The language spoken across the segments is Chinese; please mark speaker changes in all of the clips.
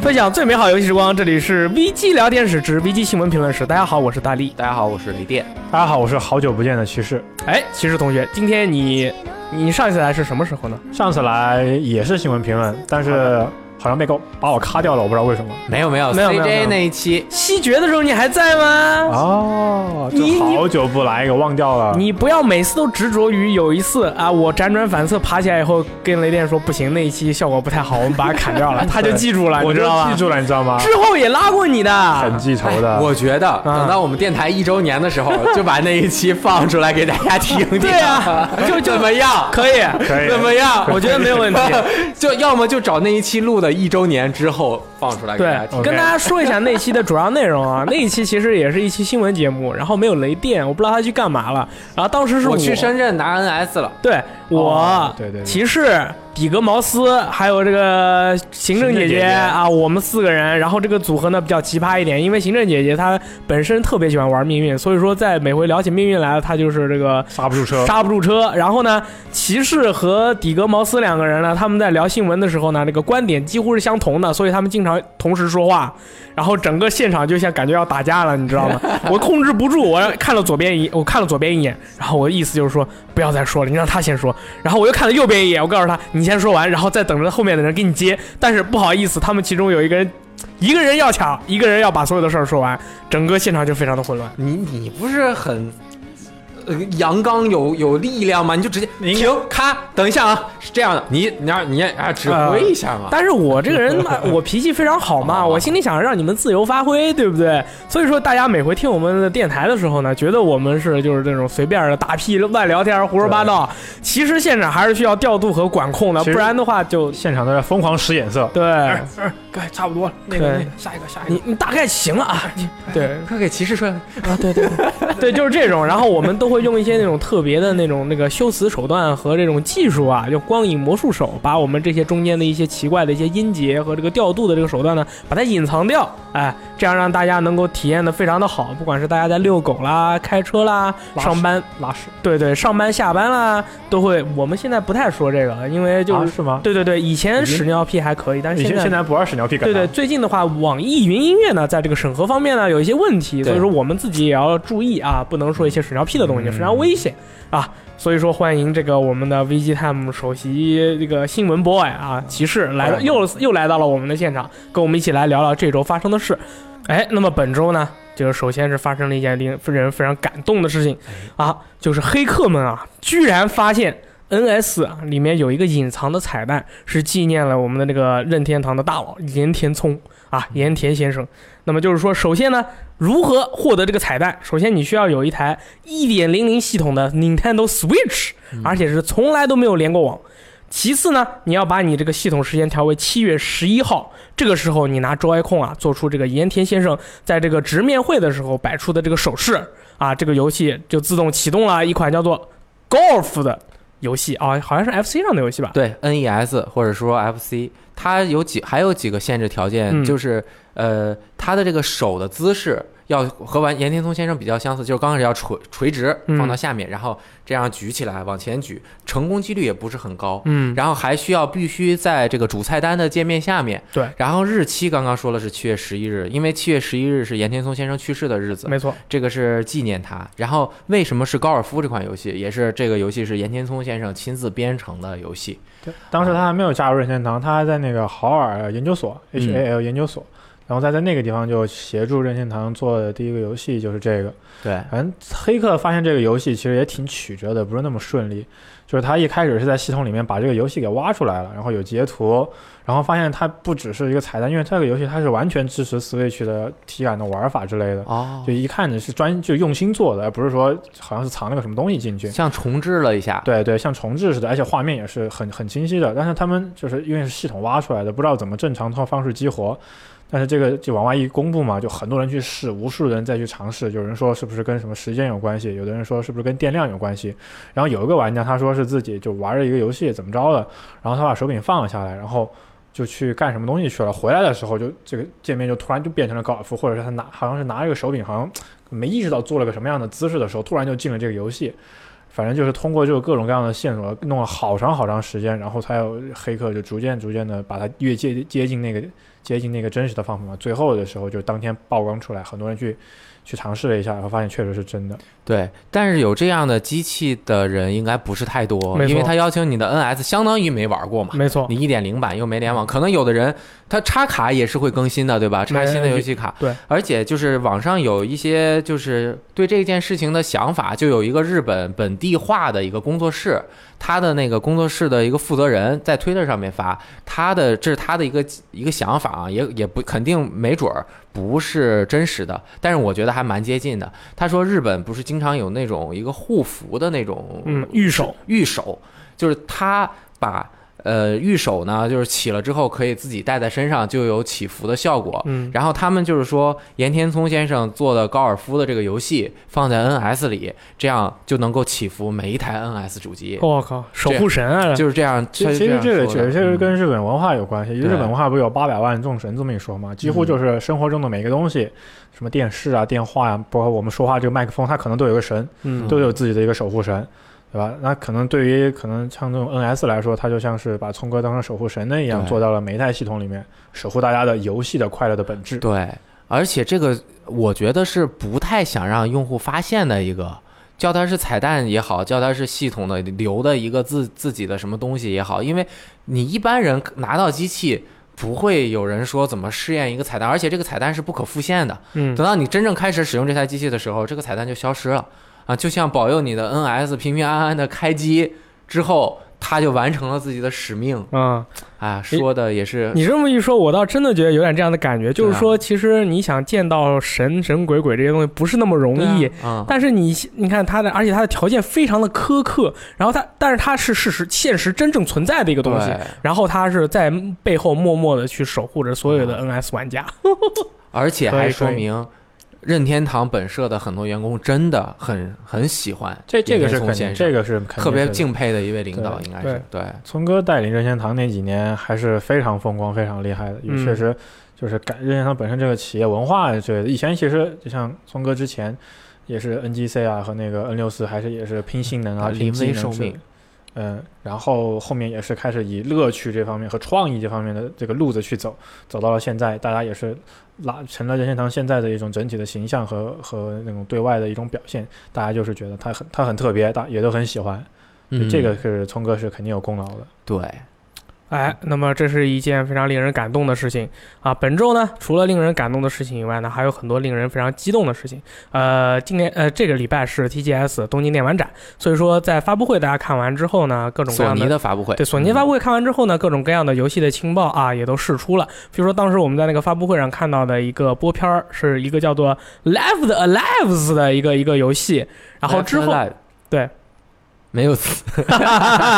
Speaker 1: 分享最美好游戏时光，这里是 VG 聊天室之 VG 新闻评论室。大家好，我是大力。
Speaker 2: 大家好，我是雷电。
Speaker 3: 大家好，我是好久不见的骑士。
Speaker 1: 哎，骑士同学，今天你你上一次来是什么时候呢？
Speaker 3: 上次来也是新闻评论，但是好像被告把我咔掉了，我不知道为什么。
Speaker 2: 没有没有
Speaker 1: 没有没有没有
Speaker 2: CJ 那一期，
Speaker 1: 西决的时候你还在吗？
Speaker 3: 哦，就
Speaker 1: 你
Speaker 3: 好久不来，给忘掉了。
Speaker 1: 嗯你不要每次都执着于有一次啊，我辗转反侧爬起来以后跟雷电说不行，那一期效果不太好，我们把它砍掉 了，他就记住了，
Speaker 3: 我
Speaker 1: 你
Speaker 3: 就
Speaker 1: 知道吧
Speaker 3: 记？住了，啊哎你知道吗？
Speaker 1: 之后也拉过你
Speaker 3: 很
Speaker 1: 的，
Speaker 3: 记仇的。
Speaker 2: 我觉得
Speaker 1: 啊
Speaker 2: 等到我们电台一周年 的时候，就把那一期放出来给大家听听。
Speaker 1: 对 啊，
Speaker 2: 就怎么样？
Speaker 1: 可以，
Speaker 3: 可以
Speaker 2: 怎么样？
Speaker 1: 我觉得没有问题。
Speaker 2: 就要么就找那一期录的一周年之后放出来给大家
Speaker 1: 对，哦
Speaker 2: 听。
Speaker 3: OK
Speaker 1: 跟大家说一下那期的主要内容啊。那一期其实也是一期新闻节目，然后没有雷电，我不知道他去干嘛了。然后当时是
Speaker 2: 我去深圳拿 NS 了，
Speaker 1: 对我、
Speaker 3: 哦对对对
Speaker 1: 骑士、比格茅斯，还有这个行政姐
Speaker 3: 行政姐姐
Speaker 1: 啊，我们四个人。然后这个组合呢比较奇葩一点，因为行政姐姐她本身特别喜欢玩命运，所以说在每回聊起命运来了，她就是这个
Speaker 3: 刹不住车，
Speaker 1: 刹不住车。然后呢，骑士和底格茅斯两个人呢，他们在聊新闻的时候呢，这个观点几乎是相同的，所以他们经常同时说话，然后整个现场就像感觉要打架了，你知道吗？我控制不住，我看了左边一，我看了左边一眼，然后我的意思就是说不要再说了，你让他先说。然后我又看了右边一眼，我告诉他你先说完，然后再等着后面的人给你接。但是不好意思，他们其中有一个人。一个人要抢，一个人要把所有的事儿说完，整个现场就非常的混乱。
Speaker 2: 你你不是很。呃，阳刚有有力量吗？你就直接停，咔，等一下啊，是这样的，你你要你啊指挥一下嘛。
Speaker 1: 但是我这个人 嘛，我脾气非常好嘛，
Speaker 2: 啊
Speaker 1: 我心里想让你们自由发挥，对不对？所以说大家每回听我们的电台的时候呢，觉得我们是就是这种随便的大屁乱聊天、胡说八道，其实现场还是需要调度和管控的，
Speaker 3: 其
Speaker 1: 不
Speaker 3: 实
Speaker 1: 然的话就
Speaker 3: 现场都在哎疯狂使眼色。
Speaker 1: 对
Speaker 4: 该差不多了，那
Speaker 1: 对
Speaker 4: 个那个下一个下一个
Speaker 1: 你，你大概行了啊，
Speaker 3: 哎
Speaker 1: 你对。
Speaker 2: 快给骑士说，
Speaker 1: 啊，对对对， 对，就是这种。然后我们都会用一些那种特别的那种那个修辞手段和这种技术啊，用光影魔术手，把我们这些中间的一些奇怪的一些音节和这个调度的这个手段呢，把它隐藏掉。哎，这样让大家能够体验的非常的好，不管是大家在遛狗啦、开车啦、
Speaker 3: 拉屎
Speaker 1: 上班，
Speaker 3: 拉屎
Speaker 1: 对对，上班下班啦，都会。我们现在不太说这个了，因为就
Speaker 3: 啊
Speaker 1: 是、
Speaker 3: 是吗？
Speaker 1: 对对对，以前
Speaker 3: 已经
Speaker 1: 屎尿屁还可以，但是
Speaker 3: 你
Speaker 1: 现
Speaker 3: 现
Speaker 1: 在
Speaker 3: 现在不玩屎尿屁梗啊
Speaker 1: 对
Speaker 3: 了？
Speaker 1: 对，最近的话，网易云音乐呢，在这个审核方面呢，有一些问题，
Speaker 2: 对
Speaker 1: 所以说我们自己也要注意啊，不能说一些屎尿屁的东西，
Speaker 3: 嗯
Speaker 1: 非常危险啊。所以说，欢迎这个我们的 VG Time 首席这个新闻 boy 啊，骑士来
Speaker 3: 欢迎
Speaker 1: 又又来到了我们的现场，跟我们一起来聊聊这周发生的事。哎，那么本周呢，就是首先是发生了一件令人非常感动的事情啊，就是黑客们啊，居然发现 NS 啊里面有一个隐藏的彩蛋，是纪念了我们的那个任天堂的大佬岩田聪啊，岩田先生。那么就是说，首先呢，如何获得这个彩蛋？首先你需要有一台1.00系统的 Nintendo Switch，而
Speaker 2: 嗯
Speaker 1: 且是从来都没有连过网。其次呢，你要把你这个系统时间调为七月十一号，这个时候你拿 Joy 控啊，做出这个盐田先生在这个直面会的时候摆出的这个手势啊，这个游戏就自动启动了一款叫做 Golf 的游戏啊，好像是 FC 上的游戏吧？
Speaker 2: 对 NES 或者说 FC，它有几还有几个限制条件，
Speaker 1: 嗯
Speaker 2: 就是呃，它的这个手的姿势要和完岩田聪先生比较相似，就是刚开始要垂垂直
Speaker 1: 嗯
Speaker 2: 放到下面，然后这样举起来往前举，成功几率也不是很高。
Speaker 1: 嗯，
Speaker 2: 然后还需要必须在这个主菜单的界面下面，
Speaker 1: 对。
Speaker 2: 然后日期刚刚说了是七月十一日，因为七月十一日是岩田聪先生去世的日子，
Speaker 1: 没错，
Speaker 2: 这个是纪念他。然后为什么是高尔夫这款游戏？也是这个游戏是岩田聪先生亲自编程的游戏。
Speaker 3: 对当时他还没有加入任天堂，他还在那个豪尔研究所
Speaker 2: 嗯
Speaker 3: （HAL 研究所），然后他在那个地方就协助任天堂做的第一个游戏就是这个。
Speaker 2: 对，
Speaker 3: 反正黑客发现这个游戏其实也挺曲折的，不是那么顺利。就是他一开始是在系统里面把这个游戏给挖出来了，然后有截图，然后发现它不只是一个彩蛋，因为这个游戏它是完全支持 Switch 的体感的玩法之类的，
Speaker 2: 哦
Speaker 3: 就一看你是专就用心做的，而不是说好像是藏了个什么东西进去。
Speaker 2: 像重置了一下。
Speaker 3: 对对，像重置似的，而且画面也是很很清晰的。但是他们就是因为是系统挖出来的，不知道怎么正常套方式激活。但是这个就往外一公布嘛，就很多人去试，无数人再去尝试。有人说是不是跟什么时间有关系，有的人说是不是跟电量有关系。然后有一个玩家他说是自己就玩了一个游戏怎么着了，然后他把手柄放了下来，然后就去干什么东西去了。回来的时候就这个界面就突然就变成了高尔夫，或者是他拿好像是拿这个手柄，好像没意识到做了个什么样的姿势的时候，突然就进了这个游戏。反正就是通过这个各种各样的线索，弄了好长好长时间，然后才有黑客就逐渐逐渐的把它越接接近那个接近那个真实的方法嘛。最后的时候，就当天曝光出来，很多人去去尝试了一下，然后发现确实是真的。
Speaker 2: 对，但是有这样的机器的人应该不是太多
Speaker 1: 没，错
Speaker 2: 因为他邀请你的 NS 相当于没玩过嘛。
Speaker 1: 没错，
Speaker 2: 你一点零版又没联网，可能有的人他插卡也是会更新的，对吧？插新的游戏卡。
Speaker 1: 对，
Speaker 2: 而且就是网上有一些就是对这件事情的想法，就有一个日本本地化的一个工作室，他的那个工作室的一个负责人在推特上面发，他的这是他的一个一个想法啊，也也不肯定没准儿不是真实的，但是我觉得还蛮接近的。他说日本不是经常有那种一个护符的那种
Speaker 1: 嗯，御手，
Speaker 2: 御手，就是他把呃御手呢，就是起了之后可以自己戴在身上，就有起伏的效果。
Speaker 1: 嗯，
Speaker 2: 然后他们就是说，岩田聪先生做的高尔夫的这个游戏放在 NS 里，这样就能够起伏每一台 NS 主机，
Speaker 3: 哦
Speaker 1: 我靠，守护神啊，
Speaker 2: 就是这样。
Speaker 3: 其
Speaker 2: 他
Speaker 3: 实
Speaker 2: 是
Speaker 3: 其实
Speaker 2: 这
Speaker 3: 这
Speaker 2: 样
Speaker 3: 个
Speaker 2: 说
Speaker 3: 确
Speaker 2: 的
Speaker 3: 实是
Speaker 2: 嗯
Speaker 3: 跟日本文化有关系。日
Speaker 2: 对嗯
Speaker 3: 本文化不是有八百万众神这么一说嘛？几乎就是生活中的每个东西，什么电视啊、电话呀、包括我们说话这个麦克风，它可能都有个神，
Speaker 1: 嗯，
Speaker 3: 都有自己的一个守护神，对吧？那可能对于可能像这种 NS 来说，它就像是把聪哥当成守护神的一样，
Speaker 2: 对
Speaker 3: 做到了每一台系统里面守护大家的游戏的快乐的本质。
Speaker 2: 对，而且这个我觉得是不太想让用户发现的一个，叫它是彩蛋也好，叫它是系统的留的一个自自己的什么东西也好，因为你一般人拿到机器。不会有人说怎么试验一个彩蛋，而且这个彩蛋是不可复现的。
Speaker 1: 嗯
Speaker 2: 等到你真正开始使用这台机器的时候，这个彩蛋就消失了啊！就像保佑你的 NS 平平安安的开机之后，它就完成了自己的使命
Speaker 1: 啊，
Speaker 2: 啊！说的也 是，
Speaker 1: 你这么一说，我倒真的觉得有点这样的感觉，就是
Speaker 2: 对啊
Speaker 1: 说，其实你想见到神神鬼鬼这些东西不是那么容易。
Speaker 2: 对啊，
Speaker 1: 但是你你看他的，而且他的条件非常的苛刻，然后他，但是他是事实、现实真正存在的一个
Speaker 2: 嗯，
Speaker 1: 东西，
Speaker 2: 对
Speaker 1: 然后他是在背后默默的去守护着所有的
Speaker 2: 嗯
Speaker 1: NS 玩家。
Speaker 2: 而且
Speaker 1: 可以
Speaker 2: 还说
Speaker 1: 可以
Speaker 2: 明任天堂本社的很多员工真的很很喜欢
Speaker 3: 这这个是
Speaker 2: 岩田聪
Speaker 3: 肯
Speaker 2: 先
Speaker 3: 定，
Speaker 2: 生，
Speaker 3: 这个是肯定
Speaker 2: 特别
Speaker 3: 是的。
Speaker 2: 敬佩的一位领导，应该是对，
Speaker 3: 聪哥带领任天堂那几年还是非常风光、非常厉害的，也
Speaker 1: 嗯
Speaker 3: 确实就是感任天堂本身这个企业文化之类的。以前其实就像聪哥之前也是 NGC 啊和那个 N 六四，还是也是拼性能啊、拼
Speaker 2: 临
Speaker 3: 技
Speaker 2: 危
Speaker 3: 能
Speaker 2: 受
Speaker 3: 之
Speaker 2: 命。
Speaker 3: 嗯，然后后面也是开始以乐趣这方面和创意这方面的这个路子去走，走到了现在，大家也是拉成了任天堂现在的一种整体的形象和和那种对外的一种表现，大家就是觉得他很他很特别，大也都很喜欢，
Speaker 2: 嗯
Speaker 3: 这个是聪哥是肯定有功劳的。
Speaker 2: 对，
Speaker 1: 哎，那么这是一件非常令人感动的事情啊！本周呢，除了令人感动的事情以外呢，还有很多令人非常激动的事情。呃，今年呃这个礼拜是 TGS 东京电玩展，所以说在发布会大家看完之后呢，各种各
Speaker 2: 索
Speaker 1: 样
Speaker 2: 尼
Speaker 1: 的
Speaker 2: 的发布会，
Speaker 1: 对索尼发布会看完之后呢，各种各样的游戏的情报啊也都释出了。比如说当时我们在那个发布会上看到的一个播片儿，是一个叫做《Left Alive》的一个一个游戏，
Speaker 2: 嗯
Speaker 1: 然后之后对。
Speaker 2: 没有 词，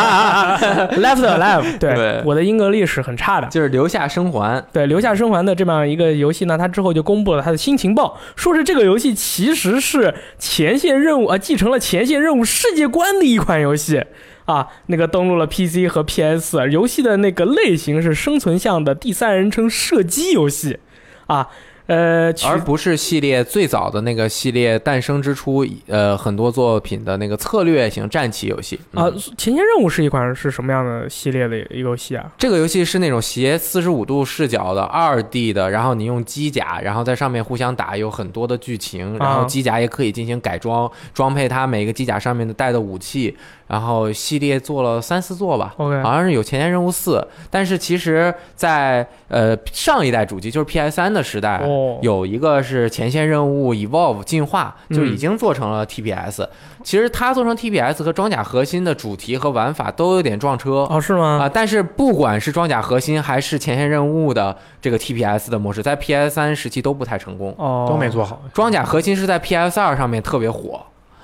Speaker 1: Left Alive，对
Speaker 2: 对
Speaker 1: 我的英格历史很差的，
Speaker 2: 就是留下生还。
Speaker 1: 对《留下生还》的这么一个游戏呢，它之后就公布了它的新情报，说是这个游戏其实是前线任务啊、呃继承了前线任务世界观的一款游戏啊。那个登录了 PC 和 PS，游戏的那个类型是生存向的第三人称射击游戏啊。呃，取
Speaker 2: 而不是系列最早的那个系列诞生之初，呃，很多作品的那个策略型战棋游戏
Speaker 1: 啊
Speaker 2: 嗯，
Speaker 1: 前线任务是一款是什么样的系列的一个游戏啊？
Speaker 2: 这个游戏是那种斜四十五度视角的二 D 的，然后你用机甲，然后在上面互相打，有很多的剧
Speaker 1: 啊
Speaker 2: 情，然后机甲也可以进行改装，装配它每个机甲上面的带的武器，然后系列做了三四座吧。
Speaker 1: OK
Speaker 2: 好像是有前线任务四，但是其实在，呃上一代主机就是 PS 3的时代，
Speaker 1: 哦，
Speaker 2: 啊有一个是前线任务 Evolve 进化，
Speaker 1: 嗯
Speaker 2: 就已经做成了 TPS。其实它做成 TPS 和装甲核心的主题和玩法都有点撞车
Speaker 1: 哦是
Speaker 2: 啊、
Speaker 1: 吗？
Speaker 2: 但是不管是装甲核心还是前线任务的这个 TPS 的模式，在 PS 3时期啊都不太成功。
Speaker 1: 哦，
Speaker 3: 都没做好。
Speaker 2: 装甲核心是在 PS 2上面特别火，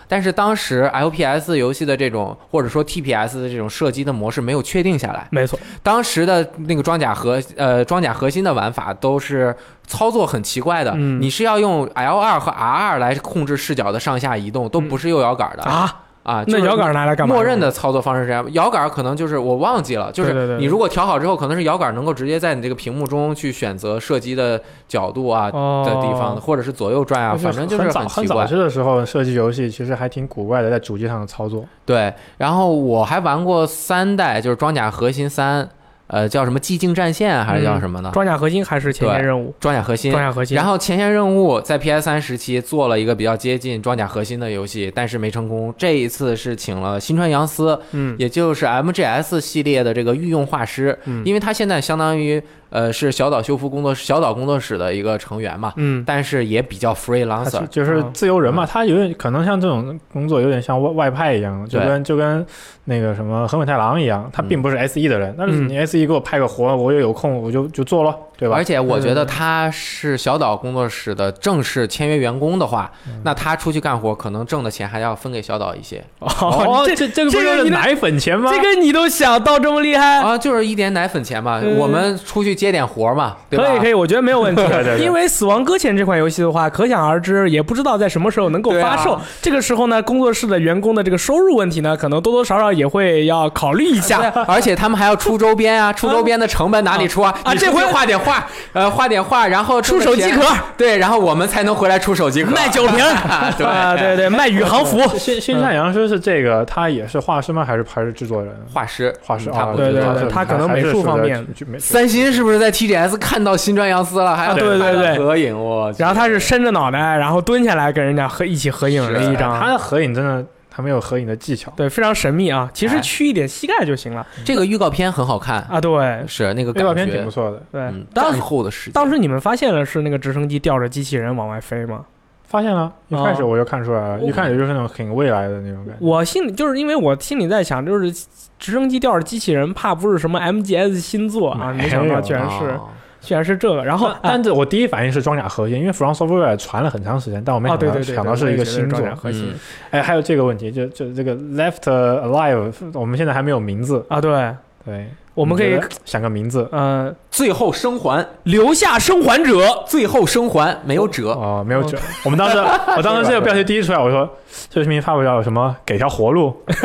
Speaker 2: 但是当时 FPS 游戏的这种或者说 TPS 的这种射击的模式没有确定下来。
Speaker 1: 没错，
Speaker 2: 当时的那个装甲核呃装甲核心的玩法都是操作很奇怪的，
Speaker 1: 嗯
Speaker 2: 你是要用 L 2和 R 2来控制视角的上下移动，都不是右摇杆的、
Speaker 1: 啊，
Speaker 2: 啊，就
Speaker 1: 那
Speaker 2: 是
Speaker 1: 摇杆拿来干嘛？
Speaker 2: 默认的操作方式是这样，摇杆可能就是我忘记了，就
Speaker 1: 对对
Speaker 2: 是
Speaker 1: 对
Speaker 2: 你如果调好之后，可能是摇杆能够直接在你这个屏幕中去选择射击的角度啊
Speaker 1: 哦
Speaker 2: 的地方，或者是左右转啊，反正就是
Speaker 3: 很早
Speaker 2: 奇
Speaker 3: 很早
Speaker 2: 怪。
Speaker 3: 期的时候，射击游戏其实还挺古怪的，在主机上的操作。
Speaker 2: 对，然后我还玩过三代，就是装甲核心三。呃叫什么寂静战线啊还是叫什么呢？
Speaker 1: 嗯装甲核心还是前线
Speaker 2: 对
Speaker 1: 任务？
Speaker 2: 装甲核心
Speaker 1: 装。甲核心，
Speaker 2: 然后前线任务在 PS 三时期做了一个比较接近装甲核心的游戏，但是没成功。这一次是请了新川洋司，
Speaker 1: 嗯
Speaker 2: 也就是 MGS 系列的这个御用画师，
Speaker 1: 嗯
Speaker 2: 因为他现在相当于呃是小岛修复工作室小岛工作室的一个成员嘛，
Speaker 1: 嗯
Speaker 2: 但是也比较
Speaker 3: 他是
Speaker 2: freelancer，
Speaker 3: 就是自由人嘛，他有点可能像这种工作有点像外外派一样，就
Speaker 2: 对
Speaker 3: 跟就跟那个什么横尾太郎一样，他
Speaker 2: 嗯
Speaker 3: 并不是 S E 的人，但是你 S E 给我派个活，我也有空我就就做咯，对吧
Speaker 2: 而？且我觉
Speaker 1: 对对
Speaker 2: 得
Speaker 1: 对
Speaker 2: 他是小岛工作室的正式签约员工的话，
Speaker 1: 嗯
Speaker 2: 那他出去干活可能挣的钱还要分给小岛一些
Speaker 3: 哦，
Speaker 1: 这
Speaker 3: 这这个不
Speaker 1: 这个
Speaker 3: 就
Speaker 1: 你
Speaker 3: 是
Speaker 1: 的
Speaker 3: 奶粉钱吗？。
Speaker 1: 这个你都想到这么厉害，
Speaker 2: 啊，就是一点奶粉钱嘛
Speaker 1: 哎嗯，
Speaker 2: 我们出去接点活嘛，对吧
Speaker 1: 可以？可以，我觉得没有问题
Speaker 3: 对对对
Speaker 1: 因为《死亡搁浅》这款游戏的话，可想而知，也不知道在什么时候能够发售。
Speaker 2: 对啊
Speaker 1: 这个时候呢，工作室的员工的这个收入问题呢，可能多多少少也会要考虑一
Speaker 2: 对啊
Speaker 1: 下。
Speaker 2: 而且他们还要出周边啊，出周边的成本哪里出啊？
Speaker 1: 啊
Speaker 2: 你
Speaker 1: 这
Speaker 2: 出去
Speaker 1: 回
Speaker 2: 画点画，呃，画点画，然后
Speaker 1: 出
Speaker 2: 挣
Speaker 1: 手
Speaker 2: 的
Speaker 1: 机
Speaker 2: 钱
Speaker 1: 壳，
Speaker 2: 对，然后我们才能回来出手机壳
Speaker 1: 卖酒瓶儿
Speaker 2: 啊 对
Speaker 1: 啊，对对，卖宇航服。
Speaker 3: 新新善阳师是这个，他也是画师吗？还是还是制作人？
Speaker 2: 画师，
Speaker 3: 画师
Speaker 2: 嗯他
Speaker 3: 啊，
Speaker 2: 不
Speaker 1: 哦对
Speaker 2: 知
Speaker 1: 对
Speaker 2: 道
Speaker 1: 对
Speaker 3: 是
Speaker 1: 他可能
Speaker 3: 还是
Speaker 1: 美术
Speaker 3: 负责
Speaker 1: 方面
Speaker 3: 去，去美
Speaker 2: 三星是不是在 TGS 看到新川洋司了？还要
Speaker 1: 啊对对对
Speaker 2: 合影我去。
Speaker 1: 然后他是伸着脑袋，然后蹲下来跟人家合一起合影了
Speaker 2: 是
Speaker 1: 一
Speaker 3: 他
Speaker 1: 张。
Speaker 3: 的合影真的，他没有合影的技巧。
Speaker 1: 对，非常神秘啊！其实
Speaker 2: 哎
Speaker 1: 屈一点膝盖就行了
Speaker 2: 这个预告片很好看，
Speaker 1: 啊。对
Speaker 2: 是那个
Speaker 3: 预
Speaker 2: 感
Speaker 3: 告片挺
Speaker 2: 觉
Speaker 3: 不，错的，
Speaker 1: 对
Speaker 2: 嗯，，
Speaker 1: 当
Speaker 2: 战后的世界，
Speaker 1: 当时你们发现了是那个直升机吊着机器人往外飞吗？
Speaker 3: 发现了，一开始
Speaker 1: 哦
Speaker 3: 我就看出来了，一看也就是那种挺未来的那种感觉。
Speaker 1: 我心里就是因为我心里在想，就是直升机吊着机器人，怕不是什么 MGS 新作啊？
Speaker 3: 没有啊
Speaker 1: 没想到居然是、
Speaker 2: 哦
Speaker 1: 居然是这个。然后
Speaker 3: 但但是我第一反应是装甲核心，因为 From Software 传了很长时间，但我没
Speaker 1: 啊，
Speaker 3: 想到、
Speaker 1: 对对对，
Speaker 3: 想到
Speaker 1: 对
Speaker 3: 是一
Speaker 1: 我也
Speaker 3: 个
Speaker 1: 觉得
Speaker 3: 新
Speaker 1: 装
Speaker 3: 作。
Speaker 1: 甲核心、
Speaker 2: 嗯
Speaker 3: 哎，还有这个问题，就就这个 Left Alive，我们现在还没有名字，
Speaker 1: 啊，对，
Speaker 3: 对，
Speaker 1: 我们可以
Speaker 3: 你觉得想个名字
Speaker 1: 呃
Speaker 2: 最后生还，
Speaker 1: 留下生还者。
Speaker 2: 最后生还没有
Speaker 1: 呃
Speaker 2: 折，
Speaker 3: 哦，没有酒。我们 当时，我当时这个标题第一出来，我说这视频发布叫什么？给条活路，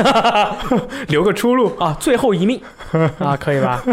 Speaker 3: 留个出路。
Speaker 1: 啊，最后 一命啊，可以吧？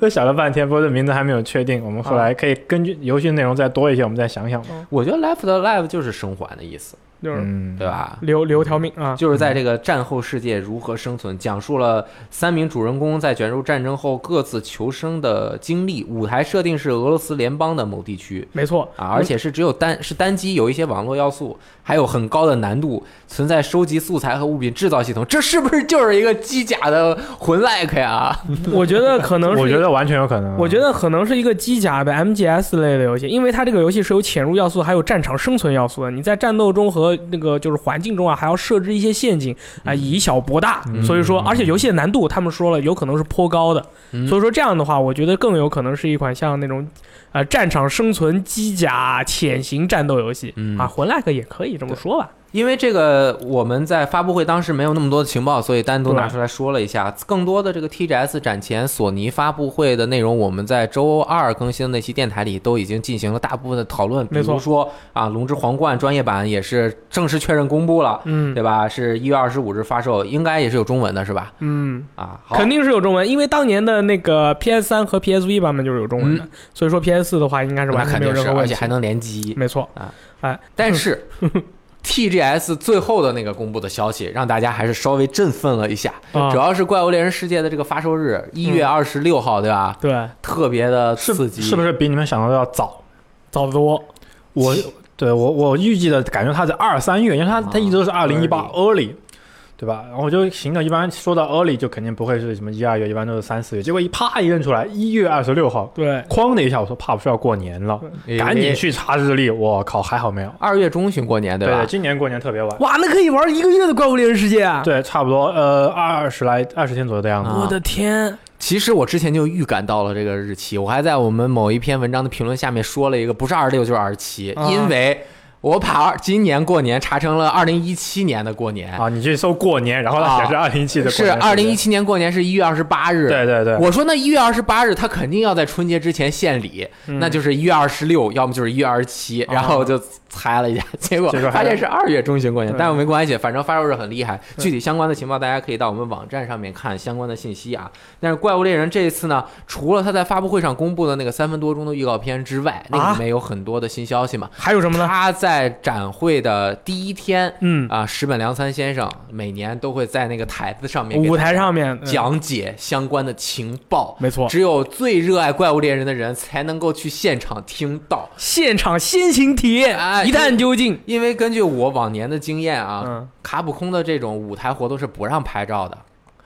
Speaker 3: 我想了半天，不过这名字还没有确定，我们
Speaker 1: 啊
Speaker 3: 后来可以根据游戏内容再多一些，我们再想想吧。
Speaker 2: 我觉得 Left Alive 就是生还的意思，
Speaker 1: 就是
Speaker 3: 嗯，
Speaker 2: 对？啊吧？
Speaker 1: 留留条命啊，
Speaker 2: 就是在这个战后世界如何生存，讲述了三名主人公在卷入战争后各自求生的经历。舞台设定是俄罗斯联邦的某地区
Speaker 1: 没错
Speaker 2: 啊，而且是只有单是单机，有一些网络要素，还有很高的难度，存在收集素材和物品制造系统。这是不是就是一个机甲的魂 like 呀？
Speaker 1: 我觉得可能是
Speaker 3: 我觉得完全有可
Speaker 2: 嗯
Speaker 3: 能。啊
Speaker 1: 我觉得可能是一个机甲的 MGS 类的游戏，因为它这个游戏是有潜入要素，还有战场生存要素的。你在战斗中和那个就是环境中啊，还要设置一些陷阱啊、以小博大。
Speaker 3: 嗯
Speaker 1: 所以说，而且游戏的难度他们说了，有可能是颇高的。
Speaker 2: 嗯
Speaker 1: 所以说这样的话，我觉得更有可能是一款像那种呃战场生存机甲潜行战斗游戏、
Speaker 2: 嗯
Speaker 1: 啊，魂 like 也可以这么说吧。
Speaker 2: 因为这个，我们在发布会当时没有那么多的情报，所以单独拿出来说了一下。更多的这个 TGS 展前索尼发布会的内容，我们在周二更新的那期电台里都已经进行了大部分的讨论。比
Speaker 1: 没错
Speaker 2: 如说啊，《龙之皇冠》专业版也是正式确认公布了，
Speaker 1: 嗯
Speaker 2: 对吧？是一月二十五日发售，应该也是有中文的，是吧？
Speaker 1: 嗯。
Speaker 2: 啊，好，
Speaker 1: 肯定是有中文，因为当年的那个 PS 三和 PSV 版本就是有中文的，
Speaker 2: 嗯
Speaker 1: 所以说 PS 四的话应该是
Speaker 2: 那
Speaker 1: 完全
Speaker 2: 肯
Speaker 1: 没有
Speaker 2: 定
Speaker 1: 任
Speaker 2: 是，
Speaker 1: 何
Speaker 2: 而
Speaker 1: 问
Speaker 2: 且
Speaker 1: 题。嗯
Speaker 2: 还能联机。
Speaker 1: 没错，
Speaker 2: 但是 TGS 最后的那个公布的消息，让大家还是稍微振奋了一下。
Speaker 1: 啊
Speaker 2: 主要是《怪物猎人世界》的这个发售日，一月二十六号，对吧？
Speaker 1: 对，
Speaker 2: 特别的
Speaker 3: 嗯是
Speaker 2: 刺激，
Speaker 3: 是不是比你们想到的要早？
Speaker 1: 早得多。
Speaker 3: 我对我我预计的感觉它在二三月，因为它
Speaker 2: 啊
Speaker 3: 它一直都是二零一八 early，对吧？然后我就行了，一般说到 early 就肯定不会是什么一二月，一般都是三四月。结果一啪一认出来，一月二十六号，
Speaker 1: 对，
Speaker 3: 哐的一下，我说怕不是要过年了，
Speaker 2: 哎？
Speaker 3: 赶紧去查日历。我靠，还好没有。
Speaker 2: 二月中旬过年，
Speaker 3: 对
Speaker 2: 吧？
Speaker 3: 今年过年特别晚。
Speaker 1: 哇，那可以玩一个月的《怪物猎人世界》啊！
Speaker 3: 对，差不多呃二十来二十天左右的样子。
Speaker 2: 啊
Speaker 1: 我的天，
Speaker 2: 其实我之前就预感到了这个日期，我还在我们某一篇文章的评论下面说了一个，不是二十六就是二十七
Speaker 1: 啊，
Speaker 2: 因为我把二今年过年查成了二零一七年的过年，
Speaker 3: 啊，你去搜过年，然后它显示二零一七的过
Speaker 2: 啊是
Speaker 3: 年
Speaker 2: 二零一。七年过年是一月二十八日。
Speaker 3: 对对对，
Speaker 2: 我说那一月二十八日，他肯定要在春节之前献礼，
Speaker 1: 嗯
Speaker 2: 那就是一月二十六，要么就是一月二十七，
Speaker 1: 哦
Speaker 2: 然后就猜了一下， 结果
Speaker 3: 结果还
Speaker 2: 发现是二月中旬过年，
Speaker 1: 对
Speaker 2: 但没关系，反正发售日很厉害，具体相关的情报大家可以到我们网站上面看相关的信息啊。但是《怪物猎人》这一次呢，除了他在发布会上公布的那个三分多钟的预告片之外，那
Speaker 1: 啊
Speaker 2: 嗯里面有很多的新消息嘛。
Speaker 1: 还有什么呢？
Speaker 2: 他在在展会的第一天
Speaker 1: 嗯，
Speaker 2: 啊，石本良三先生每年都会在那个台子上面给
Speaker 1: 舞
Speaker 2: 大
Speaker 1: 台
Speaker 2: 家
Speaker 1: 上面，嗯
Speaker 2: 讲解相关的情报。
Speaker 1: 没错，
Speaker 2: 只有最热爱怪物猎人的人才能够去现场听到，
Speaker 1: 现场先行体验，
Speaker 2: 哎
Speaker 1: 一探究竟。
Speaker 2: 因为根据我往年的经验啊，
Speaker 1: 嗯，
Speaker 2: 卡普空的这种舞台活动是不让拍照的，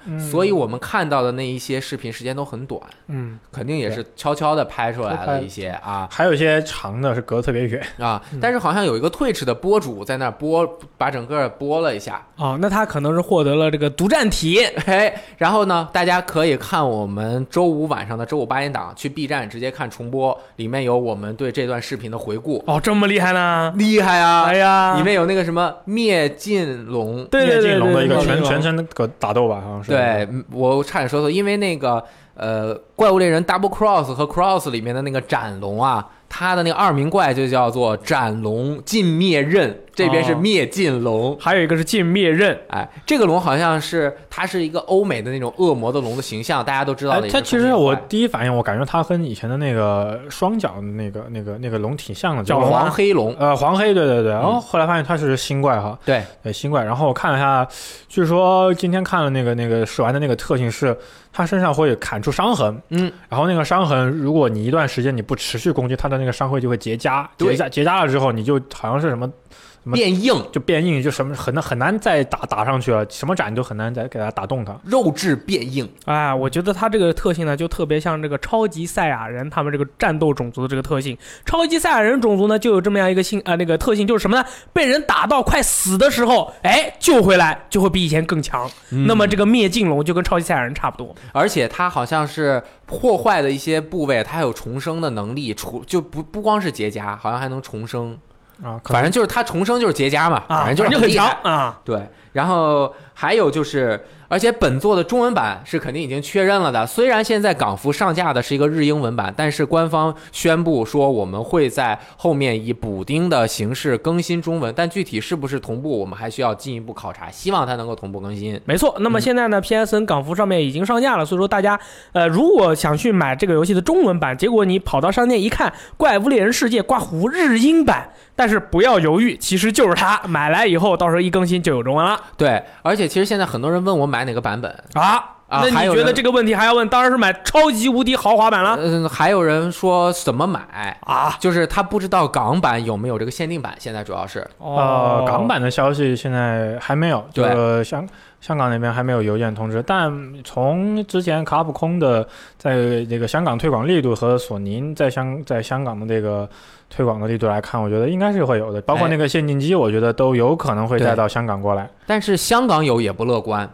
Speaker 3: 嗯
Speaker 2: 所以我们看到的那一些视频时间都很短，
Speaker 1: 嗯，
Speaker 2: 肯定也是悄悄的拍出来
Speaker 3: 偷
Speaker 2: 了
Speaker 3: 拍
Speaker 2: 一些啊
Speaker 3: 还有一些长的是隔得特别远，
Speaker 2: 啊
Speaker 1: 嗯！
Speaker 2: 但是好像有一个 Twitch 的播主在那儿播，把整个播了一下，
Speaker 1: 哦，那他可能是获得了这个独占体验。
Speaker 2: 哎，然后呢，大家可以看我们周五晚上的周五八点档，去 B 站直接看重播，里面有我们对这段视频的回顾，
Speaker 1: 哦，这么厉害呢？
Speaker 2: 厉害啊！
Speaker 1: 哎呀，
Speaker 2: 里面有那个什么灭尽龙，
Speaker 1: 对对
Speaker 3: 聂
Speaker 1: 对
Speaker 3: 靖龙的一个
Speaker 1: 对对
Speaker 3: 全
Speaker 1: 对
Speaker 3: 全程格打斗吧，好像是。哎
Speaker 2: 对，嗯我差点说错，因为那个呃，怪物猎人 Double Cross 和 Cross 里面的那个斩龙啊，它的那个二名怪就叫做斩龙尽灭刃，这边是
Speaker 1: 哦
Speaker 2: 灭尽龙。
Speaker 1: 还有一个是尽灭刃，
Speaker 2: 哎，这个龙好像是它是一个欧美的那种恶魔的龙的形象，大家都知道
Speaker 3: 哎
Speaker 2: 的一个
Speaker 3: 它
Speaker 2: 风
Speaker 3: 其
Speaker 2: 景怪。
Speaker 3: 实我第一反应，我感觉它跟以前的那个双脚那个那个那个龙挺像的，
Speaker 1: 角
Speaker 3: 就是
Speaker 1: 龙
Speaker 2: 黄黑龙，
Speaker 3: 呃黄黑，对对对。然后
Speaker 2: 嗯
Speaker 3: 后来发现它是新怪哈，
Speaker 2: 对，
Speaker 3: 对新怪。然后我看了一下，据说今天看了那个那个试玩的那个特性是，它身上会砍出伤痕，
Speaker 2: 嗯，
Speaker 3: 然后那个伤痕，如果你一段时间你不持续攻击，它的那个伤会就会结痂，
Speaker 2: 对
Speaker 3: 结痂结痂了之后，你就好像是什么么
Speaker 2: 变硬，
Speaker 3: 就变硬，就什么很难很难再打打上去了，什么斩你都很难再给它打动它。
Speaker 2: 肉质变硬，
Speaker 1: 哎，我觉得它这个特性呢，就特别像这个超级赛亚人他们这个战斗种族的这个特性。超级赛亚人种族呢，就有这么样一个性啊、那个特性就是什么呢？被人打到快死的时候，哎，救回来就会比以前更强。
Speaker 2: 嗯
Speaker 1: 那么这个灭尽龙就跟超级赛亚人差不多。
Speaker 2: 而且它好像是破坏的一些部位，它有重生的能力，除就不不光是结痂，好像还能重生。
Speaker 3: 啊，可能
Speaker 2: 反正就是它重生就是结痂嘛，
Speaker 1: 啊，
Speaker 2: 反正就是
Speaker 1: 很
Speaker 2: 厉
Speaker 1: 强
Speaker 2: 害。
Speaker 1: 啊！
Speaker 2: 对，然后还有就是，而且本作的中文版是肯定已经确认了的。虽然现在港服上架的是一个日英文版，但是官方宣布说我们会在后面以补丁的形式更新中文，但具体是不是同步，我们还需要进一步考察。希望它能够同步更新。
Speaker 1: 没错。那
Speaker 2: 嗯
Speaker 1: 么现在呢，PSN 港服上面已经上架了，所以说大家呃，如果想去买这个游戏的中文版，结果你跑到商店一看，《怪物猎人世界》挂糊日英版，但是不要犹豫，其实就是它。买来以后，到时候一更新就有中文了
Speaker 2: 对，而且其实现在很多人问我买哪个版本。
Speaker 1: 啊。
Speaker 2: 啊
Speaker 1: 那
Speaker 2: 还
Speaker 1: 你
Speaker 2: 有
Speaker 1: 觉得
Speaker 2: 人
Speaker 1: 这个问题还要问？当然是买超级无敌豪华版了
Speaker 2: 嗯，还有人说怎么买，
Speaker 1: 啊！
Speaker 2: 就是他不知道港版有没有这个限定版，现在主要是
Speaker 1: 哦
Speaker 3: 呃，港版的消息现在还没有，就
Speaker 2: 哦对
Speaker 3: 是呃香香港那边还没有邮件通知。但从之前卡普空的在这个香港推广力度和索尼在香在香港的这个推广的力度来看，我觉得应该是会有的。包括那个限定机，我觉得都有可能会带到香港过来。
Speaker 2: 但是香港有也不乐观，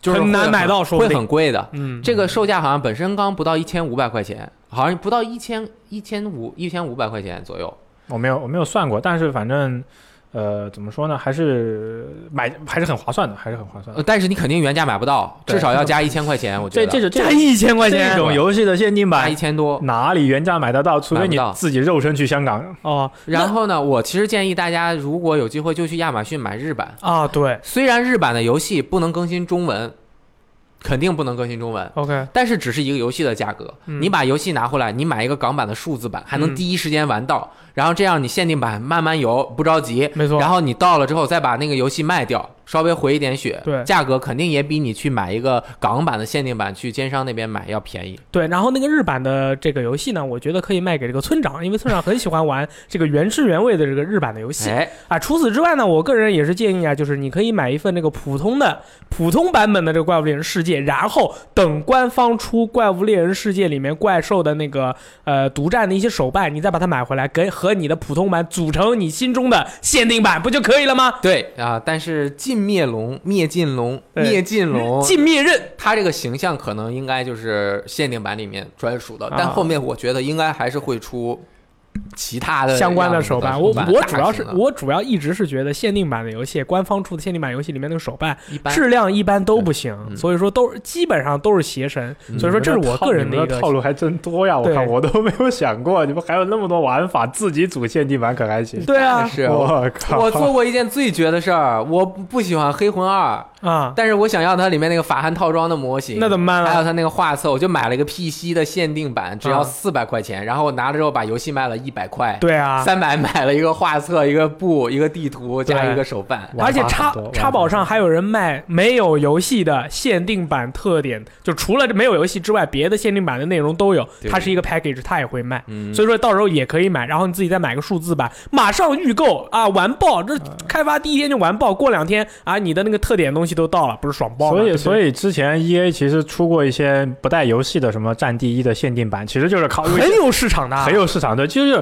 Speaker 2: 就是
Speaker 1: 很难
Speaker 2: 会
Speaker 1: 买到，说不
Speaker 2: 会
Speaker 1: 定。
Speaker 2: 很贵的。
Speaker 1: 嗯，
Speaker 2: 这个售价好像本身刚不到一千五百块钱，好像不到一千一千五一千五百块钱左右。
Speaker 3: 我没有我没有算过，但是反正。呃，怎么说呢？还是呃买还是很划算的，还是很划算的
Speaker 2: 呃，。但是你肯定原价买不到，
Speaker 3: 对
Speaker 2: 至少要加一千块钱，我觉
Speaker 3: 这
Speaker 2: 得
Speaker 3: 这是这
Speaker 1: 加一千块
Speaker 3: 这
Speaker 1: 钱
Speaker 3: 种游戏的限定
Speaker 2: 加
Speaker 3: 版
Speaker 2: 一，千多。
Speaker 1: 嗯
Speaker 3: 哪里原价买得到？除非你
Speaker 2: 买不到
Speaker 3: 自己肉身去香港。
Speaker 1: 哦，
Speaker 2: 然后呢，我其实建议大家如果有机会就去亚马逊买日版，
Speaker 1: 啊，对
Speaker 2: 虽然日版的游戏不能更新中文，肯定不能更新中文。
Speaker 1: ，OK，
Speaker 2: 但是只是一个游戏的价格，
Speaker 1: 嗯
Speaker 2: 你把游戏拿回来，你买一个港版的数字版，还能
Speaker 1: 嗯
Speaker 2: 第一时间玩到，然后这样你限定版慢慢游，不着急，
Speaker 1: 没错
Speaker 2: 然后你到了之后再把那个游戏卖掉，稍微回一点血，
Speaker 1: 对
Speaker 2: 价格肯定也比你去买一个港版的限定版去奸商那边买要 便宜。
Speaker 1: 对。然后那个日版的这个游戏呢，我觉得可以卖给这个村长，因为村长很喜欢玩这个原汁原味的这个日版的游戏。
Speaker 2: 哎，
Speaker 1: 啊，除此之外呢，我个人也是建议啊，就是你可以买一份那个普通的、普通版本的这个《怪物猎人世界》，然后等官方出《怪物猎人世界》里面怪兽的那个呃独占的一些手办，你再把它买回来，跟和你的普通版组成你心中的限定版，不就可以了吗？
Speaker 2: 对啊、但是尽灭龙、灭尽龙、
Speaker 1: 对
Speaker 2: 灭尽龙，
Speaker 1: 尽灭刃
Speaker 2: 它这个形象可能应该就是限定版里面专属的
Speaker 1: 啊，
Speaker 2: 但后面我觉得应该还是会出其他呃的
Speaker 1: 相关
Speaker 2: 样
Speaker 1: 的
Speaker 2: 子
Speaker 1: 手
Speaker 2: 办。
Speaker 1: 办，我我
Speaker 2: 大
Speaker 1: 主要
Speaker 2: 型
Speaker 1: 是
Speaker 2: 的
Speaker 1: 我主要一直是觉得限定版的游戏，官方出的限定版游戏里面那个手办
Speaker 2: 一般
Speaker 1: 质量一般都不行，
Speaker 2: 嗯
Speaker 1: 所以说都是基本上都是邪神，
Speaker 2: 嗯
Speaker 1: 所以说这是我个人的
Speaker 3: 你
Speaker 1: 一
Speaker 3: 们
Speaker 1: 个
Speaker 3: 套路还真多呀！我看
Speaker 1: 对
Speaker 3: 我都没有想过，你们还有那么多玩法，自己组限定版可还行。
Speaker 1: 对啊，
Speaker 2: 是
Speaker 3: 我靠！
Speaker 2: 我做过一件最绝的事儿，我不喜欢《黑魂二》，
Speaker 1: 啊，
Speaker 2: 但是我想要它里面那个法汉套装的模型，
Speaker 1: 那怎么办啊
Speaker 2: 还有
Speaker 1: 呢？
Speaker 2: 它那个画册，我就买了一个 PC 的限定版，只要四百块钱，然后我拿了之后把游戏卖了一百块，
Speaker 1: 对啊，
Speaker 2: 三百买了一个画册、一个布、一个地图加一个手办，
Speaker 3: 玩法
Speaker 1: 而且
Speaker 3: 很
Speaker 1: 叉
Speaker 3: 多玩法
Speaker 1: 叉宝上还有人卖没有游戏的限定版特点，就除了没有游戏之外，别的限定版的内容都有。
Speaker 2: 对
Speaker 1: 它是一个 package，它也会卖，
Speaker 2: 嗯，
Speaker 1: 所以说到时候也可以买，然后你自己再买个数字版，马上预购啊，完爆！这开发第一天就完爆，过两天啊，你的那个特点东西都到了，不是爽爆吗？
Speaker 3: 所以，
Speaker 1: 对不对
Speaker 3: 所以之前 E A 其实出过一些不带游戏的什么《战地一》的限定版，其实就是靠
Speaker 1: 很有市场的啊，
Speaker 3: 很有市场的，就是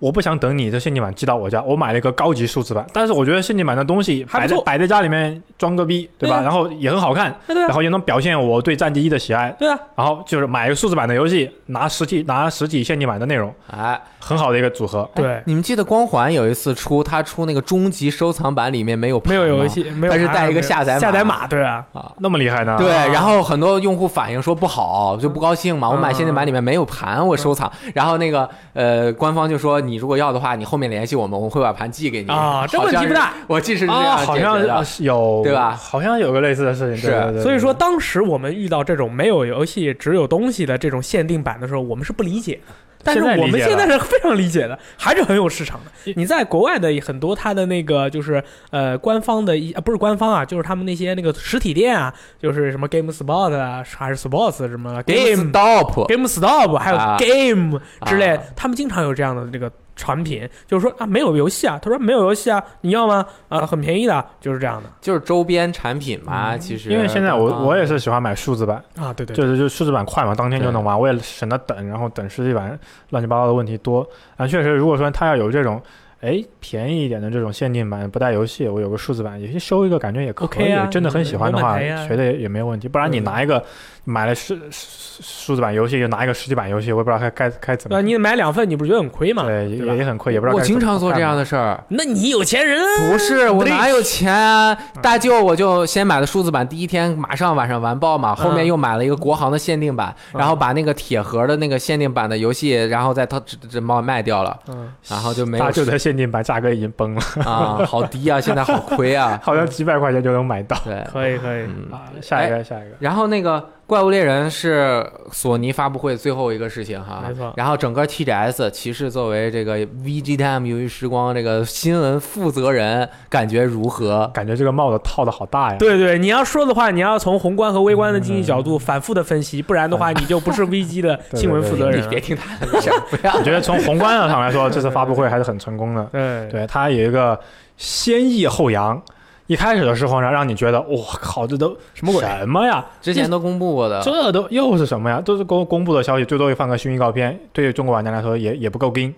Speaker 3: 我不想等你这限定版寄到我家，我买了一个高级数字版，但是我觉得限定版的东西
Speaker 1: 还
Speaker 3: 摆
Speaker 1: 不
Speaker 3: 在
Speaker 1: 错
Speaker 3: 摆在家里面装个逼，对吧？
Speaker 1: 对啊
Speaker 3: 然后也很好看，
Speaker 1: 对 啊
Speaker 3: 然后也能表现我对《战地一》的喜爱，
Speaker 1: 对啊，
Speaker 3: 然后就是买一个数字版的游戏，拿实体拿实体限定版的内容，
Speaker 2: 哎，
Speaker 3: 很好的一个组合。
Speaker 1: 对，
Speaker 2: 你们记得光环有一次出，它出那个终极收藏版里面没有
Speaker 1: 没有
Speaker 2: 盘吗
Speaker 1: 游戏，没有
Speaker 2: 但是
Speaker 1: 盘
Speaker 2: 带一个下载码
Speaker 1: 下载码，对啊，
Speaker 2: 啊。
Speaker 3: 那么厉害呢？
Speaker 2: 对，
Speaker 1: 啊
Speaker 2: 然后很多用户反映说不好，就不高兴嘛。我买限定版里面没有盘，我收藏。然后那个呃，官方就说你如果要的话，你后面联系我们，我们会把盘寄给你
Speaker 1: 啊，这问题不。
Speaker 2: 嗯好像
Speaker 1: 大。
Speaker 2: 是我记是这
Speaker 3: 啊，
Speaker 2: 样
Speaker 3: 好
Speaker 2: 解
Speaker 3: 像
Speaker 2: 决的。
Speaker 3: 是有
Speaker 2: 对吧
Speaker 3: 好像有个类似的事情，
Speaker 2: 是
Speaker 3: 对
Speaker 2: 啊
Speaker 3: 对对对
Speaker 1: 所以说，当时我们遇到这种没有游戏只有东西的这种限定版的时候，我们是不理解的。但是
Speaker 3: 现在理
Speaker 1: 我们
Speaker 3: 解
Speaker 1: 现
Speaker 3: 了
Speaker 1: 在是非常理解的，还是很有市场的。
Speaker 2: 嗯
Speaker 1: 你在国外的很多它的那个就是呃官方的一啊不是官方啊，就是他们那些那个实体店啊，就是什么 GameSpot 啊，还是 Sports 什么 Game
Speaker 2: Stop，
Speaker 1: GameStop 还有
Speaker 2: 啊
Speaker 1: Game 之类，
Speaker 2: 啊
Speaker 1: 他们经常有这样的这个产品，就是说啊没有游戏啊，他说没有游戏啊，你要吗？啊很便宜的，就是这样的
Speaker 2: 就是周边产品嘛，其实
Speaker 3: 因为现在
Speaker 2: 官
Speaker 3: 我
Speaker 2: 方
Speaker 3: 我也是喜欢买数字版，
Speaker 1: 啊对对对
Speaker 3: 就是就是数字版快嘛，当天就能玩，我也省得等，然后等实体版乱七八糟的问题多。啊，确实，如果说它要有这种。哎，便宜一点的这种限定版不带游戏，我有个数字版，也去收一个，感觉也可以。
Speaker 1: OK 啊
Speaker 3: 真的很喜欢的话，
Speaker 1: 没问题啊
Speaker 3: 觉得也没有问题。不然你拿一个买了数数数字版游戏，又拿一个实体版游戏，我也不知道该该该怎
Speaker 1: 对吧？
Speaker 3: 么。
Speaker 1: 你买两份，你不是觉得很亏吗？
Speaker 3: 对，
Speaker 1: 吧
Speaker 3: 也也很亏，也不知道
Speaker 2: 我
Speaker 3: 该怎么
Speaker 2: 经常做这样
Speaker 3: 干嘛。
Speaker 2: 的事儿。
Speaker 1: 那你有钱人
Speaker 2: 不是我哪有钱啊！
Speaker 3: 嗯
Speaker 2: 大舅我就先买的数字版，第一天马上晚上完爆嘛，后面又买了一个国行的限定版，
Speaker 1: 嗯
Speaker 2: 然后把那个铁盒的那个限定版的游戏，然后在他这这卖卖掉了，
Speaker 1: 嗯，
Speaker 2: 然后就没有
Speaker 3: 大舅的限定版价格已经崩了，，
Speaker 2: 啊，好低啊，现在好亏啊
Speaker 3: 好像几百块钱就能买到。
Speaker 2: 对，
Speaker 1: 哎可以可以，
Speaker 2: 嗯。
Speaker 3: 啊，下一个，下一个，
Speaker 2: 然后那个《怪物猎人》是索尼发布会最后一个事情哈，
Speaker 1: 没错
Speaker 2: 然后整个 TGS 骑士作为这个 VGTM 由于时光这个新闻负责人，感觉如何？
Speaker 3: 感觉这个帽子套的好大呀。
Speaker 1: 对对，你要说的话，你要从宏观和微观的经济角度反复的分析，不然的话，你就不是 VG 的新闻负责
Speaker 2: 你
Speaker 1: 人
Speaker 2: 别
Speaker 1: 了。
Speaker 2: 听他 的事儿，不要
Speaker 3: 我觉得从宏观上来说，这次发布会还是很成功的。
Speaker 1: 对，
Speaker 3: 对，它有一个先抑后扬。一开始的时候呢，让你觉得我靠，这都
Speaker 1: 什么鬼
Speaker 3: 什么呀？
Speaker 2: 之前都公布过的，
Speaker 3: 这都又是什么呀？都是公公布的消息，最多也放个新预告片，对于中国玩家来说也也不够劲。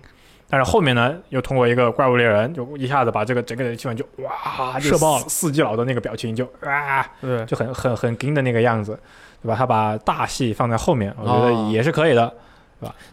Speaker 3: 但是后面呢，又通过一个怪物猎人，就一下子把这个整个的气氛就哇
Speaker 1: 射爆了
Speaker 3: 就四四季老的那个表情就啊，
Speaker 1: 对，
Speaker 3: 就很很很劲的那个样子，对吧？他把大戏放在后面，我觉得
Speaker 2: 哦
Speaker 3: 也是可以的。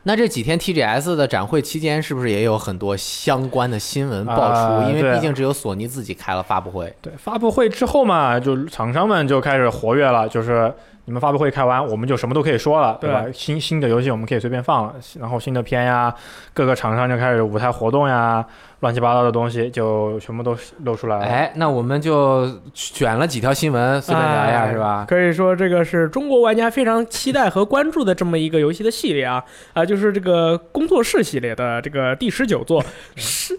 Speaker 2: 那这几天 TGS 的展会期间，是不是也有很多相关的新闻爆出？
Speaker 3: 啊
Speaker 2: 因为
Speaker 3: 对
Speaker 2: 毕竟只有索尼自己开了发布会，
Speaker 3: 对，发布会之后嘛，就厂商们就开始活跃了，就是你们发布会开完，我们就什么都可以说了，对吧？
Speaker 1: 对
Speaker 3: 新新的游戏我们可以随便放了，然后新的片呀，各个厂商就开始舞台活动呀，乱七八糟的东西就全部都露出来了。
Speaker 2: 哎，那我们就选了几条新闻随便聊一下，
Speaker 1: 哎
Speaker 2: 是吧？
Speaker 1: 可以说这个是中国玩家非常期待和关注的这么一个游戏的系列啊啊、就是这个工作室系列的这个第十九作是。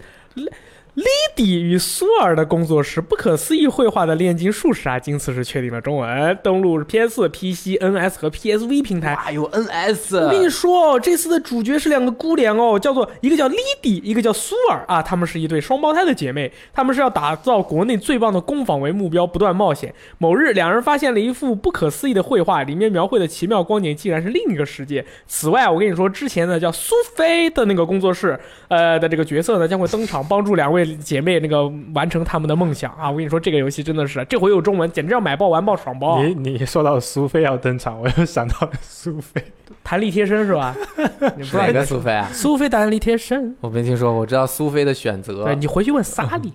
Speaker 1: Lady 与苏尔的工作室不可思议绘画的炼金术士啊，今次是确定了中文，登陆 PS、PC、NS 和 PSV 平台，
Speaker 2: 哇，有 NS，
Speaker 1: 我跟你说哦，这次的主角是两个姑娘哦，叫做一个叫 Lady，一个叫苏尔啊，她们是一对双胞胎的姐妹，她们是要打造国内最棒的工坊为目标，不断冒险。某日，两人发现了一幅不可思议的绘画，里面描绘的奇妙光景竟然是另一个世界。此外，我跟你说，之前的叫苏菲的那个工作室，呃的这个角色呢将会登场，帮助两位姐妹那个完成她们的梦想啊！我跟你说，这个游戏真的是这回有中文，简直要买爆、完爆、爽爆啊！
Speaker 3: 你你说到苏菲要登场，我又想到苏菲，
Speaker 1: 弹力贴身是吧？你不
Speaker 2: 是
Speaker 1: 知道
Speaker 2: 哪个苏菲啊？
Speaker 1: 苏菲弹力贴身。
Speaker 2: 我没听说过，我知道苏菲的选择。
Speaker 1: 对你回去问萨利。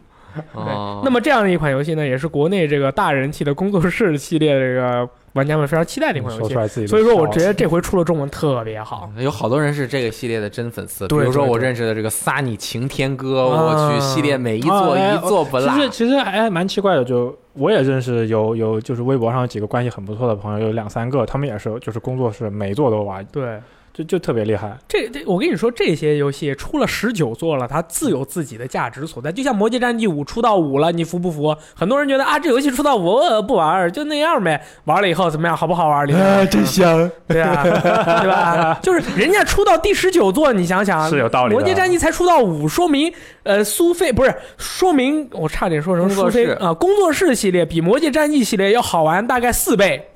Speaker 2: 哦
Speaker 1: 那么这样的一款游戏呢，也是国内这个大人气的工作室系列这个玩家们非常期待的一款游
Speaker 3: 嗯说
Speaker 1: 戏
Speaker 3: 出。来自己都
Speaker 1: 所以说我
Speaker 3: 笑
Speaker 1: 直接这回出了中文特别好。
Speaker 2: 有好多人是这个系列的真粉丝，比
Speaker 1: 对
Speaker 2: 如说
Speaker 1: 对
Speaker 2: 我
Speaker 1: 对
Speaker 2: 认识的这个撒你晴天哥，
Speaker 1: 啊
Speaker 2: 我去系列每一座
Speaker 3: 啊哎
Speaker 2: 一座不落
Speaker 3: 其。实其实还蛮奇怪的，就我也认识有有就是微博上有几个关系很不错的朋友，有两三个，他们也是就是工作室每座都挖，
Speaker 1: 对，
Speaker 3: 就就特别厉害。
Speaker 1: 这这，我跟你说，这些游戏出了十九座了，它自有自己的价值所在。就像《魔界战记五》出到五了，你服不服？很多人觉得啊，这游戏出到五、呃、不玩儿，就那样呗。玩了以后怎么样？好不好玩？里面
Speaker 3: 哎
Speaker 1: 嗯
Speaker 3: 真香！
Speaker 1: 对 啊，对吧？就是人家出到第十九座，你想想
Speaker 3: 是有道理的
Speaker 1: 魔界战记才出到五，说明呃，苏菲不是说明我差点说成
Speaker 2: 工作
Speaker 1: 苏
Speaker 2: 室
Speaker 1: 菲啊、工作室系列比魔界战记系列要好玩大概四 倍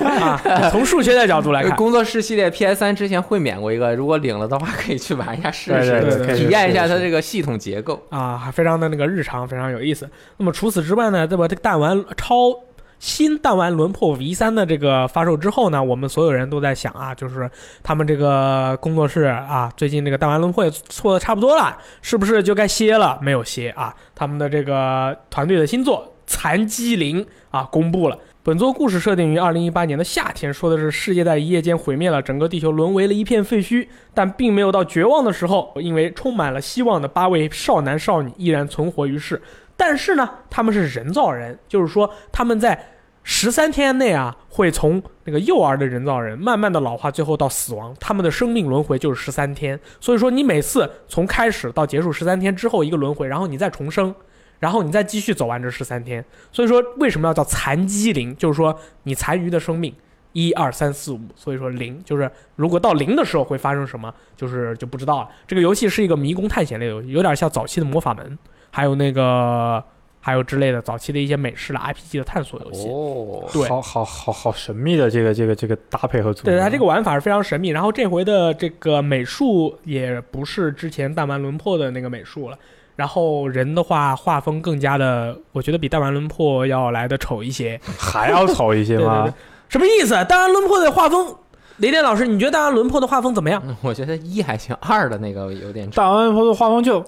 Speaker 1: 啊。从数学的角度来看，
Speaker 2: 工作室系列 PS 3之前会免过一个，如果领了的话，可以去玩一下试
Speaker 3: 对
Speaker 2: 试，
Speaker 1: 对
Speaker 3: 对，可以
Speaker 2: 体验一下
Speaker 3: 试
Speaker 2: 它
Speaker 3: 试
Speaker 2: 这个系统结构。
Speaker 1: 啊，还非常的那个日常，非常有意思。那么除此之外呢，对吧？这个弹丸超新弹丸轮破 V 三的这个发售之后呢，我们所有人都在想啊，就是他们这个工作室啊，最近这个弹丸轮破也做的差不多了，是不是就该歇了？没有歇啊，他们的这个团队的新作《残机灵》啊公布了。本作故事设定于二零一八年的夏天，说的是世界在一夜间毁灭了，整个地球沦为了一片废墟。但并没有到绝望的时候，因为充满了希望的八位少男少女依然存活于世。但是呢，他们是人造人，就是说他们在十三天内啊，会从那个幼儿的人造人慢慢的老化，最后到死亡。他们的生命轮回就是十三天，所以说你每次从开始到结束十三天之后一个轮回，然后你再重生。然后你再继续走完这十三天，所以说为什么要叫残机灵？就是说你残余的生命，一二三四五，所以说零就是如果到零的时候会发生什么，就是就不知道了。这个游戏是一个迷宫探险类游戏，有点像早期的魔法门，还有那个还有之类的早期的一些美式的 RPG 的探索游戏。
Speaker 2: 哦
Speaker 1: 对
Speaker 3: 好好好好神秘的这个这个这个搭配和组合。
Speaker 1: 对它这个玩法是非常神秘，然后这回的这个美术也不是之前弹丸轮破的那个美术了，然后人的话画风更加的，我觉得比弹丸轮破要来的丑一些。
Speaker 3: 还要丑一些
Speaker 1: 对对
Speaker 3: 吗？
Speaker 1: 什么意思？啊弹丸轮破的画风，雷电老师，你觉得弹丸轮破的画风怎么样？
Speaker 2: 嗯我觉得一还行，二的那个有点
Speaker 3: 大丸坡的画风就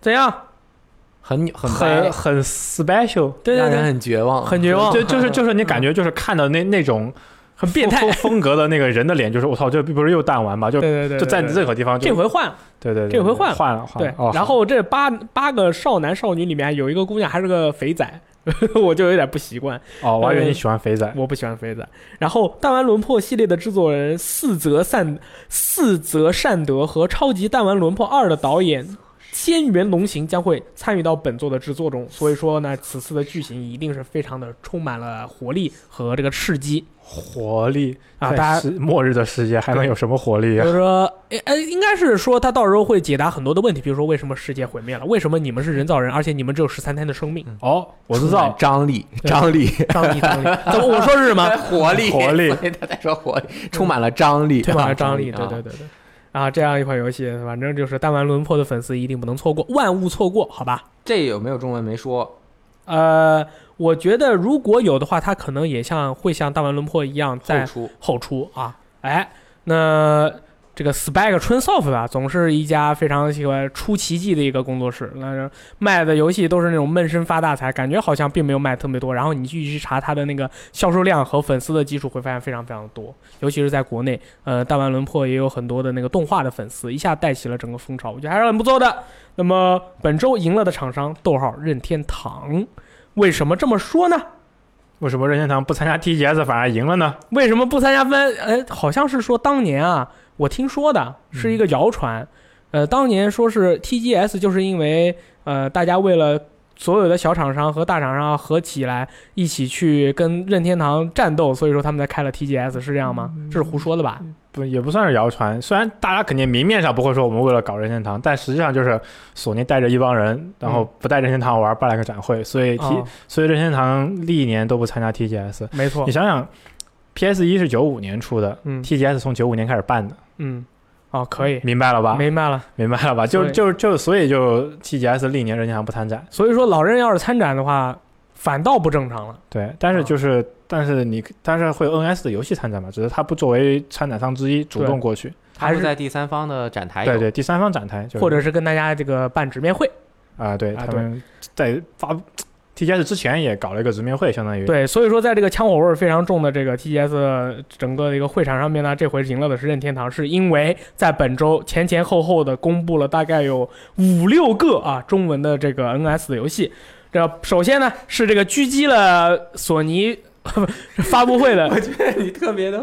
Speaker 1: 怎样？
Speaker 2: 很很
Speaker 3: 很
Speaker 2: 掰
Speaker 3: 很 special，
Speaker 1: 对对
Speaker 2: 让人
Speaker 1: 对，
Speaker 2: 很绝望，
Speaker 1: 很 绝望，
Speaker 3: 就就是就是你感觉就是看到那那种
Speaker 1: 很哦变态
Speaker 3: 风。风格的那个人的脸，就是我操，这不是又弹丸吧？就
Speaker 1: 对对对，
Speaker 3: 就在
Speaker 1: 对对
Speaker 3: 任何地方就
Speaker 1: 这回换了，
Speaker 3: 对对，
Speaker 1: 这回换了
Speaker 3: 换了换
Speaker 1: 对
Speaker 3: 了。哦，
Speaker 1: 然后这八八个少男少女里面有一个姑娘还是个肥仔， 我就有点不习惯，
Speaker 3: 哦，我还以为
Speaker 1: 呃
Speaker 3: 你喜欢肥仔，
Speaker 1: 我不喜欢肥仔。然后《弹丸轮破》系列的制作人四泽善四泽善德和《超级弹丸轮破二》的导演。仙原龙行将会参与到本作的制作中，所以说呢，此次的剧情一定是非常的充满了活力和这个刺激。
Speaker 3: 活力
Speaker 1: 啊
Speaker 3: 在
Speaker 1: 大家
Speaker 3: 世末日的世界还能有什么活力
Speaker 1: 就
Speaker 3: 啊？
Speaker 1: 是说，诶呃，应该是说他到时候会解答很多的问题，比如说为什么世界毁灭了，为什么你们是人造人，而且你们只有十三天的生命，
Speaker 3: 哦，我知
Speaker 1: 嗯
Speaker 3: 道，
Speaker 2: 张力，张力，
Speaker 1: 张力张力，怎么我说是什么？
Speaker 2: 活 力，
Speaker 3: 活力
Speaker 2: 所以他在说活力，充满了张力，
Speaker 1: 推广了张力，
Speaker 2: 啊
Speaker 1: 对对对对。啊，这样一款游戏，反正就是弹丸轮破的粉丝一定不能错过，万物错过，好吧？
Speaker 2: 这有没有中文没说？
Speaker 1: 呃，我觉得如果有的话，它可能也像会像弹丸轮破一样，在
Speaker 2: 后出
Speaker 1: 后出啊。哎，那这个 Spike Chunsoft 吧，总是一家非常喜欢出奇迹的一个工作室。那卖的游戏都是那种闷声发大财，感觉好像并没有卖特别多。然后你去去查它的那个销售量和粉丝的基础，会发现非常非常多，尤其是在国内，呃，弹丸轮破也有很多的那个动画的粉丝，一下带起了整个风潮，我觉得还是很不错的。那么本周赢了的厂商，逗号任天堂，为什么这么说呢？
Speaker 3: 为什么任天堂不参加 TGS 反而赢了呢？
Speaker 1: 为什么不参加分？呃，好像是说当年啊，我听说的是一个谣传，呃，当年说是 TGS 就是因为呃，大家为了所有的小厂商和大厂商合起来一起去跟任天堂战斗，所以说他们才开了 TGS，是这样吗？
Speaker 3: 嗯
Speaker 1: 这是胡说的吧？
Speaker 3: 不，也不算是谣传。虽然大家肯定明面上不会说我们为了搞任天堂，但实际上就是索尼带着一帮人，然后不带任天堂玩办了个展会，所以 T，、
Speaker 1: 嗯哦
Speaker 3: 所以任天堂历年都不参加 TGS。
Speaker 1: 没错
Speaker 3: 你，想想，PS 一是九五年出的、
Speaker 1: 嗯
Speaker 3: t g s 从九五年开始办的，
Speaker 1: 嗯，哦，可以，
Speaker 3: 明白了吧？
Speaker 1: 明白了。
Speaker 3: 明白了吧？就
Speaker 1: 对
Speaker 3: 就就所以就 TGS 历年任天堂不参展。
Speaker 1: 所以说老任要是参展的话，反倒不正常了。
Speaker 3: 对，但是
Speaker 1: 哦
Speaker 3: 就是、但是你但是会有 NS 的游戏参展嘛，只是它不作为参展商之一主动过去。
Speaker 2: 还
Speaker 1: 还
Speaker 2: 是
Speaker 1: 是
Speaker 2: 在第三方的展台有
Speaker 3: 对对，第三方展台就是
Speaker 1: 或者是跟大家这个办直面会，
Speaker 3: 啊，对
Speaker 1: 啊
Speaker 3: 他们在发 TGS 之前也搞了一个直面会，相当于
Speaker 1: 对，所以说在这个枪火味儿非常重的这个 TGS 整个的一个会场上面呢，这回赢了的是任天堂，是因为在本周前前后后的公布了大概有五六个啊中文的这个 NS 的游戏。这首先呢是这个狙击了索尼 发布会的
Speaker 2: 我觉得 你特别的，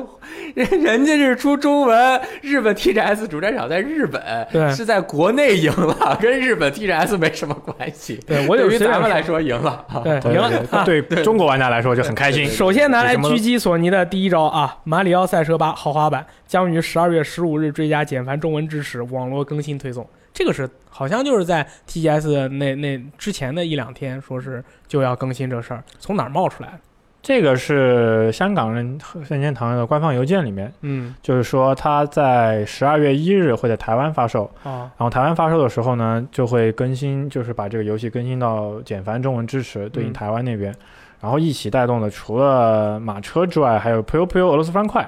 Speaker 2: 人人家是出中文，日本 TGS 主战场在日本，
Speaker 1: 对
Speaker 2: 是在国内赢了， 跟日本 TGS 没什么关系。
Speaker 1: 对我有
Speaker 2: 对于
Speaker 1: 些
Speaker 2: 咱们来说赢了啊，
Speaker 1: 对
Speaker 3: 对
Speaker 1: 赢了啊！
Speaker 3: 对对中国玩家来说就很开心。
Speaker 1: 首先拿来狙击索尼的第一招啊，《马里奥赛车八》豪华版将于十二月十五日追加简繁中文支持，网络更新推送。这个是好像就是在 TGS 那那之前的一两天，说是就要更新这事儿，从哪儿冒出来的？
Speaker 3: 这个是香港任任天堂的官方邮件里面，
Speaker 1: 嗯
Speaker 3: 就是说它在十二月一日会在台湾发售，
Speaker 1: 啊，
Speaker 3: 然后台湾发售的时候呢，就会更新，就是把这个游戏更新到简繁中文支持，对
Speaker 1: 嗯
Speaker 3: 应台湾那边。然后一起带动的除了马车之外，还有 Puyo Puyo 俄罗斯方块。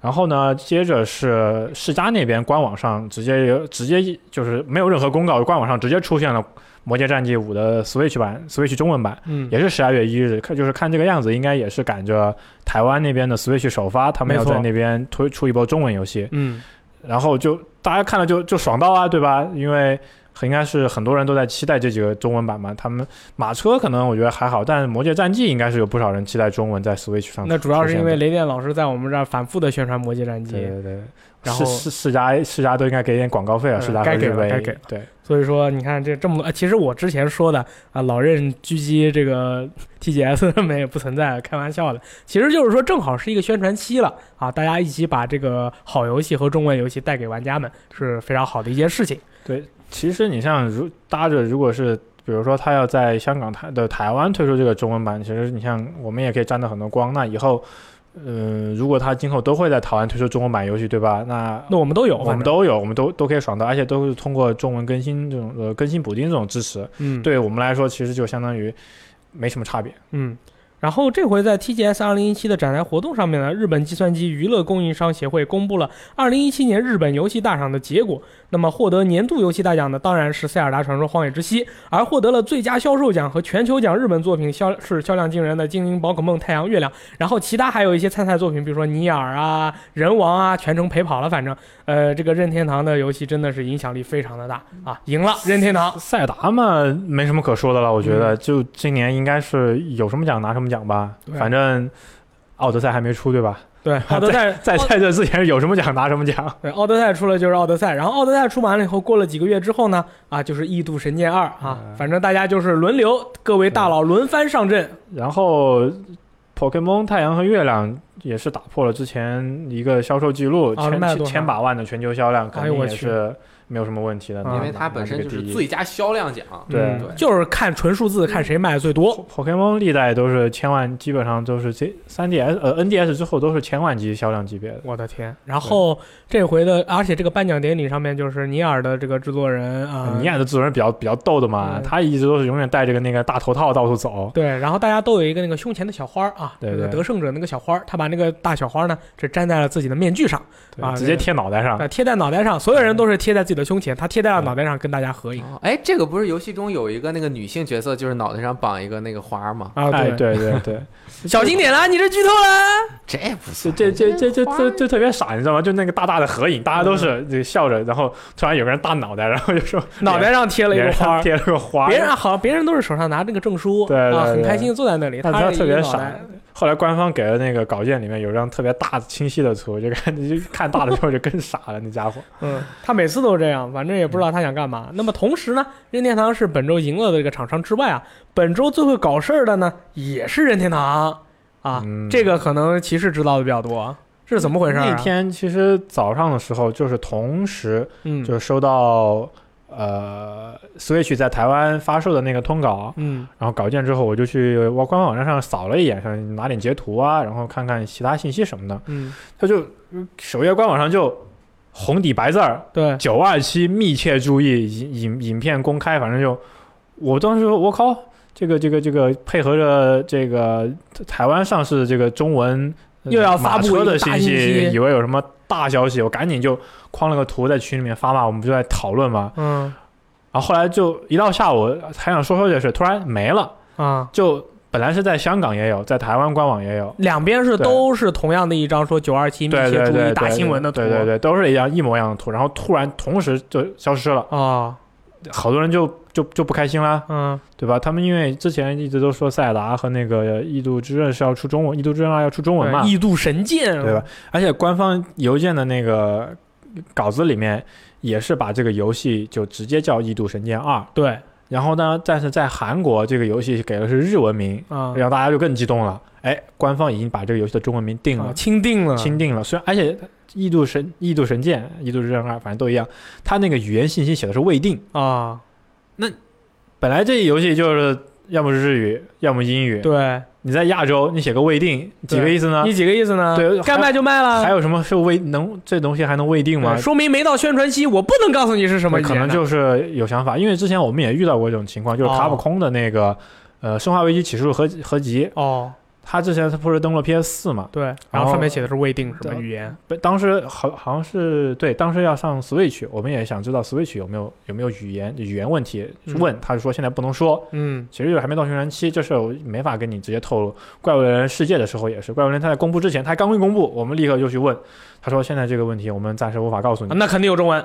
Speaker 3: 然后呢，接着是世嘉那边官网上直接有直接一就是没有任何公告，官网上直接出现了《魔界战记五》的 Switch 版、Switch 中文版，
Speaker 1: 嗯，
Speaker 3: 也是十二月一日，看就是看这个样子，应该也是赶着台湾那边的 Switch 首发，他们要
Speaker 1: 没错
Speaker 3: 在那边推出一波中文游戏。
Speaker 1: 嗯，
Speaker 3: 然后就大家看了就就爽到啊，对吧？因为很应该是很多人都在期待这几个中文版嘛。他们马车可能我觉得还好，但《魔界战记》应该是有不少人期待中文在 Switch 上出现的。
Speaker 1: 那主要是因为雷电老师在我们这儿反复的宣传《魔界战机
Speaker 3: 对》，对对，
Speaker 1: 然后
Speaker 3: 世世世嘉世嘉都应该给点广告费啊，
Speaker 1: 嗯
Speaker 3: 世嘉
Speaker 1: 该
Speaker 3: 和
Speaker 1: 给
Speaker 3: 日
Speaker 1: 了
Speaker 3: 威
Speaker 1: 该给了
Speaker 3: 对
Speaker 1: 所以说你看这这么多，呃其实我之前说的啊，老任狙击这个 TGS 他们也不存在，开玩笑的。其实就是说，正好是一个宣传期了啊，大家一起把这个好游戏和中文游戏带给玩家们是非常好的一件事情。
Speaker 3: 对。其实你像如搭着，如果是比如说他要在香港台的台湾推出这个中文版，其实你像我们也可以沾到很多光。那以后。嗯，如果他今后都会在台湾推出中文版游戏，对吧？那
Speaker 1: 那我们都有，
Speaker 3: 我
Speaker 1: 反
Speaker 3: 们
Speaker 1: 正
Speaker 3: 都有，我们都都可以爽到，而且都是通过中文更新这种呃更新补丁这种支持，
Speaker 1: 嗯
Speaker 3: 对我们来说其实就相当于没什么差别。
Speaker 1: 嗯。然后这回在 TGS 二零一七的展台活动上面呢，日本计算机娱乐供应商协会公布了二零一七年日本游戏大赏的结果。那么获得年度游戏大奖的当然是《塞尔达传说：荒野之息》，而获得了最佳销售奖和全球奖日本作品销是销量惊人的《精灵宝可梦：太阳月亮》。然后其他还有一些参赛作品，比如说《尼尔》啊、《人王》啊，全程陪跑了。反正呃，这个任天堂的游戏真的是影响力非常的大啊，赢了任天堂。
Speaker 3: 塞尔达嘛，没什么可说的了，我觉得、就今年应该是有什么奖拿什么奖吧，
Speaker 1: 对
Speaker 3: 反正。奥德赛还没出对吧？
Speaker 1: 对，好的，在
Speaker 3: 在在这之前有什么奖拿什么奖。
Speaker 1: 对，奥德赛出了就是奥德赛，然后奥德赛出完了以后，过了几个月之后呢，啊，就是《异度神剑二》啊，
Speaker 3: 嗯
Speaker 1: 反正大家就是轮流，各位大佬轮番上阵，
Speaker 3: 然后，Pokemon 太阳和月亮也是打破了之前一个销售记录，
Speaker 1: 啊
Speaker 3: 千
Speaker 1: 卖了多
Speaker 3: 千
Speaker 1: 少
Speaker 3: 千把万的全球销量，肯
Speaker 1: 哎呦
Speaker 3: 定
Speaker 1: 我
Speaker 3: 也
Speaker 1: 去
Speaker 3: 是没有什么问题的。
Speaker 1: 啊
Speaker 2: 因为它本身就是
Speaker 3: 最。
Speaker 2: 最佳销量奖，
Speaker 3: 对嗯
Speaker 1: 嗯
Speaker 2: 对
Speaker 1: 就是看纯数字，看谁卖的最多。
Speaker 3: Pokemon 历代都是千万，基本上都是这三 DS 呃 NDS 之后都是千万级销量级别的。
Speaker 1: 我的天！然后这回的，而且这个颁奖典礼上面，就是尼尔的这个制作人啊，
Speaker 3: 尼亚的制作人比较比较逗的嘛，
Speaker 1: 嗯
Speaker 3: 他一直都是永远戴着个那个大头套到处走。
Speaker 1: 对，然后大家都有一个那个胸前的小花儿啊，
Speaker 3: 对
Speaker 1: 这个
Speaker 3: 对
Speaker 1: 得胜者那个小花儿，他把那个大小花儿呢，这粘在了自己的面具上，
Speaker 3: 对
Speaker 1: 啊
Speaker 3: 直
Speaker 1: 对
Speaker 3: 接贴脑袋上
Speaker 1: 啊，，贴在脑袋上，所有
Speaker 3: 嗯
Speaker 1: 人都是贴在自己的胸前，他贴在了脑袋上跟大家合影
Speaker 2: 哦哎，这个不是游戏中有一个那个女性角色，就是脑袋上绑一个那个花儿吗？
Speaker 1: 啊，
Speaker 3: 哎，对对对，
Speaker 1: 小心点啦，你这剧透啦，
Speaker 2: 这不
Speaker 3: 这这
Speaker 2: 算，
Speaker 3: 这这这
Speaker 2: 花
Speaker 3: 这这特别傻，你知道吗？就那个大大的合影，大家都是
Speaker 1: 嗯
Speaker 3: 就笑着，然后突然有个人大脑袋，然后就说
Speaker 1: 脑袋上贴了一个
Speaker 3: 脸
Speaker 1: 花
Speaker 3: 上
Speaker 1: 儿，
Speaker 3: 贴了个花儿，
Speaker 1: 别人好像别人都是手上拿这个证书，
Speaker 3: 对对
Speaker 1: 啊，很
Speaker 3: 对
Speaker 1: 开心的坐在那里，
Speaker 3: 但
Speaker 1: 他
Speaker 3: 他特别
Speaker 1: 傻
Speaker 3: 傻。后来官方给了那个稿件里面有一张特别大清晰的图，就看就看大的时候就更傻了，那家伙。
Speaker 1: 嗯，他每次都这样，反正也不知道他想干嘛。那么同时呢，任天堂是本周赢了的这个厂商之外啊，本周最会搞事儿的呢也是任天堂啊，
Speaker 3: 嗯
Speaker 1: 这个可能骑士知道的比较多，这是怎么回事、啊？
Speaker 3: 那天其实早上的时候，就是同时
Speaker 1: 嗯，
Speaker 3: 就收到、呃 Switch 在台湾发售的那个通稿，
Speaker 1: 嗯
Speaker 3: 然后稿件之后，我就去我官方网站上扫了一眼，想拿点截图啊，然后看看其他信息什么的。
Speaker 1: 嗯，
Speaker 3: 他就首页官网上就红底白字儿
Speaker 1: 对
Speaker 3: 九二七密切注意影影影片公开，反正就我当时说我靠，这个这个这个配合着这个台湾上市这个中文呃
Speaker 1: 又要发布
Speaker 3: 马车的
Speaker 1: 一个大
Speaker 3: 信
Speaker 1: 信息
Speaker 3: 以为有什么大消息，我赶紧就框了个图在群里面发嘛，我们就在讨论嘛。
Speaker 1: 嗯
Speaker 3: 然后后来就一到下午还想说说这事，突然没了，
Speaker 1: 啊，
Speaker 3: 就本来是在香港也有，在台湾官网也有。
Speaker 1: 两边是
Speaker 3: 对
Speaker 1: 都是同样的一张说九二七密
Speaker 3: 对
Speaker 1: 切
Speaker 3: 对
Speaker 1: 注
Speaker 3: 对，
Speaker 1: 意大
Speaker 3: 对
Speaker 1: 新闻的图，
Speaker 3: 对对对，都是一样一模一样的图，然后突然同时就消失了。
Speaker 1: 啊，
Speaker 3: 好多人就就就不开心啦，
Speaker 1: 嗯
Speaker 3: 对吧？他们因为之前一直都说塞尔达和那个《异度之刃》是要出中文，《异度之刃二》要出中文嘛，
Speaker 1: 异度神剑，啊
Speaker 3: 对吧？？而且官方邮件的那个稿子里面也是把这个游戏就直接叫《异度神剑二》，
Speaker 1: 对
Speaker 3: 然后呢，但是在韩国这个游戏给的是日文名，
Speaker 1: 啊，
Speaker 3: 然后大家就更激动了。哎，官方已经把这个游戏的中文名定
Speaker 1: 啊
Speaker 3: 了，
Speaker 1: 钦定了，
Speaker 3: 钦定了。虽然而且《异度神》《异度神剑》《异度之刃二》反正都一样，它那个语言信息写的是未定。
Speaker 1: 啊，
Speaker 3: 本来这游戏就是要么是日语，要么英语。
Speaker 1: 对
Speaker 3: 你在亚洲，你写个未定，几个
Speaker 1: 对
Speaker 3: 意思呢？
Speaker 1: 你几个意思呢？
Speaker 3: 啊对
Speaker 1: 该
Speaker 3: 还
Speaker 1: 卖就卖了，
Speaker 3: 还有什么是未能这东西还能未定吗
Speaker 1: 对？说明没到宣传期，我不能告诉你是什么语言啊
Speaker 3: 可
Speaker 1: 的，哦
Speaker 3: 能就是有想法，因为之前我们也遇到过这种情况，就是卡普空的那个、呃《生化危机启示录合》合集，
Speaker 1: 哦，
Speaker 3: 它之前它不是登了 PS 四嘛？
Speaker 1: 对，然
Speaker 3: 然
Speaker 1: 后
Speaker 3: 后
Speaker 1: 上面写的是未定什么
Speaker 3: 对
Speaker 1: 语言，
Speaker 3: 不当时好好像是对，当时要上 Switch，我们也想知道 Switch 有没有有没有语言语言问题，
Speaker 1: 嗯
Speaker 3: 问他就说现在不能说。
Speaker 1: 嗯，
Speaker 3: 其实就是还没到宣传期，这事儿我没法跟你直接透露。怪物猎人世界的时候也是，怪物猎人他在公布之前，他刚一公布，我们立刻就去问，他说现在这个问题我们暂时无法告诉
Speaker 1: 啊
Speaker 3: 你。
Speaker 1: 那肯定有中文，
Speaker 3: 嗯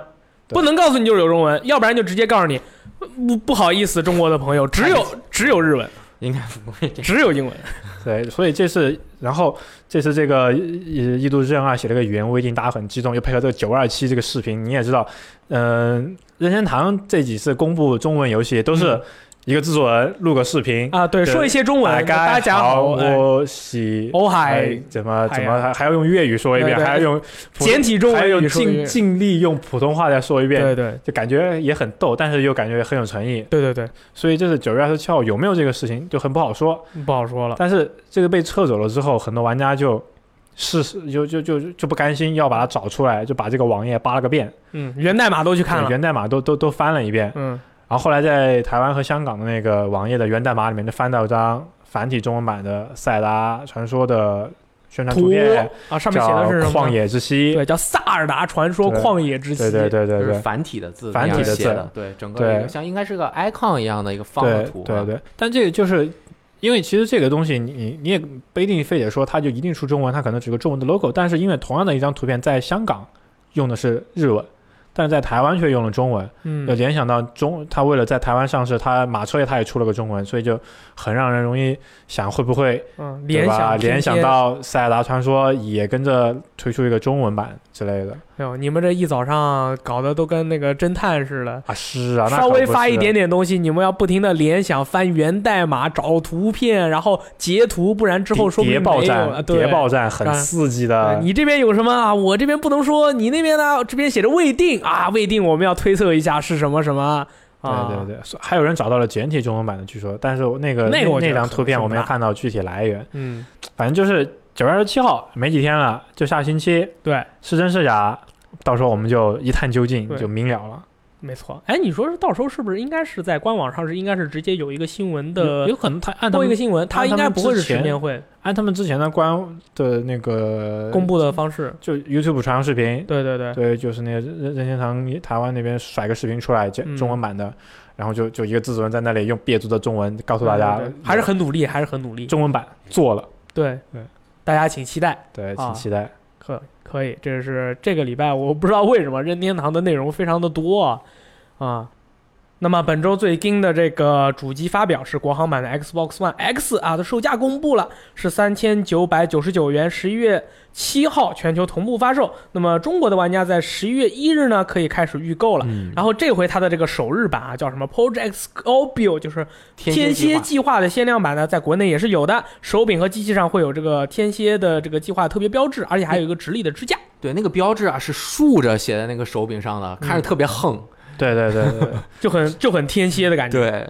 Speaker 3: 对
Speaker 1: 不能告诉你就是有中文，要不然就直接告诉你，呃不不好意思，中国的朋友，只
Speaker 3: 哎
Speaker 1: 有只有日文，
Speaker 2: 应该不会这样。
Speaker 1: 只有英 文，
Speaker 3: 对，所以这次，然后这次这个《异异度之刃二》写了个语言微定，大家很激动，又配合这个九二七这个视频，你也知道，嗯、任天堂这几次公布中文游戏都是
Speaker 1: 嗯
Speaker 3: 一个制作人录个视频，
Speaker 1: 啊，对，
Speaker 3: 对
Speaker 1: 说一些中文，大
Speaker 3: 大
Speaker 1: 家
Speaker 3: 家
Speaker 1: 好，哎
Speaker 3: 我喜
Speaker 1: 哦
Speaker 3: 哎
Speaker 1: 嗨，
Speaker 3: 怎么
Speaker 1: 嗨
Speaker 3: 怎
Speaker 1: 呀
Speaker 3: 么还还要用粤语说一遍，
Speaker 1: 对对哎
Speaker 3: 还要用普
Speaker 1: 简体中
Speaker 3: 还
Speaker 1: 文
Speaker 3: 要
Speaker 1: 语
Speaker 3: 用
Speaker 1: 说一
Speaker 3: 尽
Speaker 1: 遍
Speaker 3: 尽力用普通话再说一遍，
Speaker 1: 对对
Speaker 3: 就感觉也很逗，但是又感觉很有诚意，
Speaker 1: 对对对，
Speaker 3: 所以这是九月二十七号有没有这个事情就很不好说。
Speaker 1: 不好说了，
Speaker 3: 但是这个被撤走了之后，很多玩家就试试就就就就不甘心，要把它找出来，就把这个网页扒了个遍，
Speaker 1: 嗯，源代码都去看了，
Speaker 3: 源代码都都都翻了一遍。
Speaker 1: 嗯，
Speaker 3: 然后后来在台湾和香港的那个网页的源代码里面，就翻到一张繁体中文版的《塞尔达传说》的宣传
Speaker 1: 图
Speaker 3: 图片，
Speaker 1: 啊，上面
Speaker 3: 叫
Speaker 1: 写的是什
Speaker 3: 《
Speaker 1: 么呢？
Speaker 3: 旷野之息》。
Speaker 1: 对，叫《萨尔达传说：
Speaker 3: 对
Speaker 1: 旷野之息》。
Speaker 3: 对对对对
Speaker 2: 就是
Speaker 3: 对。
Speaker 2: 繁体的字那
Speaker 3: 繁
Speaker 2: 样
Speaker 3: 体的
Speaker 2: 写
Speaker 3: 字
Speaker 2: 的，对，整个
Speaker 3: 对
Speaker 2: 一个像应该是个 icon 一样的一个放
Speaker 3: 对
Speaker 2: 的图，啊
Speaker 3: 对，对，但这个就是因为其实这个东西你，你你也不一定非得说它就一定出中文，它可能只有中文的 logo，但是因为同样的一张图片在香港用的是日文。但是在台湾却用了中文，
Speaker 1: 嗯
Speaker 3: 就，联想到中，它为了在台湾上市，它马车也它也出了个中文，所以就很让人容易想会不会
Speaker 1: 嗯，
Speaker 3: 对
Speaker 1: 联
Speaker 3: 吧
Speaker 1: 想
Speaker 3: 联想，到《塞尔达传说》也跟着推出一个中文版之类的
Speaker 1: 哎呦，你们这一早上搞得都跟那个侦探似的。
Speaker 3: 啊，是啊，那
Speaker 1: 稍
Speaker 3: 可
Speaker 1: 微
Speaker 3: 不
Speaker 1: 发
Speaker 3: 是
Speaker 1: 一点点东西，你们要不停的联想、翻源代码、找图片，然后截图，不然之后说
Speaker 3: 谍
Speaker 1: 明
Speaker 3: 报
Speaker 1: 没有啊
Speaker 3: 战，谍
Speaker 1: 对。
Speaker 3: 报呃战很
Speaker 1: 啊
Speaker 3: 刺激
Speaker 1: 对
Speaker 3: 的，
Speaker 1: 你这边有什么啊？我这边不能说，你那边呢？这边写着未定啊，未定，我们要推测一下是什么什么啊？
Speaker 3: 对对对，所还有人找到了简体中文版的，据说，但是我那个
Speaker 1: 那
Speaker 3: 那
Speaker 1: 个我觉得
Speaker 3: 张
Speaker 1: 可
Speaker 3: 图片
Speaker 1: 能
Speaker 3: 我
Speaker 1: 性
Speaker 3: 没有
Speaker 1: 大
Speaker 3: 看到具体来源，
Speaker 1: 嗯，
Speaker 3: 反正就是九月二十七号没几天了，就下星期
Speaker 1: 对，
Speaker 3: 是真是假，到时候我们就一探究竟
Speaker 1: 对，
Speaker 3: 就明了了。
Speaker 1: 没错。哎，你说是到时候是不是应该是在官网上是应该是直接有一个新闻的
Speaker 3: 有有可能他按他
Speaker 1: 播一个
Speaker 3: 们
Speaker 1: 新闻，它应该不会是
Speaker 3: 按他们之前
Speaker 1: 十年会
Speaker 3: 按他们之前的官的那个
Speaker 1: 公，布的方式。
Speaker 3: 就 YouTube 传上视频，
Speaker 1: 对对对，
Speaker 3: 对，就是那个任任天堂台湾那边甩个视频出来，
Speaker 1: 嗯
Speaker 3: 简中文版的，然后就就一个制作人在那里用蹩足的中文告诉大家
Speaker 1: 对，对对还是很努力，还是很努力。
Speaker 3: 中文版做了，
Speaker 1: 对
Speaker 3: 对，
Speaker 1: 大家请期待。
Speaker 3: 对，
Speaker 1: 啊
Speaker 3: 请期待。
Speaker 1: 可可以，这是这个礼拜我不知道为什么任天堂的内容非常的多啊。啊那么本周最新的这个主机发表是国行版的 Xbox One X 啊，它售价公布了，是三千九百九十九元，十一月七号全球同步发售。那么中国的玩家在十一月一日呢可以开始预购了。
Speaker 2: 嗯，
Speaker 1: 然后这回它的这个首日版啊，叫什么 Project Scorpio，就是天
Speaker 2: 蝎
Speaker 1: 蝎计划的限量版呢，在国内也是有的，手柄和机器上会有这个天蝎的这个计划特别标志，而且还有一个直立的支架。
Speaker 2: 对那个标志啊是竖着写在那个手柄
Speaker 3: 嗯
Speaker 2: 上的，看着特别横。
Speaker 3: 对对对对对，
Speaker 1: 就很就很天蝎
Speaker 3: 嗯
Speaker 1: 的感觉。
Speaker 2: 对，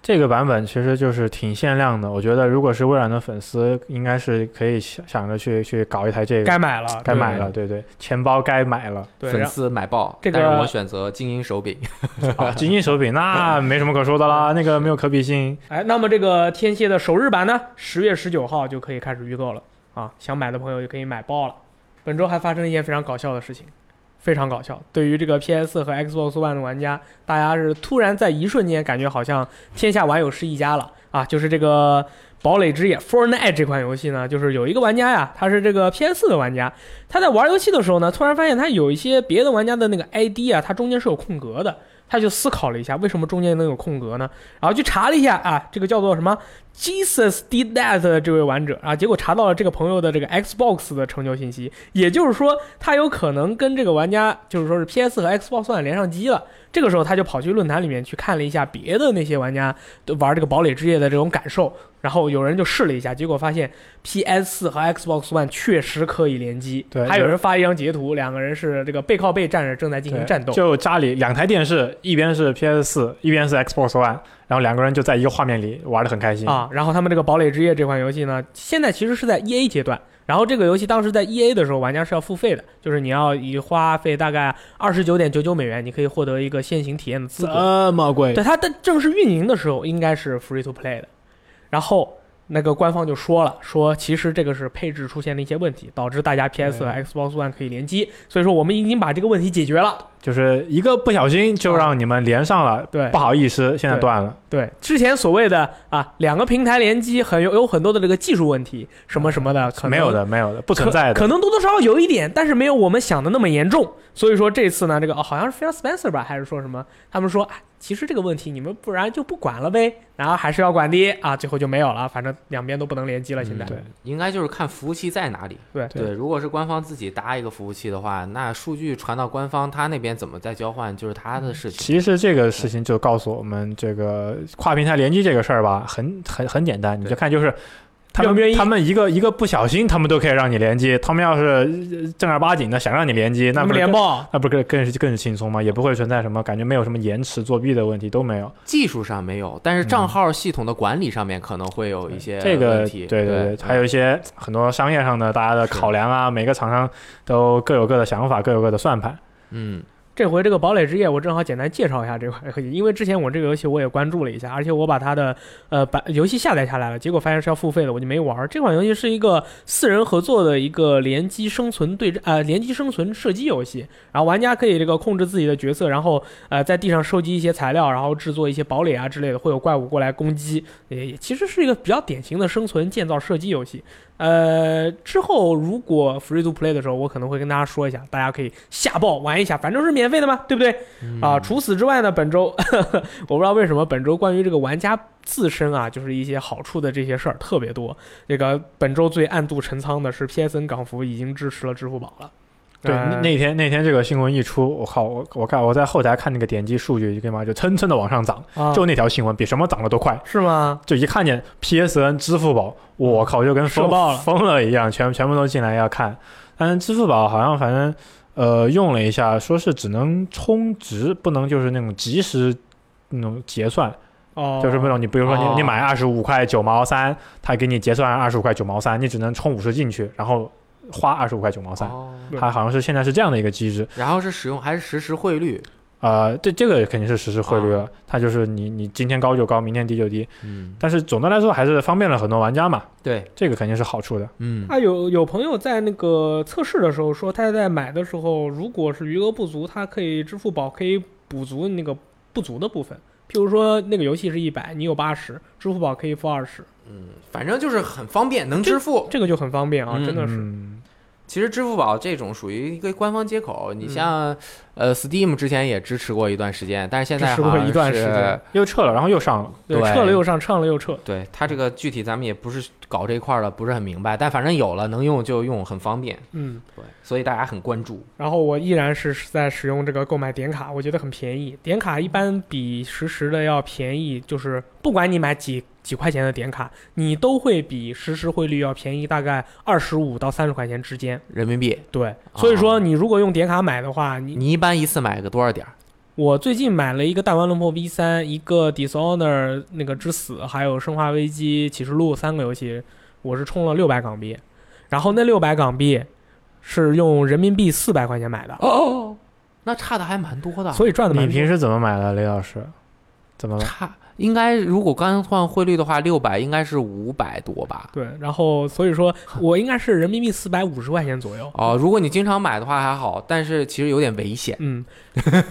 Speaker 3: 这个版本其实就是挺限量的，我觉得如果是微软的粉丝，应该是可以想想着去去搞一台这个，
Speaker 1: 该买了，
Speaker 3: 该
Speaker 1: 对
Speaker 3: 买了，对对，钱包该 买了
Speaker 1: 对，
Speaker 2: 粉
Speaker 1: 然后
Speaker 2: 丝买爆，
Speaker 1: 这个
Speaker 2: 但是我选择精英手柄。
Speaker 3: 啊！精英手柄那没什么可说的啦，那个没有可比性。
Speaker 1: 哎，那么这个天蝎的首日版呢，十月十九号就可以开始预购了啊！想买的朋友就可以买爆了。本周还发生了一件非常搞笑的事情，非常搞笑。对于这个 PS 和 Xbox One 的玩家，大家是突然在一瞬间感觉好像天下玩友是一家了啊！就是这个《堡垒之夜》（Fortnite） 这款游戏呢，就是有一个玩家呀，他是这个 PS 的玩家，他在玩游戏的时候呢，突然发现他有一些别的玩家的那个 ID 啊，它中间是有空格的。他就思考了一下，为什么中间能有空格呢？然后去查了一下啊，这个叫做什么 Jesus did that 的这位玩者啊，结果查到了这个朋友的这个 Xbox 的成就信息，也就是说他有可能跟这个玩家就是说是 PS 和 Xbox One 连上机了。这个时候他就跑去论坛里面去看了一下别的那些玩家玩这个堡垒之夜的这种感受，然后有人就试了一下，结果发现 PS 4和 Xbox One 确实可以联机。
Speaker 3: 对
Speaker 1: 还有人发一张截图，两个人是这个背靠背站着，正在进行
Speaker 3: 对
Speaker 1: 战斗。
Speaker 3: 就家里两台电视，一边是 PS 四，一边是 Xbox One，然后两个人就在一个画面里玩的很开心。
Speaker 1: 啊，然后他们这个《堡垒之夜》这款游戏呢，现在其实是在 E A 阶段。然后这个游戏当时在 E A 的时候，玩家是要付费的，就是你要以花费大概二十九点九九美元，你可以获得一个先行体验的资格。
Speaker 3: 这么贵
Speaker 1: 对，它的正式运营的时候应该是 free to play 的，然后那个官方就说了，说其实这个是配置出现了一些问题，导致大家 PS 和 Xbox One 可以联机，所以说我们已经把这个问题解决了。
Speaker 3: 就是一个不小心就让你们连上了，
Speaker 1: 对
Speaker 3: 不好意思，现在断了。
Speaker 1: 对，之前所谓的啊两个平台联机很有有很多的这个技术问题什么什么的，可能
Speaker 3: 没有。的，没有的，不存在
Speaker 1: 可，
Speaker 3: 的。
Speaker 1: 可能多多少少有一点，但是没有我们想的那么严重。所以说这次呢，这个、哦、好像是 Phil Spencer 吧，还是说什么？他们说，哎，其实这个问题你们不然就不管了呗，然后还是要管的啊，最后就没有了，反正两边都不能联机了，现在。
Speaker 2: 嗯
Speaker 3: 对
Speaker 2: 应该就是看服务器在哪里。
Speaker 1: 对
Speaker 2: 对，如果是官方自己搭一个服务器的话，那数据传到官方，他那边怎么再交换就是他的事情。
Speaker 3: 其实这个事情就告诉我们，这个跨平台联机这个事儿吧，很很很简单，你就看就是。他
Speaker 1: 愿
Speaker 3: 们
Speaker 1: 不愿意
Speaker 3: 他们一个一个不小心，他们都可以让你联机。他们要是呃正儿八经的想让你联机，
Speaker 1: 那
Speaker 3: 那不
Speaker 1: 么
Speaker 3: 是
Speaker 1: 连
Speaker 3: 更
Speaker 1: 爆，
Speaker 3: 那不是更更是更是轻松吗？也不会存在什么感觉没有什么延迟作弊的问题都没有。
Speaker 2: 技术上没有，但是账号系统的管理上面可能会有一些
Speaker 3: 这个
Speaker 2: 问题。
Speaker 3: 对对
Speaker 2: 对，
Speaker 3: 还有一些很多商业上的大家的
Speaker 2: 是
Speaker 3: 考量啊，每个厂商都各有各的想法，各有各的算盘。
Speaker 2: 嗯，
Speaker 1: 这回这个《堡垒之夜》，我正好简单介绍一下这款游戏，因为之前我这个游戏我也关注了一下，而且我把它的呃版游戏下载下来了，结果发现是要付费的，我就没玩儿。这款游戏是一个四人合作的一个联机生存对战呃联机生存射击游戏，然后玩家可以这个控制自己的角色，然后呃在地上收集一些材料，然后制作一些堡垒啊之类的，会有怪物过来攻击，也也其实是一个比较典型的生存建造射击游戏。呃，之后如果 free to play 的时候，我可能会跟大家说一下，大家可以下爆玩一下，反正是免费的嘛，对不对？
Speaker 3: 嗯
Speaker 1: 啊，除此之外呢，本周 我不知道为什么本周关于这个玩家自身啊，就是一些好处的这些事儿特别多。这个本周最暗度陈仓的是 PSN 港服已经支持了支付宝了。
Speaker 3: 对，
Speaker 1: 呃
Speaker 3: 那那天那天这个新闻一出，我靠，我我看我在后台看那个点击数据，干嘛就蹭蹭的往上涨，
Speaker 1: 啊
Speaker 3: 就那条新闻比什么涨得都快。
Speaker 1: 是吗？
Speaker 3: 就一看见 PSN、支付宝，我靠，就跟
Speaker 1: 社嗯
Speaker 3: 疯
Speaker 1: 爆了
Speaker 3: 疯了一样，全全部都进来要看。但是支付宝好像反正呃用了一下，说是只能充值，不能就是那种即时那种结算，
Speaker 1: 哦，
Speaker 3: 就是那种你比如说你、
Speaker 2: 哦
Speaker 3: 你买二十五块九毛三，他给你结算二十五块九毛三，你只能充五十进去，然后花二十五块九毛三。
Speaker 2: 哦，
Speaker 1: 对
Speaker 3: 它好像是现在是这样的一个机制，
Speaker 2: 然后是使用还是实时汇率？
Speaker 3: 呃，这这个肯定是实时汇率
Speaker 1: 哦
Speaker 3: 了，
Speaker 2: 啊
Speaker 3: 它就是你你今天高就高，明天低就低，
Speaker 2: 嗯，
Speaker 3: 但是总的来说还是方便了很多玩家嘛，
Speaker 2: 对，
Speaker 3: 这个肯定是好处的。
Speaker 2: 嗯，
Speaker 1: 啊，有有朋友在那个测试的时候说，他在买的时候，如果是余额不足，他可以支付宝可以补足那个不足的部分。譬如说，那个游戏是一百，你有八十，支付宝可以付二十，
Speaker 2: 反正就是很方便，能支付。
Speaker 1: 这个就很方便啊，
Speaker 2: 嗯
Speaker 1: 真的是。
Speaker 3: 嗯，
Speaker 2: 其实支付宝这种属于一个官方接口，你像呃 Steam 之前也支持过一段时间，但是现在
Speaker 1: 支持过
Speaker 2: 好像
Speaker 1: 一段
Speaker 2: 是
Speaker 1: 时间
Speaker 3: 又撤了，然后又上了。
Speaker 1: 对，
Speaker 2: 对
Speaker 1: 撤了又上，上了又撤。
Speaker 2: 对它这个具体咱们也不是搞这一块儿的，不是很明白，但反正有了能用就用，很方便。
Speaker 1: 嗯，
Speaker 2: 对，所以大家很关注。
Speaker 1: 然后我依然是在使用这个购买点卡，我觉得很便宜。点卡一般比实时的要便宜，就是不管你买几几块钱的点卡，你都会比实时汇率要便宜大概二十五到三十块钱之间。
Speaker 2: 人民币，
Speaker 1: 对，所以
Speaker 2: 哦
Speaker 1: 说你如果用点卡买的话，你
Speaker 2: 你一般一次买个多少点儿？
Speaker 1: 我最近买了一个《大玩龙破 V 三》，一个《Dishonor》那个之死，还有《生化危机启示录》三个游戏，我是充了六百港币，然后那六百港币是用人民币四百块
Speaker 2: 哦
Speaker 1: 钱买的，
Speaker 2: 哦，那差的还蛮多的。
Speaker 1: 所以赚的
Speaker 3: 你
Speaker 1: 蛮多。
Speaker 3: 平时怎么买的，雷老师？怎么了？
Speaker 2: 差应该如果刚换汇率的话，六百应该是五百多吧？
Speaker 1: 对，然后所以 说我应该是人民币四百五十块钱左右。
Speaker 2: 哦，如果你经常买的话还好，但是其实有点危险。
Speaker 1: 嗯，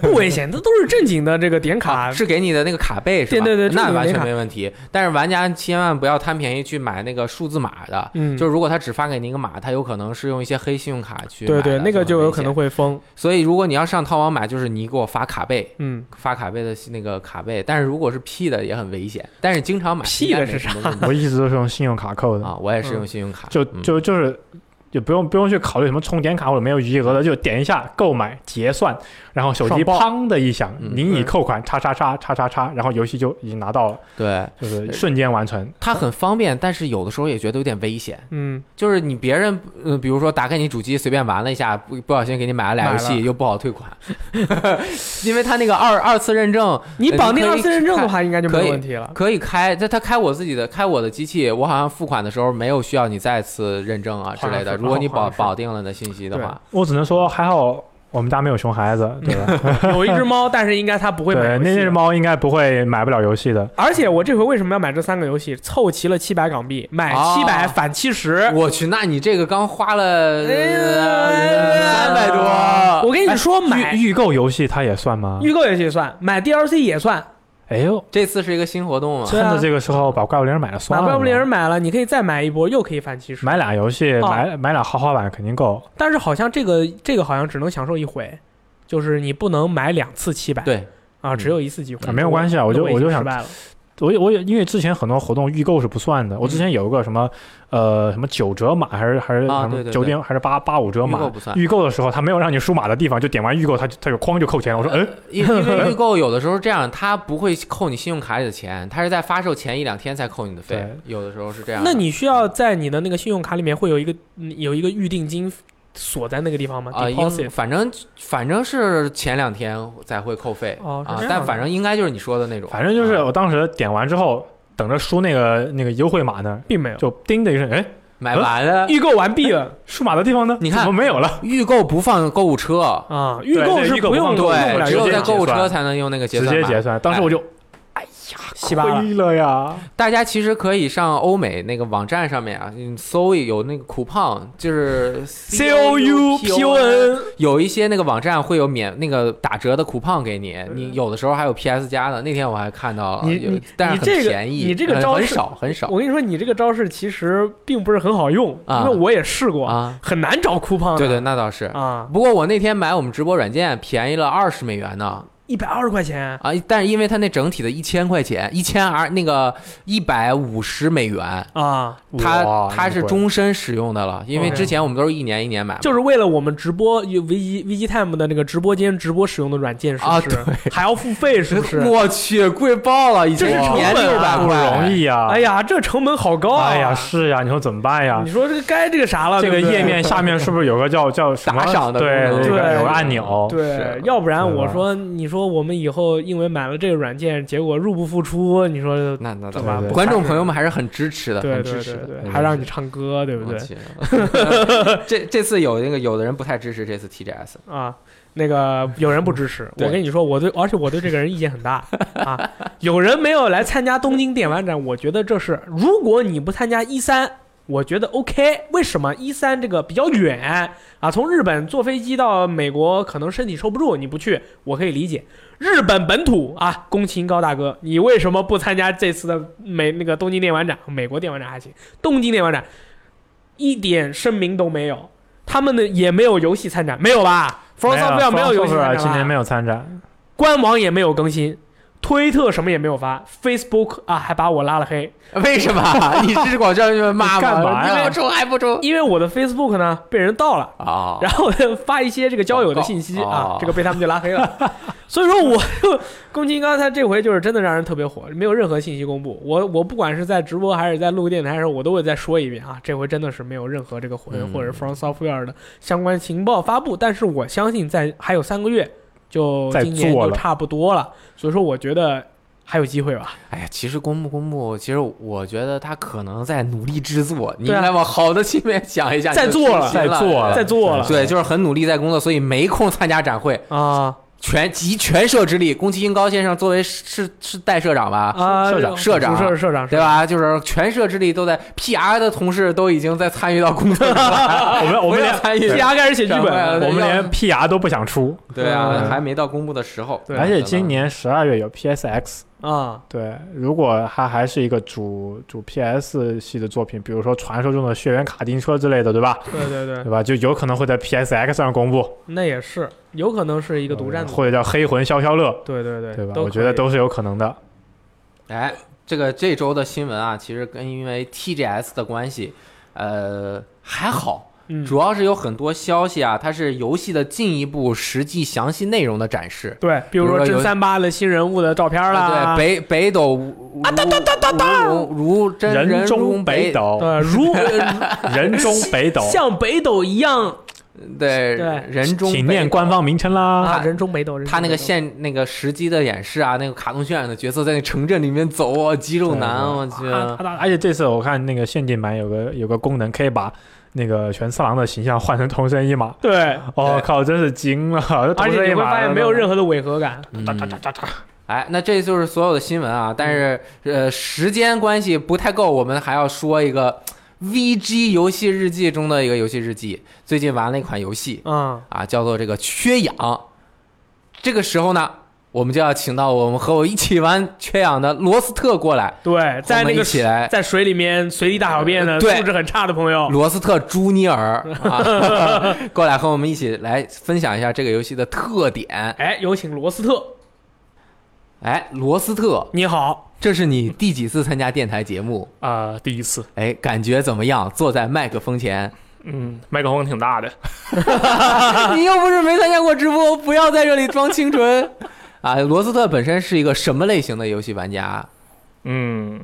Speaker 1: 不危险，这都是正经的这个点卡。
Speaker 2: 啊是给你的那个卡背是吧？
Speaker 1: 对对对
Speaker 2: 那完
Speaker 1: 这个
Speaker 2: 全
Speaker 1: 卡
Speaker 2: 没问题。但是玩家千万不要贪便宜去买那个数字码的，
Speaker 1: 嗯，
Speaker 2: 就是如果他只发给你一个码，他有可能是用一些黑信用卡去买
Speaker 1: 对
Speaker 2: 的
Speaker 1: 对，那个
Speaker 2: 很
Speaker 1: 就有
Speaker 2: 危
Speaker 1: 可
Speaker 2: 险
Speaker 1: 能。会封。
Speaker 2: 所以如果你要上淘宝买，就是你给我发卡背，
Speaker 1: 嗯，
Speaker 2: 发卡背的那个卡背。但是如果是 P 的也很危险，但是经常买
Speaker 1: P 的
Speaker 2: 应该
Speaker 1: 是
Speaker 2: 没什么问题
Speaker 3: 我一直都是用信用卡扣的，
Speaker 2: 啊？我也是用信用卡，
Speaker 3: 就
Speaker 2: 嗯
Speaker 3: 就就是。也不用不用去考虑什么充点卡或者没有余额的，就点一下购买结算，然后手机
Speaker 1: 爽爆
Speaker 3: 砰的一响，
Speaker 2: 嗯
Speaker 3: 您已
Speaker 1: 嗯
Speaker 3: 扣款叉叉叉叉叉叉，然后游戏就已经拿到了，
Speaker 2: 对
Speaker 3: 就是瞬间完成。
Speaker 2: 它很方便，但是有的时候也觉得有点危险。
Speaker 1: 嗯，
Speaker 2: 就是你别人，嗯、比如说打开你主机随便玩了一下，不不小心给你买了俩游
Speaker 3: 买
Speaker 2: 戏，又不好退款， 因为它那个二二次认证
Speaker 1: 你
Speaker 2: 呃
Speaker 1: 绑
Speaker 2: 你
Speaker 1: 定
Speaker 2: 可
Speaker 1: 二
Speaker 2: 以
Speaker 1: 次认证的话，应该就没
Speaker 2: 可
Speaker 1: 有
Speaker 2: 以
Speaker 1: 问题了。
Speaker 2: 可以开，但他开我自己的，开我的机器，我好像付款的时候没有需要你再次认证啊之类
Speaker 3: 好像
Speaker 2: 的。
Speaker 3: 是
Speaker 2: 如果你
Speaker 3: 好
Speaker 2: 保
Speaker 3: 像是
Speaker 2: 保定了你的信息的话，
Speaker 3: 我只能说还好我们家没有熊孩子，对 吧？
Speaker 1: 有一只猫，但是应该它不会
Speaker 3: 对，
Speaker 1: 买
Speaker 3: 那
Speaker 1: 游戏
Speaker 3: 那只猫应该不会买不了游戏的。
Speaker 1: 而且我这回为什么要买这三个游戏？凑齐了七百港币，买
Speaker 3: 啊
Speaker 2: 哦
Speaker 1: 七百返七十。
Speaker 2: 我去，那你这个刚花了哎三百
Speaker 1: 哎
Speaker 2: 多，哎
Speaker 1: 我跟你说，买
Speaker 3: 预预购游戏它也算吗？
Speaker 1: 预购游戏也算，买 DLC 也算，
Speaker 3: 哎呦，
Speaker 2: 这次是一个新活动嘛？
Speaker 1: 对
Speaker 3: 趁
Speaker 1: 啊
Speaker 3: 着这个时候把怪物猎人买了
Speaker 1: 买
Speaker 3: 算了。
Speaker 1: 怪物猎人买了，你可以再买一波，又可以返七十。
Speaker 3: 买俩游戏，
Speaker 1: 哦
Speaker 3: 买买俩豪华版肯定够。
Speaker 1: 但是好像这个这个好像只能享受一回，就是你不能买两次七百，
Speaker 2: 对，
Speaker 1: 啊，
Speaker 2: 嗯
Speaker 1: 只有一次机会。
Speaker 3: 啊没有关系啊我就
Speaker 1: 那已经
Speaker 3: 我就想
Speaker 1: 失败了。
Speaker 3: 我也我也因为之前很多活动预购是不算的，我之前有一个什么呃什么九折码还是还是
Speaker 2: 啊
Speaker 3: 什么
Speaker 2: 对对对
Speaker 3: 九点还是八八五折
Speaker 2: 预购
Speaker 3: 码
Speaker 2: 不算，
Speaker 3: 预购的时候他没有让你输码的地方，就点完预购他就他就哐就扣钱了。
Speaker 2: 哎
Speaker 3: 我说嗯，
Speaker 2: 呃因因 为预购有的时候这样，他不会扣你信用卡里的钱，他是在发售前一两天才扣你的费
Speaker 3: 对，
Speaker 2: 有的时候是这样的。
Speaker 1: 那你需要在你的那个信用卡里面会有一个嗯有一个预定金锁在那个地方吗
Speaker 2: 啊，
Speaker 1: ？deposit
Speaker 2: 应反正反正是前两天才会扣费
Speaker 1: 哦是
Speaker 2: 啊
Speaker 1: 这，样
Speaker 2: 但
Speaker 1: 的
Speaker 2: 反正应该就是你说的那种，
Speaker 3: 反正就是
Speaker 2: 啊
Speaker 3: 我当时点完之后，等着输那个那个优惠码呢，
Speaker 1: 并没有，
Speaker 3: 就叮的一声，哎，
Speaker 2: 买完了。
Speaker 3: 呃
Speaker 1: 预购完毕了
Speaker 3: 输码的地方呢？
Speaker 2: 啊你看
Speaker 3: 怎么没有了？
Speaker 2: 预购不放购物车，
Speaker 1: 啊，预
Speaker 3: 对
Speaker 1: 购
Speaker 3: 对
Speaker 1: 是
Speaker 3: 预购
Speaker 1: 不
Speaker 3: 不
Speaker 1: 用
Speaker 3: 放
Speaker 1: 用
Speaker 3: 购
Speaker 1: 不
Speaker 3: 物
Speaker 1: 了
Speaker 3: 车
Speaker 2: 对，
Speaker 3: 直
Speaker 2: 只
Speaker 3: 接
Speaker 2: 有在
Speaker 3: 结
Speaker 2: 购物车
Speaker 3: 算
Speaker 2: 才能用那个结
Speaker 3: 直
Speaker 2: 算
Speaker 3: 接
Speaker 2: 码
Speaker 3: 结算。当时我就
Speaker 1: 稀巴拉。
Speaker 3: 亏了呀，
Speaker 2: 大家其实可以上欧美那个网站上面啊，你搜有那个 coupon，就是 C
Speaker 1: O U P O N，
Speaker 2: 有一些那个网站会有免那个打折的 coupon 给你，你有的时候还有 PS 加的。那天我还看到了，
Speaker 1: 你
Speaker 2: 有
Speaker 1: 你
Speaker 2: 但是很
Speaker 1: 你这个
Speaker 2: 便宜，
Speaker 1: 你这个
Speaker 2: 很
Speaker 1: 招
Speaker 2: 很
Speaker 1: 式
Speaker 2: 少很少
Speaker 1: 我跟你说，你这个招式其实并不是很好用，
Speaker 2: 啊
Speaker 1: 因为我也试过，
Speaker 2: 啊。
Speaker 1: 很难找 coupon 的。
Speaker 2: 对对，那倒是。
Speaker 1: 啊，
Speaker 2: 不过我那天买我们直播软件便宜了二十美元呢
Speaker 1: 一百二十块钱，
Speaker 2: 啊！但是因为它那整体的一千块钱，一千二那个一百五十美元，
Speaker 1: 啊，
Speaker 2: 它
Speaker 3: 哇
Speaker 2: 它是，终身使用的了，因为
Speaker 1: OK
Speaker 2: 之前我们都是一年一年买嘛，
Speaker 1: 就是为了我们直播有 V 一 V 一 Time 的那个直播间直播使用的软件，是不是？还要付费， 是不是？
Speaker 2: 我去，贵爆了，已经
Speaker 1: 这是成
Speaker 2: 年
Speaker 1: 本
Speaker 2: 六
Speaker 1: 啊
Speaker 2: 百
Speaker 3: 不容。易呀。
Speaker 1: 哎呀，这成本好高啊！
Speaker 3: 哎呀，是呀，你说怎么办呀
Speaker 1: 你？说这个该这个啥了？
Speaker 3: 这个
Speaker 1: 对不对
Speaker 3: 页面下面是不是有个叫叫什么
Speaker 2: 打赏的
Speaker 3: 对，
Speaker 2: 功
Speaker 3: 那
Speaker 2: 能
Speaker 3: 个
Speaker 1: 对
Speaker 3: 有个按钮。
Speaker 1: 对
Speaker 2: 是，
Speaker 1: 要不然
Speaker 3: 对吧
Speaker 1: 我说，你说我们以后因为买了这个软件，结果入不敷出，你说
Speaker 2: 那那
Speaker 1: 对
Speaker 2: 倒
Speaker 1: 吧？
Speaker 3: 对
Speaker 1: 不
Speaker 2: 观众朋友们还是很支持的，
Speaker 1: 对
Speaker 2: 很
Speaker 1: 对
Speaker 2: 支持
Speaker 1: 对
Speaker 2: 的。
Speaker 1: 对，
Speaker 3: 嗯
Speaker 1: 还让你唱歌，对不对
Speaker 2: 我？去 这这次有那个有的人不太支持这次 TGS，
Speaker 1: 啊，那个有人不支持，我
Speaker 2: 对
Speaker 1: 跟你说，我对，而且我对这个人意见很大啊。 有人没有来参加东京电玩展，我觉得这是，如果你不参加一三。我觉得 OK，为什么一三这个比较远啊？从日本坐飞机到美国，可能身体受不住，你不去，我可以理解。日本本土啊，宫崎英高大哥，你为什么不参加这次的美那个东京电玩展？美国电玩展还行，东京电玩展一点声明都没有，他们的也没有游戏参展，没有吧？From
Speaker 3: 没有
Speaker 1: Software 没有游戏
Speaker 3: From
Speaker 1: 参展
Speaker 3: Software
Speaker 1: 吧
Speaker 3: 今年没有参展，
Speaker 1: 官网也没有更新，推特什么也没有发，Facebook 啊还把我拉了黑，
Speaker 2: 为 什么？你是广州人骂
Speaker 3: 你干
Speaker 2: 吗？
Speaker 3: 嘛呀
Speaker 2: 你要出还不出
Speaker 1: 因为我的 Facebook 呢被人盗了。
Speaker 2: 啊？
Speaker 1: 然后呢发一些这个交友的信息
Speaker 2: 广告
Speaker 1: 啊
Speaker 2: 哦，
Speaker 1: 这个被他们就拉黑了。所以说，我就宫崎英高他这回就是真的让人特别火，没有任何信息公布。我我不管是在直播还是在录电台的时候，我都会再说一遍啊，这回真的是没有任何这个火云
Speaker 2: 嗯
Speaker 1: 或者 From Software 的相关情报发布。但是我相信，在还有三个月，就
Speaker 3: 在
Speaker 1: 今年
Speaker 3: 做
Speaker 1: 就
Speaker 3: 了
Speaker 1: 差不多了。所以说，我觉得还有机会吧。
Speaker 2: 哎呀，其实公布公布，其实我觉得他可能在努力制作，你
Speaker 1: 对啊
Speaker 2: 来往好的方面想一想，
Speaker 1: 在
Speaker 2: 你就
Speaker 1: 做了
Speaker 2: 舒心
Speaker 3: 在做了
Speaker 1: 在做了
Speaker 2: 对，就是很努力在工作，所以没空参加展会。
Speaker 1: 啊，
Speaker 2: 全集全社之力，宫崎英高先生作为是是是代社长吧，
Speaker 1: 啊，
Speaker 3: 社长
Speaker 2: 社长
Speaker 1: 主社社长
Speaker 2: 对？吧？就是全社之力都在 PR 的同事都已经在参与到工作里 了，
Speaker 3: 我们我
Speaker 2: 不
Speaker 3: 们
Speaker 2: 要
Speaker 3: 连
Speaker 2: 参与
Speaker 1: 社长 PR 开始写剧
Speaker 2: 对
Speaker 1: 本，
Speaker 2: 啊
Speaker 3: 我们
Speaker 2: 要
Speaker 3: 连 PR 都不想出，
Speaker 2: 对啊，
Speaker 1: 嗯
Speaker 2: 还没到公布的时候。
Speaker 1: 对
Speaker 3: 而且今年十二月有 PSX。
Speaker 1: 啊，
Speaker 3: 对，如果它还是一个主主 PS 系的作品，比如说传说中的血缘卡丁车之类的，对吧？
Speaker 1: 对对对
Speaker 3: 对，吧？就有可能会在 PSX 上公布，
Speaker 1: 那也是有可能是一个独占组，
Speaker 3: 或者叫黑魂消消乐，
Speaker 1: 对对对
Speaker 3: 对吧？
Speaker 1: 都
Speaker 3: 我觉得
Speaker 1: 可以
Speaker 3: 都是有可能的。
Speaker 2: 哎，这个这周的新闻啊，其实跟因为 TGS 的关系，呃，还好，
Speaker 1: 嗯
Speaker 2: 主要是有很多消息啊，它是游戏的进一步实际详细内容的展示。
Speaker 1: 对，比如
Speaker 2: 比如
Speaker 1: 说
Speaker 2: 说有
Speaker 1: 真三八的新人物的照片
Speaker 2: 啊
Speaker 1: 啦，
Speaker 2: 对，北北斗如
Speaker 3: 啊
Speaker 2: 如如如真
Speaker 3: 人中
Speaker 2: 北
Speaker 3: 北，斗，
Speaker 1: 对， 如
Speaker 3: 人中北斗，
Speaker 1: 像北斗一样
Speaker 2: 对
Speaker 1: 对
Speaker 2: 人中
Speaker 3: 请
Speaker 2: 北
Speaker 3: 念
Speaker 2: 斗
Speaker 3: 官方名称啦。
Speaker 1: 啊，人中北斗，人中
Speaker 2: 他那个
Speaker 1: 北斗
Speaker 2: 现那个实机的演示啊，那个卡通渲染的角色在那城镇里面走啊，肌肉男，我去，
Speaker 3: 啊他他而且这次我看那个限定版有个有个功能，可以把那个玄次郎的形象换成同身一马。
Speaker 1: 对，
Speaker 3: 我、
Speaker 2: 对
Speaker 3: 靠，真是惊了！
Speaker 1: 而且你会发现没有任
Speaker 3: 何
Speaker 1: 何的违和感，
Speaker 2: 嗯
Speaker 3: 哒哒哒哒哒。
Speaker 2: 哎，那这就是所有的新闻啊，但是呃，时间关系不太够，我们还要说一个 VG 游戏日记中的一个游戏日记，最近玩了一款游戏
Speaker 1: 啊，
Speaker 2: 啊，叫做这个缺氧。这个时候呢，我们就要请到我们和我一起玩缺氧的罗斯特过来，
Speaker 1: 对，在那
Speaker 2: 和嗯我们一
Speaker 1: 个
Speaker 2: 起来。呃
Speaker 1: 在水里面随地大小便的素
Speaker 2: 对
Speaker 1: 质很差的朋友，
Speaker 2: 罗斯特朱尼尔啊， 过来和我们一起来分享一下这个游戏的特点。
Speaker 1: 哎，有请罗斯特，
Speaker 2: 哎，罗斯特，
Speaker 1: 你好，
Speaker 2: 这是你第几次参加电台节目？
Speaker 4: 啊、第一次，
Speaker 2: 哎，感觉怎么样？坐在麦克风 前，
Speaker 4: 嗯，麦克风挺大的，
Speaker 2: 你又不是没参加过直播，不要在这里装清纯。 啊，罗斯特本身是一个什么类型的游戏玩家？
Speaker 4: 嗯，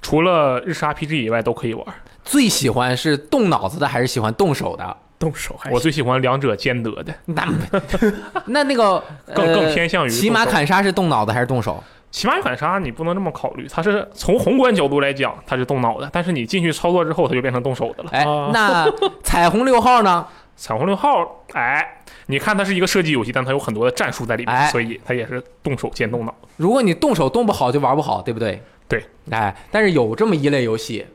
Speaker 4: 除了日式 RPG 以外都可以玩，
Speaker 2: 最喜欢是动脑子的，还是喜欢动手的？
Speaker 1: 动手还
Speaker 2: 哎
Speaker 4: 我
Speaker 1: 行
Speaker 4: 最喜欢两者兼得的，
Speaker 2: 那那那个
Speaker 4: 更
Speaker 2: 呃
Speaker 4: 更偏向于
Speaker 2: 骑马砍杀是动脑子还是动手？
Speaker 4: 骑马与砍杀，你不能这么考虑，它是从宏观角度来讲，它是动脑的，但是你进去操作之后，它就变成动手的了。
Speaker 2: 哎
Speaker 1: 哦，
Speaker 2: 那彩虹六号呢？
Speaker 4: 彩虹六号，哎，你看它是一个射击游戏，但它有很多的战术在里面，
Speaker 2: 哎
Speaker 4: 所以它也是动手兼动脑。
Speaker 2: 如果你动手动不好，就玩不好，对不对？
Speaker 4: 对。
Speaker 2: 哎，但是有这么一类游戏，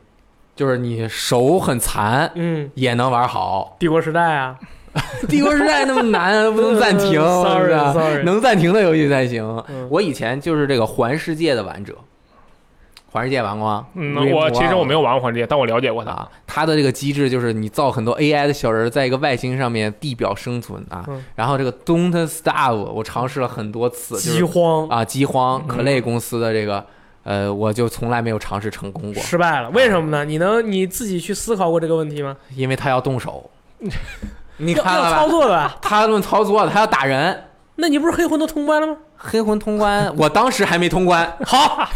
Speaker 2: 就是你手很残
Speaker 1: 嗯，
Speaker 2: 也能玩好。
Speaker 1: 帝国时代啊，
Speaker 2: 帝国时代那么难，不能暂停， 是不
Speaker 1: 呃 Sorry，
Speaker 2: 是
Speaker 1: sorry
Speaker 2: 能暂停的游戏才行。
Speaker 1: 嗯
Speaker 2: 我以前就是这个环世界的玩者，环世界啊玩过吗？
Speaker 4: 嗯，我其实我没
Speaker 2: 有。
Speaker 4: 有玩过环世界，但我了解过它。
Speaker 2: 啊，它的这个机制就是你造很多 AI 的小人儿在一个外星上面地表生存啊，
Speaker 1: 嗯
Speaker 2: 然后这个 Don't Starve 我尝试了很多次，就是
Speaker 1: 饥荒
Speaker 2: 啊，饥荒
Speaker 4: 嗯
Speaker 2: 可类公司的这个，呃，我就从来没有尝试成功过，
Speaker 1: 失败了，为什么呢？你能你自己去思考过这个问题吗？
Speaker 2: 因为他要动 手，你
Speaker 1: 要
Speaker 2: 看
Speaker 1: 要
Speaker 2: 了
Speaker 1: 操
Speaker 2: 吧？
Speaker 1: 作的，
Speaker 2: 他论操作，他要打人。
Speaker 1: 那你不是黑魂都通关了 吗？
Speaker 2: 黑魂通关，我当时还没 通关。好，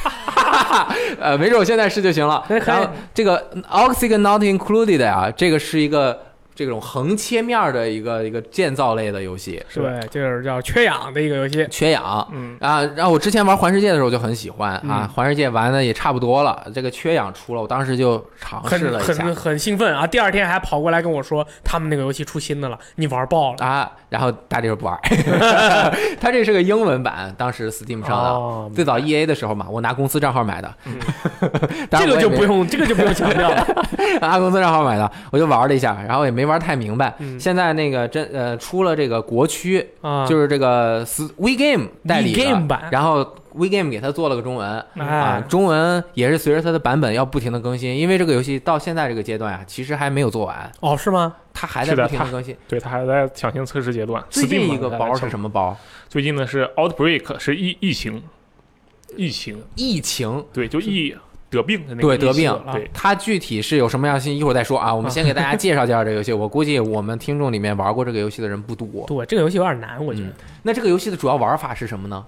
Speaker 2: 呃，没准我现在是就行了。
Speaker 1: 可以可以
Speaker 2: 然后这个 Oxygen Not Included 啊，这个是一个这种横切面的一个一个建造类的游戏，
Speaker 4: 是吧
Speaker 1: 对， 就是叫缺氧的一个游戏，
Speaker 2: 缺氧。
Speaker 4: 嗯，
Speaker 2: 啊，然后我之前玩环世界的时候就很喜欢啊
Speaker 1: 嗯，
Speaker 2: 环世界玩的也差不多了。这个缺氧出了，我当时就尝
Speaker 1: 很
Speaker 2: 试哦了一下，
Speaker 1: 很很兴奋啊！第二天还跑过来跟我说，他们那个游戏出新的了，你玩爆了。
Speaker 2: 啊，然后大力就 不玩儿，他这是个英文版，当时 Steam 上的。
Speaker 3: 哦，
Speaker 2: 最早 E A 的时候嘛，我拿公司账号买的，
Speaker 1: 嗯
Speaker 2: 当
Speaker 1: 这
Speaker 2: 然
Speaker 1: 个
Speaker 2: 我也
Speaker 1: 就
Speaker 2: 没
Speaker 1: 不用，这个就不用强调了。
Speaker 2: 拿公司账号买的，我就玩了一下，然后也没玩太明白。
Speaker 1: 嗯
Speaker 2: 现在那个真呃出了这个国区，
Speaker 1: 啊，
Speaker 2: 就是这个 We Game 代理的
Speaker 1: WeGame 版
Speaker 2: 然后 We Game 给他做了个中文，啊
Speaker 1: 哎，，
Speaker 2: 中文也是随着它的版本要不停的更新，因为这个游戏到现在这个阶段啊，其实还没有做完，
Speaker 1: 哦，是吗？
Speaker 2: 它还在
Speaker 4: 是的
Speaker 2: 不停的更新。
Speaker 4: 对，它还在强行测试阶段。
Speaker 2: 最近
Speaker 4: Steam
Speaker 2: 一个
Speaker 4: 版
Speaker 2: 包
Speaker 4: 还在
Speaker 2: 是
Speaker 4: 测
Speaker 2: 什么包？
Speaker 4: 最近的是 Outbreak，是疫疫情，疫情，
Speaker 2: 疫情。
Speaker 4: 对，就疫得病的那
Speaker 2: 对
Speaker 4: 个疫情，
Speaker 2: 得病
Speaker 4: 对，
Speaker 2: 它具体是有什么样的信息，一会儿再说啊。我们先给大家介绍介绍这个游戏。我估计我们听众里面玩过这个游戏的人不多。
Speaker 1: 对，这个游戏有点难，我觉
Speaker 2: 嗯
Speaker 1: 得。，
Speaker 2: 那这个游戏的主要玩法是什么呢？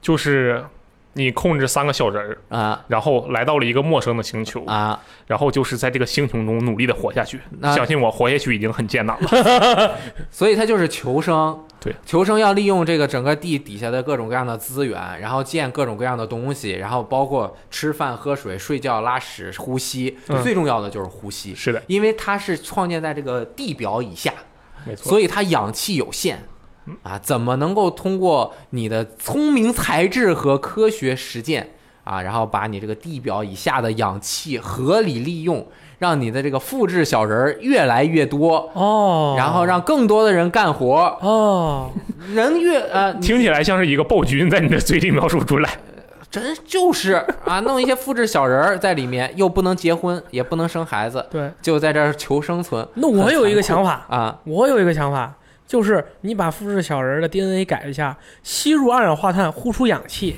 Speaker 4: 就是你控制三个小人儿，
Speaker 2: 啊
Speaker 4: 然后来到了一个陌生的星球，
Speaker 2: 啊，
Speaker 4: 然后就是在这个星球中努力的活下去。
Speaker 2: 那
Speaker 4: 相信我，活下去已经很艰难 了。
Speaker 2: 所以它就是求生。
Speaker 4: 对，
Speaker 2: 求生要利用这个整个地底下的各种各样的资源，然后建各种各样的东西，然后包括吃饭、喝水、睡觉、拉屎、呼吸，
Speaker 4: 嗯
Speaker 2: 最重要的就是呼吸，
Speaker 4: 是的，
Speaker 2: 因为它是创建在这个地表以下，
Speaker 4: 没错。嗯
Speaker 2: 所以它氧气有限。啊，怎么能够通过你的聪明才智和科学实践啊，然后把你这个地表以下的氧气合理利用，让你的这个复制小人儿越来越多，
Speaker 1: 哦，
Speaker 2: 然后让更多的人干活，
Speaker 1: 哦，
Speaker 2: 人越呃，
Speaker 4: 听起来像是一个暴君在你的嘴里描述出 来。
Speaker 2: 真就是啊，弄一些复制小人儿在里面，又不能结婚，也不能生孩子，
Speaker 1: 对，
Speaker 2: 就在这儿求生存
Speaker 1: 那我有一个想法，
Speaker 2: 啊。
Speaker 1: 我有一个想法，就是你把复制小人的 DNA 改一下，吸入二氧化碳，呼出氧 气，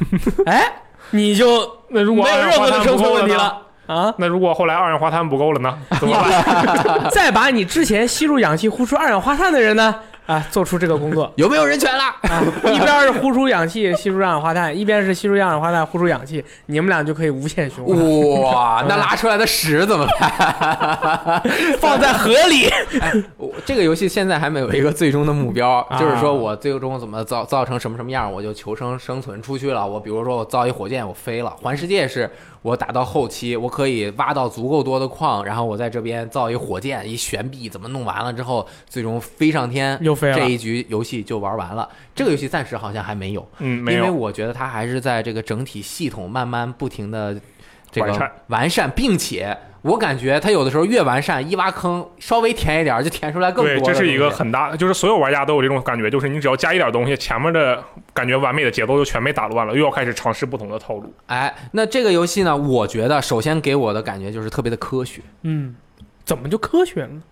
Speaker 1: 哎，你就
Speaker 4: 那如果
Speaker 1: 没有
Speaker 4: 二氧
Speaker 1: 任
Speaker 4: 化
Speaker 1: 何的
Speaker 4: 碳
Speaker 1: 生
Speaker 4: 不
Speaker 1: 存
Speaker 4: 够
Speaker 1: 问题
Speaker 4: 呢
Speaker 1: 了啊！
Speaker 4: 那如果后来二氧化碳不够了呢？怎么办？
Speaker 1: 再把你之前吸入氧气、呼出二氧化碳的人呢，啊，做出这个工 作
Speaker 2: 有没有人权啦？
Speaker 1: 啊，一边是呼出氧气、吸入二氧化碳，一边是吸入二氧化碳、呼出氧气，你们俩就可以无限循环，
Speaker 2: 哇，那拉出来的屎怎么办？
Speaker 1: 放在河里。
Speaker 2: 我这个游戏现在还没有一个最终的目标，
Speaker 1: 啊
Speaker 2: 就是说我最终怎么造造成什么什么样，我就求生生存出去了。我比如说我造一火箭，我飞了，环世界是我打到后期，我可以挖到足够多的矿，然后我在这边造一火箭，一悬臂怎么弄完了之后，最终飞上天，
Speaker 1: 又飞了
Speaker 2: 这一局游戏就玩完了。这个游戏暂时好像还没有，
Speaker 4: 嗯，没
Speaker 2: 因为
Speaker 4: 有。
Speaker 2: 我觉得它还是在这个整体系统慢慢不停的这
Speaker 4: 完
Speaker 2: 个
Speaker 4: 善
Speaker 2: 完善，并且我感觉它有的时候越完善，一挖坑稍微填一点儿就填出来更多
Speaker 4: 对，
Speaker 2: 的
Speaker 4: 这
Speaker 2: 东西。
Speaker 4: 是一个很大，就是所有玩家都有这种感觉，就是你只要加一点东西，前面的感觉完美的节奏就全被打乱了，又要开始尝试不同的套路。
Speaker 2: 哎，那这个游戏呢，我觉得首先给我的感觉就是特别的科学。
Speaker 1: 嗯，怎么就科学了呢？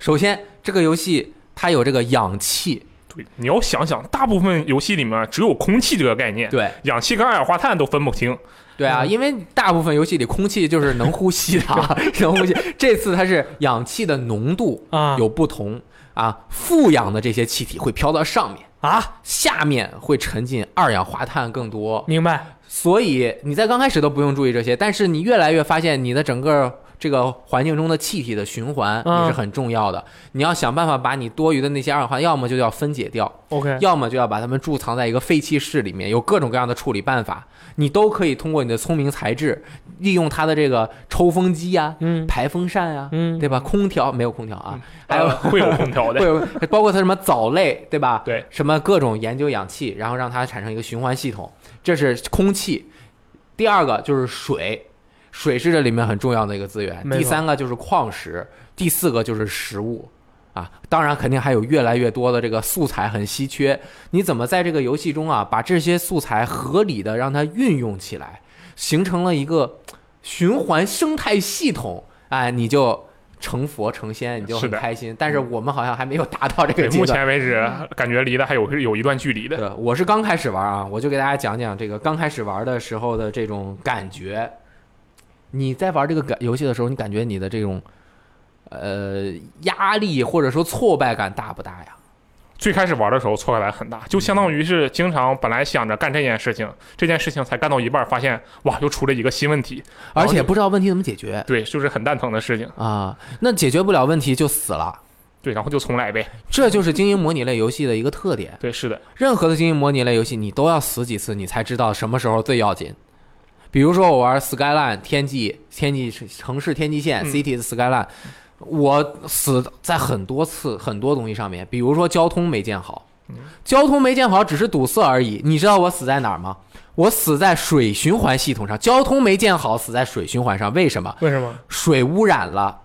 Speaker 2: 首先，这个游戏它有这个氧气，
Speaker 4: 对，你要想想，大部分游戏里面只有空气这个概念，
Speaker 2: 对
Speaker 4: 氧气跟二氧化碳都分不 清。
Speaker 2: 对
Speaker 4: 嗯
Speaker 2: 啊，因为大部分游戏里空气就是能呼吸的，啊， 能呼吸。这次它是氧气的浓度
Speaker 1: 啊
Speaker 2: 有不同啊，富氧的这些气体会飘到上面。
Speaker 1: 啊，
Speaker 2: 下面会沉进二氧化碳更多，
Speaker 1: 明白？
Speaker 2: 所以你在刚开始都不用注意这些，但是你越来越发现你的整个这个环境中的气体的循环
Speaker 1: 嗯
Speaker 2: 也是很重要的，你要想办法把你多余的那些二氧化碳，要么就要分解掉，
Speaker 1: OK，
Speaker 2: 要么就要把它们贮藏在一个废弃室里面，有各种各样的处理办法，你都可以通过你的聪明才智，利用它的这个抽风机呀、
Speaker 1: 嗯
Speaker 2: 排风扇呀、
Speaker 1: 嗯，
Speaker 2: 对吧？空调没有空调啊，还有
Speaker 4: 呃会有空调的，
Speaker 2: 会有包括它什么藻类，对吧？
Speaker 4: 对，
Speaker 2: 什么各种研究氧气，然后让它产生一个循环系统，这是空气。第二个就是水，水是这里面很重要的一个资源。
Speaker 1: 没错
Speaker 2: 第三个就是矿石，第四个就是食物。啊，当然肯定还有越来越多的这个素材很稀缺，你怎么在这个游戏中啊，把这些素材合理的让它运用起来，形成了一个嘖循环生态系统？哎，你就成佛成仙，你就是很
Speaker 4: 的嗯
Speaker 2: 开心。但是我们好像还没有达到这个
Speaker 4: 对，
Speaker 2: 阶
Speaker 4: 目
Speaker 2: 段。
Speaker 4: 前为止感觉离得还有有一段距离的。
Speaker 2: 对，我是刚开始玩啊，我就给大家讲讲这个刚开始玩的时候的这种感觉。你在玩这个感游戏的时候，你感觉你的这种呃压力或者说挫败感大不大呀？
Speaker 4: 最开始玩的时候挫败感很大，就相当于是经常本来想着干这件事情，这件事情才干到一半，发现哇又出了一个新问题，
Speaker 2: 而且不知道问题怎么解决
Speaker 4: 对，就是很蛋疼的事情，
Speaker 2: 啊，那解决不了问题就死了。
Speaker 4: 对，然后就重来呗，
Speaker 2: 这就是经营模拟类游戏的一个特点。
Speaker 4: 对，是的，
Speaker 2: 任何的经营模拟类游戏，你都要死几次，你才知道什么时候最要紧。比如说我玩 Skyline 天际天际城市天际线、
Speaker 4: 嗯
Speaker 2: City 的 Skyline，我死在很多次很多东西上面，比如说交通没建好，交通没建好只是堵塞而已。你知道我死在哪儿吗？我死在水循环系统上，交通没建好，死在水循环上。为什么？
Speaker 1: 为什么
Speaker 2: 水污染了，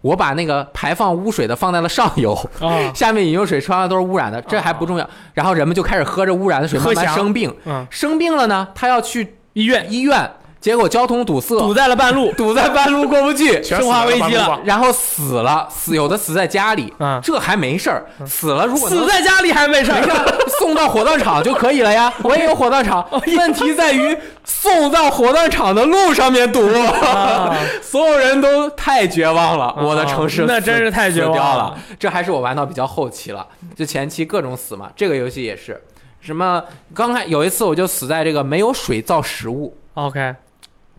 Speaker 2: 我把那个排放污水的放在了上游。
Speaker 1: 啊？
Speaker 2: 下面饮用水、吃完了都是污染的，这还不重要。然后人们就开始喝着污染的水，
Speaker 1: 喝
Speaker 2: 慢
Speaker 1: 翔
Speaker 2: 慢生病。
Speaker 1: 嗯
Speaker 2: 生病了呢，他要去
Speaker 1: 医院
Speaker 2: 医院，结果交通堵塞，
Speaker 1: 堵在了半路
Speaker 2: 堵在半路过不去，
Speaker 4: 全死
Speaker 1: 生化危机了
Speaker 4: 了，啊
Speaker 2: 然后死了，死有的死在家里，
Speaker 1: 啊，
Speaker 2: 这还没事儿。死了如果能
Speaker 1: 死在家里还没事
Speaker 2: 没
Speaker 1: 儿
Speaker 2: 事儿送到火葬场就可以了 呀。我也有火葬
Speaker 1: 哦
Speaker 2: 场，问题在于送到火葬场的路上 面堵，
Speaker 1: 啊
Speaker 2: 所有人都太绝望了。 我的城市
Speaker 1: 哦那
Speaker 2: 死
Speaker 1: 真是太绝望
Speaker 2: 死掉了
Speaker 1: 了。
Speaker 2: 这还是我玩到比较后期了，就前期各种死嘛。这个游戏也是，什么刚开有一次我就死在这个没有水造食物，
Speaker 1: OK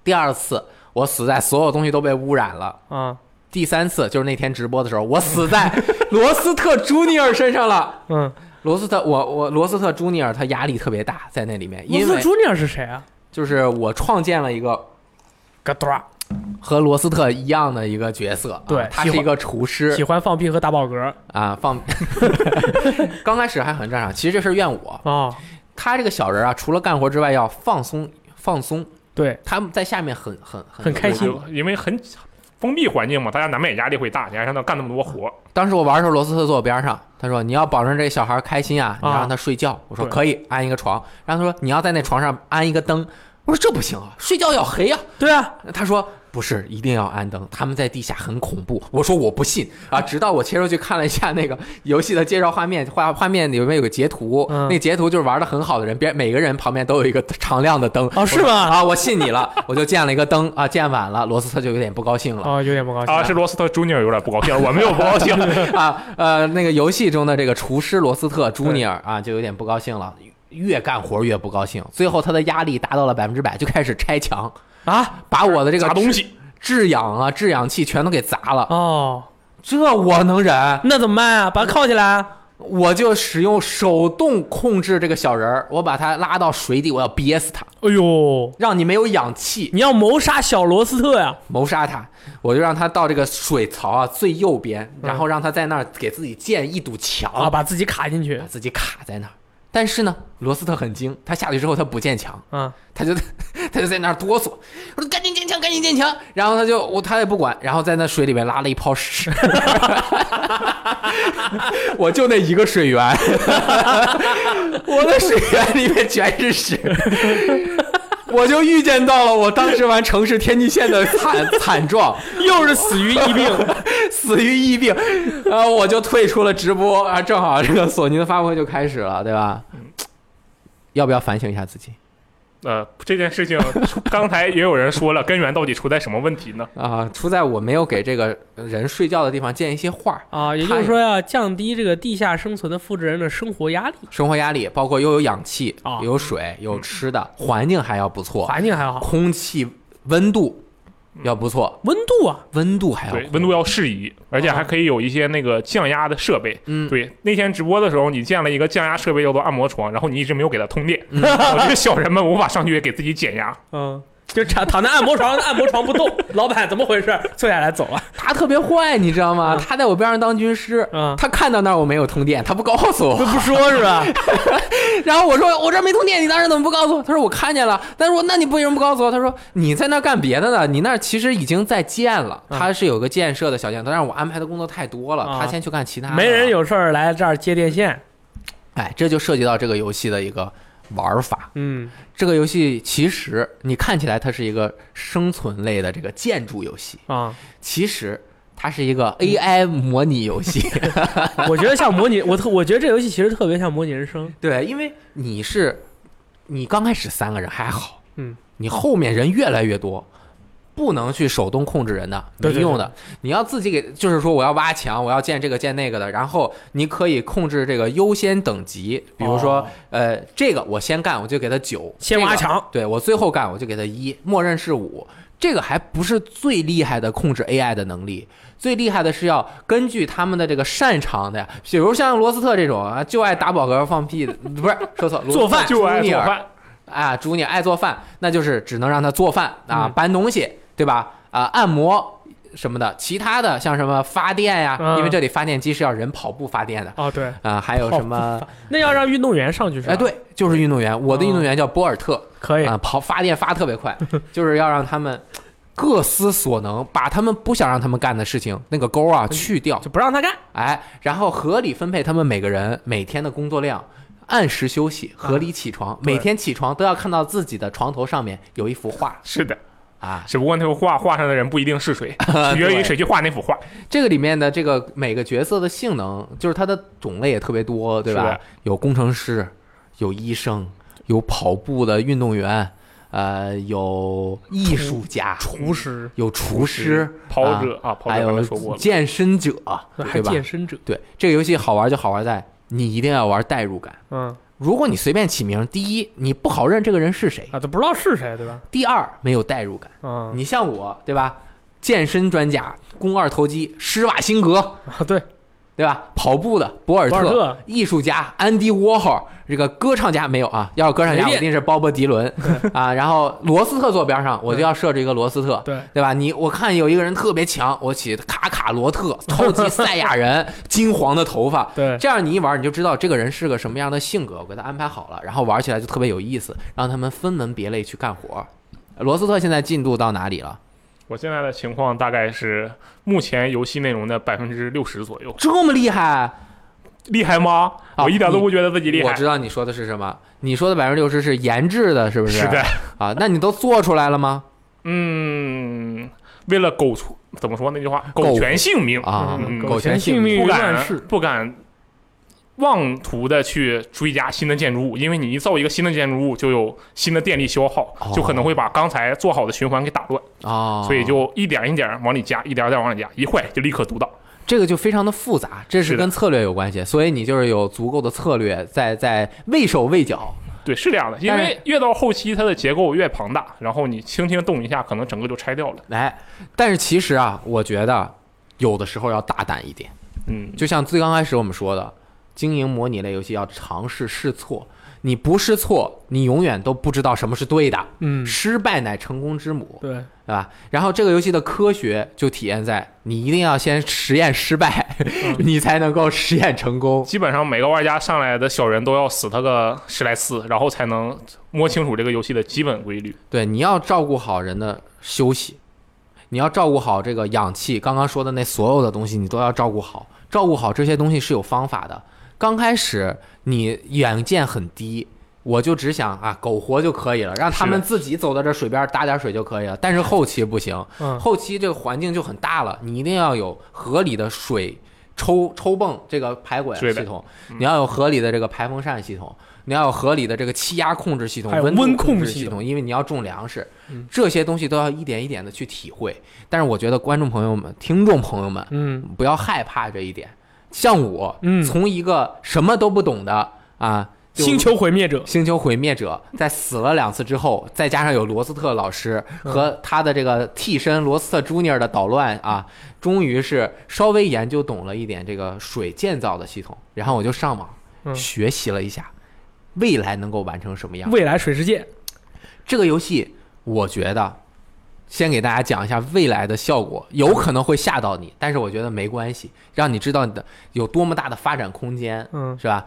Speaker 2: 第二次我死在所有东西都被污染了。
Speaker 1: 啊，
Speaker 2: 第三次就是那天直播的时候，我死在 罗斯特朱尼尔身上了。
Speaker 1: 嗯，
Speaker 2: 罗斯特，我我罗斯特朱尼尔他压力特别大，在那里面，
Speaker 1: 罗
Speaker 2: 因
Speaker 1: 斯
Speaker 2: 为
Speaker 1: 朱尼尔是谁啊？
Speaker 2: 就是我创建了一个
Speaker 1: 嘎多
Speaker 2: 和罗斯特一样的一个角色啊，
Speaker 1: 对
Speaker 2: 他
Speaker 1: 喜
Speaker 2: 是
Speaker 1: 欢
Speaker 2: 一个厨师
Speaker 1: 喜欢放屁和打饱嗝啊、
Speaker 2: 啊，放 刚开始还很正常，其实这事儿怨我。
Speaker 1: 哦
Speaker 2: 他这个小人啊，除了干活之外，要放松放松，
Speaker 1: 对，
Speaker 2: 他们在下面很很很
Speaker 1: 很开心
Speaker 2: 很
Speaker 4: 因为很封闭环境嘛，大家难免压力会大，你还让他干那么多活，
Speaker 2: 当时我玩的时候，罗斯特坐我边上，他说：“你要保证这小孩开心啊，你要让他睡觉。我说：“
Speaker 1: 对
Speaker 2: 可以，安一个床。”然后他说：“你要在那床上安一个灯。”我说：“这不行啊，睡觉要黑呀、
Speaker 1: 对啊，
Speaker 2: 他说：“不是，一定要安灯，他们在地下很恐怖。”我说：“我不信啊！”直到我切出去看了一下那个游戏的介绍画面，画画面里面有个截图，
Speaker 1: 嗯
Speaker 2: 那截图就是玩的很好的人，边每个人旁边都有一个常亮的灯。
Speaker 1: 哦是吗
Speaker 2: 我说啊，我信你了，我就建了一个灯啊，建晚了，罗斯特就有点不高兴了。
Speaker 1: 哦有点不高兴
Speaker 4: 啊，是罗斯特 Junior 有点不高兴，我没有不高兴，
Speaker 2: 啊，呃，那个游戏中的这个厨师罗斯特朱尼尔啊，就有点不高兴了，越干活越不高兴，最后他的压力达到了百分之百，就开始拆墙，
Speaker 1: 啊
Speaker 2: 把我的 这个
Speaker 4: 砸东西，
Speaker 2: 制氧啊、制氧器全都给砸了，
Speaker 1: 哦，
Speaker 2: 这我能忍，
Speaker 1: 那怎么办啊？把它铐起来啊，
Speaker 2: 我就使用手动控制这个小人儿，我把他拉到水底，我要憋死他，
Speaker 1: 哎呦，
Speaker 2: 让你没有氧气，
Speaker 1: 你要谋杀小罗斯特呀、
Speaker 2: 谋杀他，我就让他到这个水槽啊最右边，然后让他在那儿给自己建一堵墙
Speaker 1: 啊，把自己卡进去
Speaker 2: 把自己卡在那儿。但是呢，罗斯特很精，他下去之后他不建墙，
Speaker 1: 啊，
Speaker 2: 他就 他就在那儿哆嗦，我说赶紧建墙，赶紧建墙。然后他就我他也不管，然后在那水里面拉了一泡屎， 我就那一个水源，我的水源里面全是屎。我就预见到了我当时玩城市天际线的惨惨状，
Speaker 1: 又是死于疫病，
Speaker 2: 死于疫病，然后我就退出了直播啊，正好这个索尼的发布会就开始了，对吧？要不要反省一下自己
Speaker 4: 呃，这件事情刚才也有人说了，根源到底出在什么问题呢？
Speaker 2: 啊？出在我没有给这个人睡觉的地方建一些画儿，
Speaker 1: 啊，也就是说要降低这个地下生存的复制人的生活压力，
Speaker 2: 生活压力包括又有氧气
Speaker 1: 啊、
Speaker 2: 有水、有吃的，环境还要不错，
Speaker 1: 环境还好，
Speaker 2: 空气温度要不错，
Speaker 1: 温度啊，
Speaker 2: 温度还要
Speaker 4: 对，温度要适宜，而且还可以有一些那个降压的设备。
Speaker 2: 啊嗯
Speaker 4: 对，那天直播的时候，你建了一个降压设备叫做按摩床，然后你一直没有给它通
Speaker 2: 嗯
Speaker 4: 电，我这个小人们无法上去给自己减压。
Speaker 1: 嗯，就躺躺在按摩床，按摩床不动，老板怎么回事？坐下来走啊，
Speaker 2: 他特别坏，你知道吗？
Speaker 1: 嗯
Speaker 2: 他在我边上当军师，
Speaker 1: 嗯
Speaker 2: 他看到那儿我没有通电，他不告诉我
Speaker 1: 都，不说是吧？
Speaker 2: 然后我说我这没通电，你当时怎么不告诉我？他说我看见了。但是我那你为什么不告诉我？他说你在那儿干别的呢，你那儿其实已经在建了，
Speaker 1: 嗯
Speaker 2: 他是有个建设的小建，但是我安排的工作太多了，
Speaker 1: 啊
Speaker 2: 他先去干其他的。
Speaker 1: 没人，有事儿来这儿接电线，
Speaker 2: 哎，这就涉及到这个游戏的一个玩法。
Speaker 1: 嗯，
Speaker 2: 这个游戏其实你看起来它是一个生存类的这个建筑游戏，
Speaker 1: 啊，
Speaker 2: 其实它是一个
Speaker 1: 嗯
Speaker 2: AI 模拟游戏。
Speaker 1: 我觉得像模拟，我特我觉得这游戏其实特别像模拟人生，
Speaker 2: 对，因为你是你刚开始三个人还好，
Speaker 1: 嗯，
Speaker 2: 你后面人越来越多，不能去手动控制人的，没
Speaker 1: 对对
Speaker 2: 用的。你要自己给，就是说我要挖墙，我要建这个建那个的，然后你可以控制这个优先等级，比如说、
Speaker 1: 哦
Speaker 2: 呃，这个我先干我就给他九，
Speaker 1: 先挖
Speaker 2: 这个
Speaker 1: 墙，
Speaker 2: 对我最后干我就给他一，默认是五。这个还不是最厉害的控制 AI 的能力，最厉害的是要根据他们的这个擅长的，比如像罗斯特这种啊，就爱打饱嗝放屁的，不是说错，罗
Speaker 1: 做饭
Speaker 4: 就哎
Speaker 2: 朱
Speaker 4: 爱做
Speaker 2: 尼尔
Speaker 4: 饭，
Speaker 2: 啊，主你爱做饭，那就是只能让他做饭啊，
Speaker 1: 嗯
Speaker 2: 搬东西，对吧？啊，按摩什么的，其他的像什么发电呀，
Speaker 1: 嗯
Speaker 2: 因为这里发电机是要人跑步发电的
Speaker 1: 哦对，
Speaker 2: 啊，还有什么？
Speaker 1: 那要让运动员上去是吧？
Speaker 2: 哎，，对，就是运动员，我的
Speaker 1: 哦
Speaker 2: 运动员叫博尔特
Speaker 1: 可
Speaker 4: 哎
Speaker 1: 以
Speaker 2: 啊，跑发电发特别快，就是要让他们各思所能，把他们不想让他们干的事情那个勾啊去掉，
Speaker 1: 就不让他干，
Speaker 2: 哎，然后合理分配他们每个人每天的工作量，按时休息，合
Speaker 4: 啊
Speaker 2: 理起床，
Speaker 1: 对
Speaker 2: 每天起床都要看到自己的床头上面有一幅画
Speaker 4: 是的，
Speaker 2: 啊。
Speaker 4: 只不过那幅画画上的人不一定是谁，取决于谁去画那幅画。
Speaker 2: 这个里面的这个每个角色的性能，就是它的种类也特别多，对
Speaker 4: 是
Speaker 2: 吧
Speaker 4: 的？
Speaker 2: 有工程师，有医生，有跑步的运动员，呃，有艺术家，
Speaker 1: 厨师
Speaker 2: 有厨师，
Speaker 4: 跑者啊，跑
Speaker 2: 还
Speaker 4: 者刚才
Speaker 2: 有
Speaker 4: 说过了，
Speaker 2: 健身者，
Speaker 1: 还
Speaker 2: 对吧
Speaker 1: 健？身者，
Speaker 2: 对，这个游戏好玩就好玩在你一定要玩代入感。
Speaker 1: 嗯
Speaker 2: 如果你随便起名，第一，你不好认这个人是谁；
Speaker 1: 啊都不知道是谁对吧？
Speaker 2: 第二，没有代入感。
Speaker 1: 嗯，
Speaker 2: 你像我，对吧？健身专家、肱二头肌、施瓦辛格，
Speaker 1: 啊对，
Speaker 2: 对吧？跑步的博尔
Speaker 1: 博尔特
Speaker 2: 艺术家安迪沃霍尔，这个歌唱家没有啊？要是歌唱
Speaker 1: 随
Speaker 2: 家，我
Speaker 1: 便
Speaker 2: 一定是鲍勃迪伦啊。然后罗斯特坐边上，我就要设置一个罗斯特，
Speaker 1: 对
Speaker 2: 对吧？你我看有一个人特别强，我起卡卡罗 特，超级赛亚人，金黄的头发，
Speaker 1: 对，
Speaker 2: 这样你一玩你就知道这个人是个什么样的性格，我给他安排好了，然后玩起来就特别有意思，让他们分门别类去干活。罗斯特现在进度到哪里了？
Speaker 4: 我现在的情况大概是目前游戏内容的百分之六十左右，
Speaker 2: 这么厉害？
Speaker 4: 厉害吗？
Speaker 2: 啊
Speaker 4: 我一点都不觉得自己厉
Speaker 2: 我
Speaker 4: 害。
Speaker 2: 知道你说的是什么，你说的百分之六十是研制的，是不是？
Speaker 4: 是的，
Speaker 2: 啊，那你都做出来了吗？
Speaker 4: 嗯，为了苟出怎么说那句话，
Speaker 2: 苟
Speaker 4: 苟全性命
Speaker 2: 啊
Speaker 4: 嗯，
Speaker 2: 苟全
Speaker 1: 全
Speaker 2: 性
Speaker 1: 命
Speaker 4: 不
Speaker 1: 于
Speaker 4: 敢
Speaker 1: 乱世，
Speaker 4: 不敢妄图的去追加新的建筑物，因为你一造一个新的建筑物，就有新的电力消耗
Speaker 2: 哦，
Speaker 4: 就可能会把刚才做好的循环给打乱，
Speaker 2: 啊，
Speaker 4: 所以就一点一点往里加，一点一点往里加，一坏就立刻独挡。
Speaker 2: 这个就非常的复杂，这是
Speaker 4: 是的
Speaker 2: 跟策略有关系，所以你就是有足够的策略在在畏手畏脚。
Speaker 4: 对，是这样的，因
Speaker 2: 但
Speaker 4: 为越到后期它的结构越庞大，然后你轻轻动一下，可能整个就拆掉了。
Speaker 2: 哎，但是其实啊，我觉得有的时候要大胆一点。
Speaker 4: 嗯，
Speaker 2: 就像最刚开始我们说的，经营模拟类游戏要尝试试错，你不试错，你永远都不知道什么是对的。
Speaker 1: 嗯，
Speaker 2: 失败乃成功之母，
Speaker 1: 对，
Speaker 2: 对吧？然后这个游戏的科学就体现在你一定要先实验失败， 你才能够实验成功。
Speaker 4: 基本上每个玩家上来的小人都要死他个十来次，然后才能摸清楚这个游戏的基本规律。
Speaker 2: 对，你要照顾好人的休息，你要照顾好这个氧气。刚刚说的那所有的东西，你都要照顾好。照顾好这些东西是有方法的。刚开始你远见很低，我就只想啊苟活就可以了，让他们自己走到这水边儿打点水就可以了。但是后期不行，
Speaker 1: 嗯，
Speaker 2: 后期这个环境就很大了，你一定要有合理的水抽抽泵这个排管系
Speaker 4: 对
Speaker 2: 统，
Speaker 4: 嗯
Speaker 2: 你要有合理的这个排风扇系统，你要有合理的这个气压控制系统
Speaker 1: 还、有
Speaker 2: 度
Speaker 1: 温控
Speaker 2: 控制
Speaker 1: 系
Speaker 2: 系
Speaker 1: 统
Speaker 2: 统，因为你要种粮食
Speaker 1: 嗯，
Speaker 2: 这些东西都要一点一点的去体会。但是我觉得观众朋友们、听众朋友们
Speaker 1: 嗯，
Speaker 2: 不要害怕这一点。像我，
Speaker 1: 嗯
Speaker 2: 从一个什么都不懂的啊，就
Speaker 1: 星球毁灭者，
Speaker 2: 星球毁灭者在死了两次之后，再加上有罗斯特老师嗯和他的这个替身罗斯特朱尼尔的捣乱啊，终于是稍微研究懂了一点这个水建造的系统，然后我就上网
Speaker 1: 嗯
Speaker 2: 学习了一下，未来能够完成什么样。
Speaker 1: 未来水世界，
Speaker 2: 这个游戏，我觉得。先给大家讲一下未来的效果，有可能会吓到你，但是我觉得没关系，让你知道你的有多么大的发展空间。
Speaker 1: 嗯
Speaker 2: 是吧？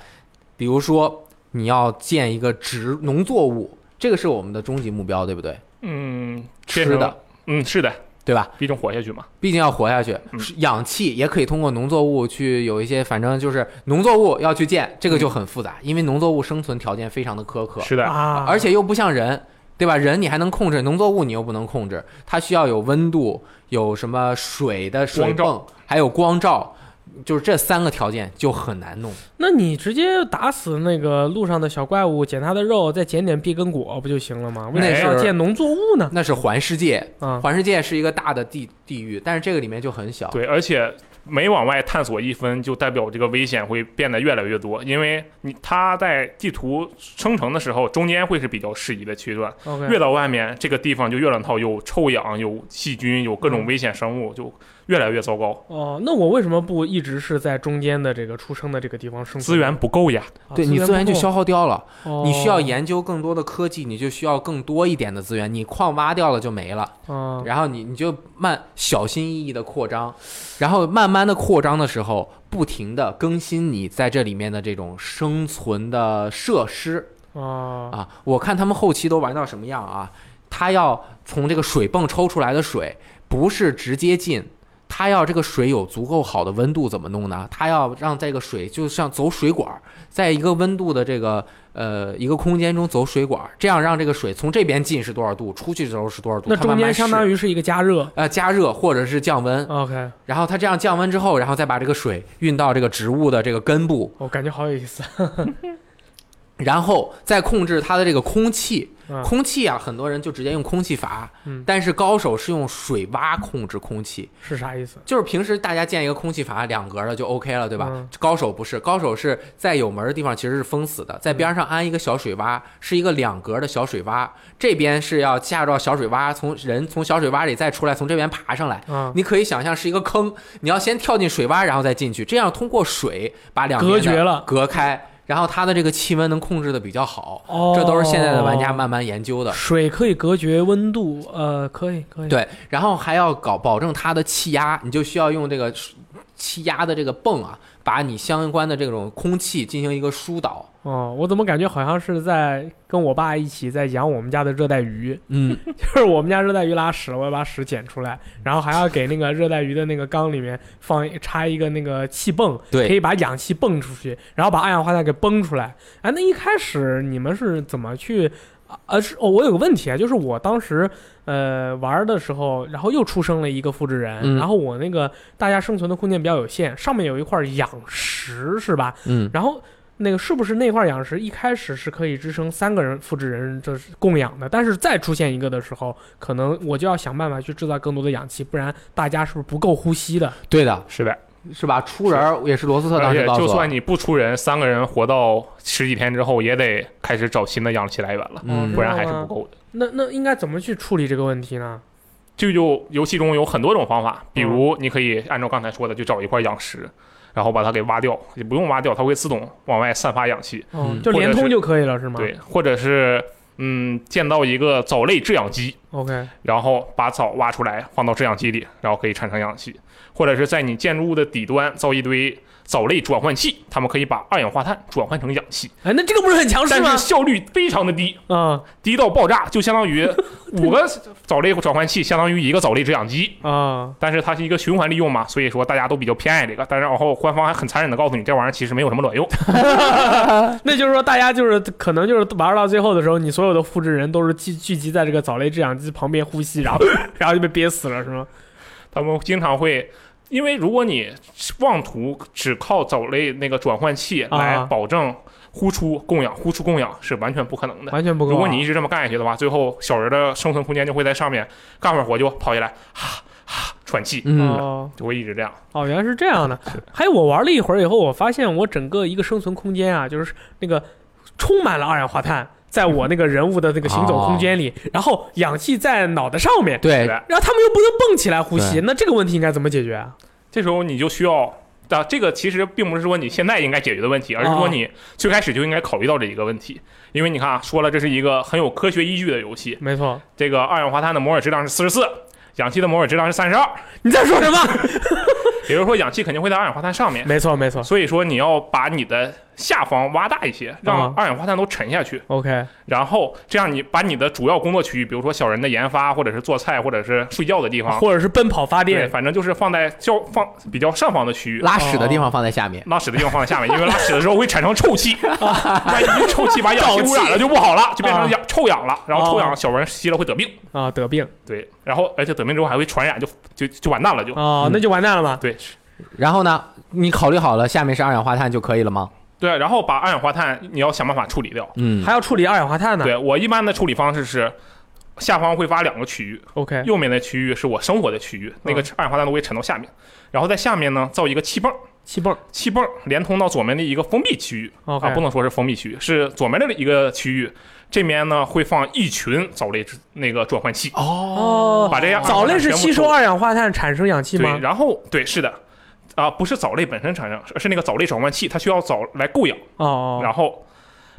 Speaker 2: 比如说你要建一个植农作物，这个是我们的终极目标，对不对？
Speaker 4: 嗯，
Speaker 2: 吃
Speaker 4: 变成
Speaker 2: 的，
Speaker 4: 嗯，是的，
Speaker 2: 对吧？
Speaker 4: 毕竟活下去嘛。
Speaker 2: 毕竟要活下去，
Speaker 4: 嗯
Speaker 2: 是氧气也可以通过农作物去有一些，反正就是农作物要去建，这个就很复杂，因为农作物生存条件非常的苛刻，
Speaker 4: 嗯是的，
Speaker 1: 啊，
Speaker 2: 而且又不像人，对吧？人你还能控制，农作物你又不能控制，它需要有温度，有什么水的水
Speaker 4: 光照
Speaker 2: 泵，还有光照，就是这三个条件就很难弄。
Speaker 1: 那你直接打死那个路上的小怪物，捡它的肉，再捡点碧根果不就行了吗？为什么要
Speaker 2: 是
Speaker 1: 建农作物呢？
Speaker 2: 那是环世界，
Speaker 1: 啊，
Speaker 2: 环世界是一个大的地地域，但是这个里面就很小。
Speaker 4: 对，而且每往外探索一分，就代表这个危险会变得越来越多，因为你它在地图生成的时候，中间会是比较适宜的区段，越
Speaker 1: OK，
Speaker 4: 到外面这个地方就越乱套，有臭氧、有细菌、有各种危险生物，就越来越糟糕，
Speaker 1: 哦，那我为什么不一直是在中间的这个出生的这个地方生活？
Speaker 4: 资源不够呀。
Speaker 1: 啊，
Speaker 2: 对你资源就消耗掉了，
Speaker 1: 不够，
Speaker 2: 你需要
Speaker 1: 哦
Speaker 2: 研究更多的科技，你就需要更多一点的资源。你矿挖掉了就没了，
Speaker 1: 啊，
Speaker 2: 然后你你就慢小心翼翼的扩张，然后慢慢的扩张的时候，不停的更新你在这里面的这种生存的设施。
Speaker 1: 哦，
Speaker 2: 啊，我看他们后期都玩到什么样啊？他要从这个水泵抽出来的水，不是直接进，他要这个水有足够好的温度，怎么弄呢？他要让这个水就像走水管儿，在一个温度的这个呃一个空间中走水管儿，这样让这个水从这边进是多少度，出去的时候是多少度，
Speaker 1: 那中间相当
Speaker 2: 于
Speaker 1: 于嗯是一个加热。
Speaker 2: 呃加热或者是降温，
Speaker 1: OK，
Speaker 2: 然后它这样降温之后，然后再把这个水运到这个植物的这个根部，
Speaker 1: 我感觉好有意思。
Speaker 2: 然后再控制它的这个空气，
Speaker 1: 嗯
Speaker 2: 空气啊，很多人就直接用空气阀，
Speaker 1: 嗯
Speaker 2: 但是高手是用水洼控制空气，
Speaker 1: 是啥意思？
Speaker 2: 就是平时大家建一个空气阀两格的就 OK 了，对吧？
Speaker 1: 嗯
Speaker 2: 高手不是，高手是在有门的地方其实是封死的，在边上安一个小水洼，是一个两格的小水洼，这边是要下到小水洼，从人从小水洼里再出来，从这边爬上来。
Speaker 1: 啊，
Speaker 2: 你可以想象是一个坑，你要先跳进水洼，然后再进去，这样通过水把两边
Speaker 1: 隔
Speaker 2: 的
Speaker 1: 绝了
Speaker 2: 隔开，然后它的这个气温能控制的比较好。
Speaker 1: 哦，
Speaker 2: 这都是现在的玩家慢慢研究的。
Speaker 1: 水可以隔绝温度，呃，可以可以。
Speaker 2: 对，然后还要搞保证它的气压，你就需要用这个气压的这个泵啊，把你相关的这种空气进行一个疏导。
Speaker 1: 哦，我怎么感觉好像是在跟我爸一起在养我们家的热带鱼？
Speaker 2: 嗯，
Speaker 1: 就是我们家热带鱼拉屎，我要把屎捡出来，然后还要给那个热带鱼的那个缸里面放一插一个那个气泵，可
Speaker 2: 对，
Speaker 1: 以把氧气泵出去，然后把二氧化碳给泵出来。哎，那一开始你们是怎么去？呃，是哦，我有个问题啊，就是我当时呃玩的时候，然后又出生了一个复制人，
Speaker 2: 嗯
Speaker 1: 然后我那个大家生存的空间比较有限，上面有一块养石是吧？
Speaker 2: 嗯，
Speaker 1: 然后那个是不是那块养石一开始是可以支撑三个人复制人这是供养的，但是再出现一个的时候，可能我就要想办法去制造更多的氧气，不然大家是不是不够呼吸的？
Speaker 2: 对的，
Speaker 4: 是的，
Speaker 2: 是吧？出人儿也是罗斯特
Speaker 4: 而
Speaker 2: 当时
Speaker 4: 且
Speaker 2: 告诉
Speaker 4: 就
Speaker 2: 我
Speaker 4: 算
Speaker 2: 的。
Speaker 4: 你不出人，三个人活到十几天之后，也得开始找新的氧气来源了，
Speaker 2: 嗯
Speaker 4: 不然还是不够的。
Speaker 1: 那那应该怎么去处理这个问题呢？
Speaker 4: 这就游戏中有很多种方法，
Speaker 2: 嗯
Speaker 4: 比如你可以按照刚才说的，就找一块养石，然后把它给挖掉，也不用挖掉，它会自动往外散发氧气。
Speaker 1: 哦
Speaker 2: 嗯
Speaker 1: 就连
Speaker 4: 或者
Speaker 1: 通
Speaker 4: 是
Speaker 1: 就可以了，是吗？
Speaker 4: 对，或者是嗯，建造一个藻类制氧机，
Speaker 1: ，OK，
Speaker 4: 然后把草挖出来放到制氧机里，然后可以产生氧气，或者是在你建筑物的底端造一堆藻类转换器，它们可以把二氧化碳转换成氧气，
Speaker 1: 哎，那这个不是很强势
Speaker 4: 但
Speaker 1: 吗
Speaker 4: 是？效率非常的低，
Speaker 1: 啊
Speaker 4: 低到爆炸，就相当于五个藻类转换器相当于一个藻类制氧机。
Speaker 1: 啊，
Speaker 4: 但是它是一个循环利用嘛，所以说大家都比较偏爱这个。但是然后官方还很残忍的告诉你，这玩意儿其实没有什么卵用。
Speaker 1: 那就是说大家就是可能就是玩到最后的时候，你所有的复制人都是聚聚集在这个藻类制氧机旁边呼吸，然后然后就被憋死了，是 吗？
Speaker 4: 他们经常会，因为如果你妄图只靠藻类那个转换器来
Speaker 1: 啊
Speaker 4: 保证呼出供氧，呼出供氧是完全不可能的。
Speaker 1: 完全不够啊。
Speaker 4: 如果你一直这么干下去的话，最后小人的生存空间就会在上面干会儿活就跑下来，哈哈喘气，
Speaker 2: 嗯，
Speaker 1: 哦
Speaker 4: 就会一直这样。
Speaker 1: 哦，原来是这样的。还有我玩了一会儿以后，我发现我整个一个生存空间啊，就是那个充满了二氧化碳，在我那个人物的那个行走空间里，然后氧气在脑袋上面，
Speaker 4: 对
Speaker 2: 对，
Speaker 4: 吧？
Speaker 1: 然后他们又不能蹦起来呼吸，那这个问题应该怎么解决啊？
Speaker 4: 这时候你就需要。啊，这个其实并不是说你现在应该解决的问题，而是说你最开始就应该考虑到这一个问题。因为你看啊，说了这是一个很有科学依据的游戏，
Speaker 1: 没错，
Speaker 4: 这个二氧化碳的摩尔质量是四十四，氧气的摩尔质量是三十二，
Speaker 1: 你在说什么？
Speaker 4: 也就是说氧气肯定会在二氧化碳上面。
Speaker 1: 没错，没 错。
Speaker 4: 所以说你要把你的下方挖大一些，让
Speaker 1: 啊
Speaker 4: 二氧化碳都沉下去，
Speaker 1: OK，
Speaker 4: 然后这样你把你的主要工作区域，比如说小人的研发，或者是做菜，或者是睡觉的地方，
Speaker 1: 或者是奔跑发
Speaker 4: 啊对，
Speaker 1: 电，
Speaker 4: 反正就是放在较放比较上方的区域。
Speaker 2: 拉屎的地方放在下面。
Speaker 4: 拉屎的地方放在下面，因为拉屎的时候会产生臭气，万一臭气把氧气污染了就不好了，就变成氧臭氧了，然后臭氧小人吸了会得病，
Speaker 1: 啊，得病
Speaker 4: 对，然后而且得病之后还会传染，就就就完蛋了，就
Speaker 1: 啊，那就完蛋了嘛。
Speaker 4: 对
Speaker 2: 然后呢，你考虑好了下面是二氧化碳就可以了吗？
Speaker 4: 对，然后把二氧化碳你要想办法处理掉。
Speaker 2: 嗯，
Speaker 1: 还要处理二氧化碳呢。
Speaker 4: 对我一般的处理方式是，下方会挖两个区域，
Speaker 1: ，OK，
Speaker 4: 右面的区域是我生活的区域，那个二氧化碳都会沉到下面，然后在下面呢造一个气泵，
Speaker 1: 气泵
Speaker 4: 气泵连通到左面的一个封闭区域
Speaker 1: ，OK，
Speaker 4: 啊，不能说是封闭区域，是左面的一个区域，这边呢会放一群藻类之那个转换器，
Speaker 1: 哦，
Speaker 4: 把这样啊
Speaker 1: 藻类是吸收二氧化碳产生氧气
Speaker 4: 对，
Speaker 1: 吗？
Speaker 4: 然后对是的。啊，不是藻类本身产生，是是那个藻类转换器，它需要藻来供氧，
Speaker 1: 哦哦
Speaker 4: 然后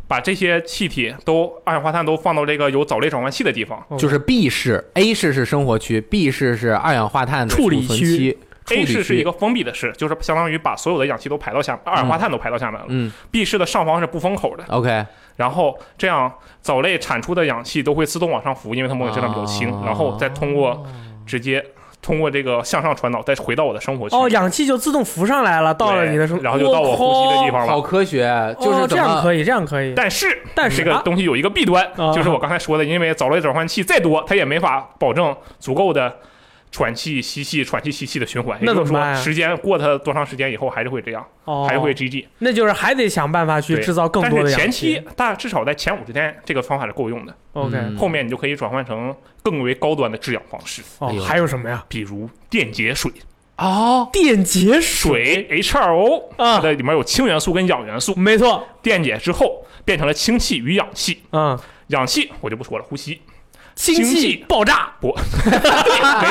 Speaker 4: 把这些气体都二氧化碳都放到这个有藻类转换器的地方，
Speaker 1: 哦，
Speaker 2: 就是 B 市，A 市是生活区，B 市是二氧化碳的
Speaker 1: 处理
Speaker 2: 存
Speaker 1: 区
Speaker 2: 期。处
Speaker 4: A
Speaker 2: 理
Speaker 4: 市
Speaker 2: 区
Speaker 4: 是一个封闭的市，就是相当于把所有的氧气都排到下面，二氧化碳都排到下面了。
Speaker 2: 嗯
Speaker 4: B 市的上方是不封口的，
Speaker 2: ，OK，
Speaker 4: 然后这样藻类产出的氧气都会自动往上浮，因为它摩尔质量比较轻，
Speaker 2: 哦
Speaker 4: 然后再通过直接通过这个向上传导，再回到我的生活区。
Speaker 1: 哦，氧气就自动浮上来了，到了
Speaker 4: 对
Speaker 1: 你的生，
Speaker 4: 然后就到我呼吸的地方
Speaker 2: 好
Speaker 4: 了。
Speaker 2: 科学，
Speaker 1: 我靠，
Speaker 2: 就
Speaker 1: 哦
Speaker 2: 是
Speaker 1: 这
Speaker 2: 怎
Speaker 1: 样
Speaker 2: 么
Speaker 1: 可以，这样可以。
Speaker 4: 但是，
Speaker 1: 但是
Speaker 4: 这个
Speaker 1: 啊
Speaker 4: 东西有一个弊端
Speaker 1: 啊，
Speaker 4: 就是我刚才说的，因为藻类转换器再多，它也没法保证足够的喘气、吸气、喘气、吸气的循环。
Speaker 1: 那
Speaker 4: 也就
Speaker 1: 怎
Speaker 4: 是
Speaker 1: 么办
Speaker 4: 说，
Speaker 1: 啊
Speaker 4: 时间过它多长时间以后还是会这样，
Speaker 1: 哦，
Speaker 4: 还是会 GG。
Speaker 1: 那就是还得想办法去
Speaker 4: 对
Speaker 1: 制造更
Speaker 4: 但
Speaker 1: 多
Speaker 4: 是
Speaker 1: 的氧
Speaker 4: 前
Speaker 1: 气
Speaker 4: 期。大至少在前五十天，这个方法是够用的。
Speaker 1: OK，、
Speaker 2: 嗯
Speaker 4: 后面你就可以转换成更为高端的制氧方式，
Speaker 2: 哎
Speaker 1: 哦，
Speaker 2: 呦
Speaker 1: 还有什么呀？
Speaker 4: 比如电解水。
Speaker 2: 哦，
Speaker 1: 电解
Speaker 4: 水 H2O 它
Speaker 1: 啊，
Speaker 4: 的里面有氢元素跟氧元素，
Speaker 1: 没错，
Speaker 4: 电解之后变成了氢气与氧气。
Speaker 1: 嗯，
Speaker 4: 氧气我就不说了，呼吸。
Speaker 1: 氢
Speaker 4: 氢
Speaker 1: 气
Speaker 4: 气
Speaker 1: 爆炸
Speaker 4: 没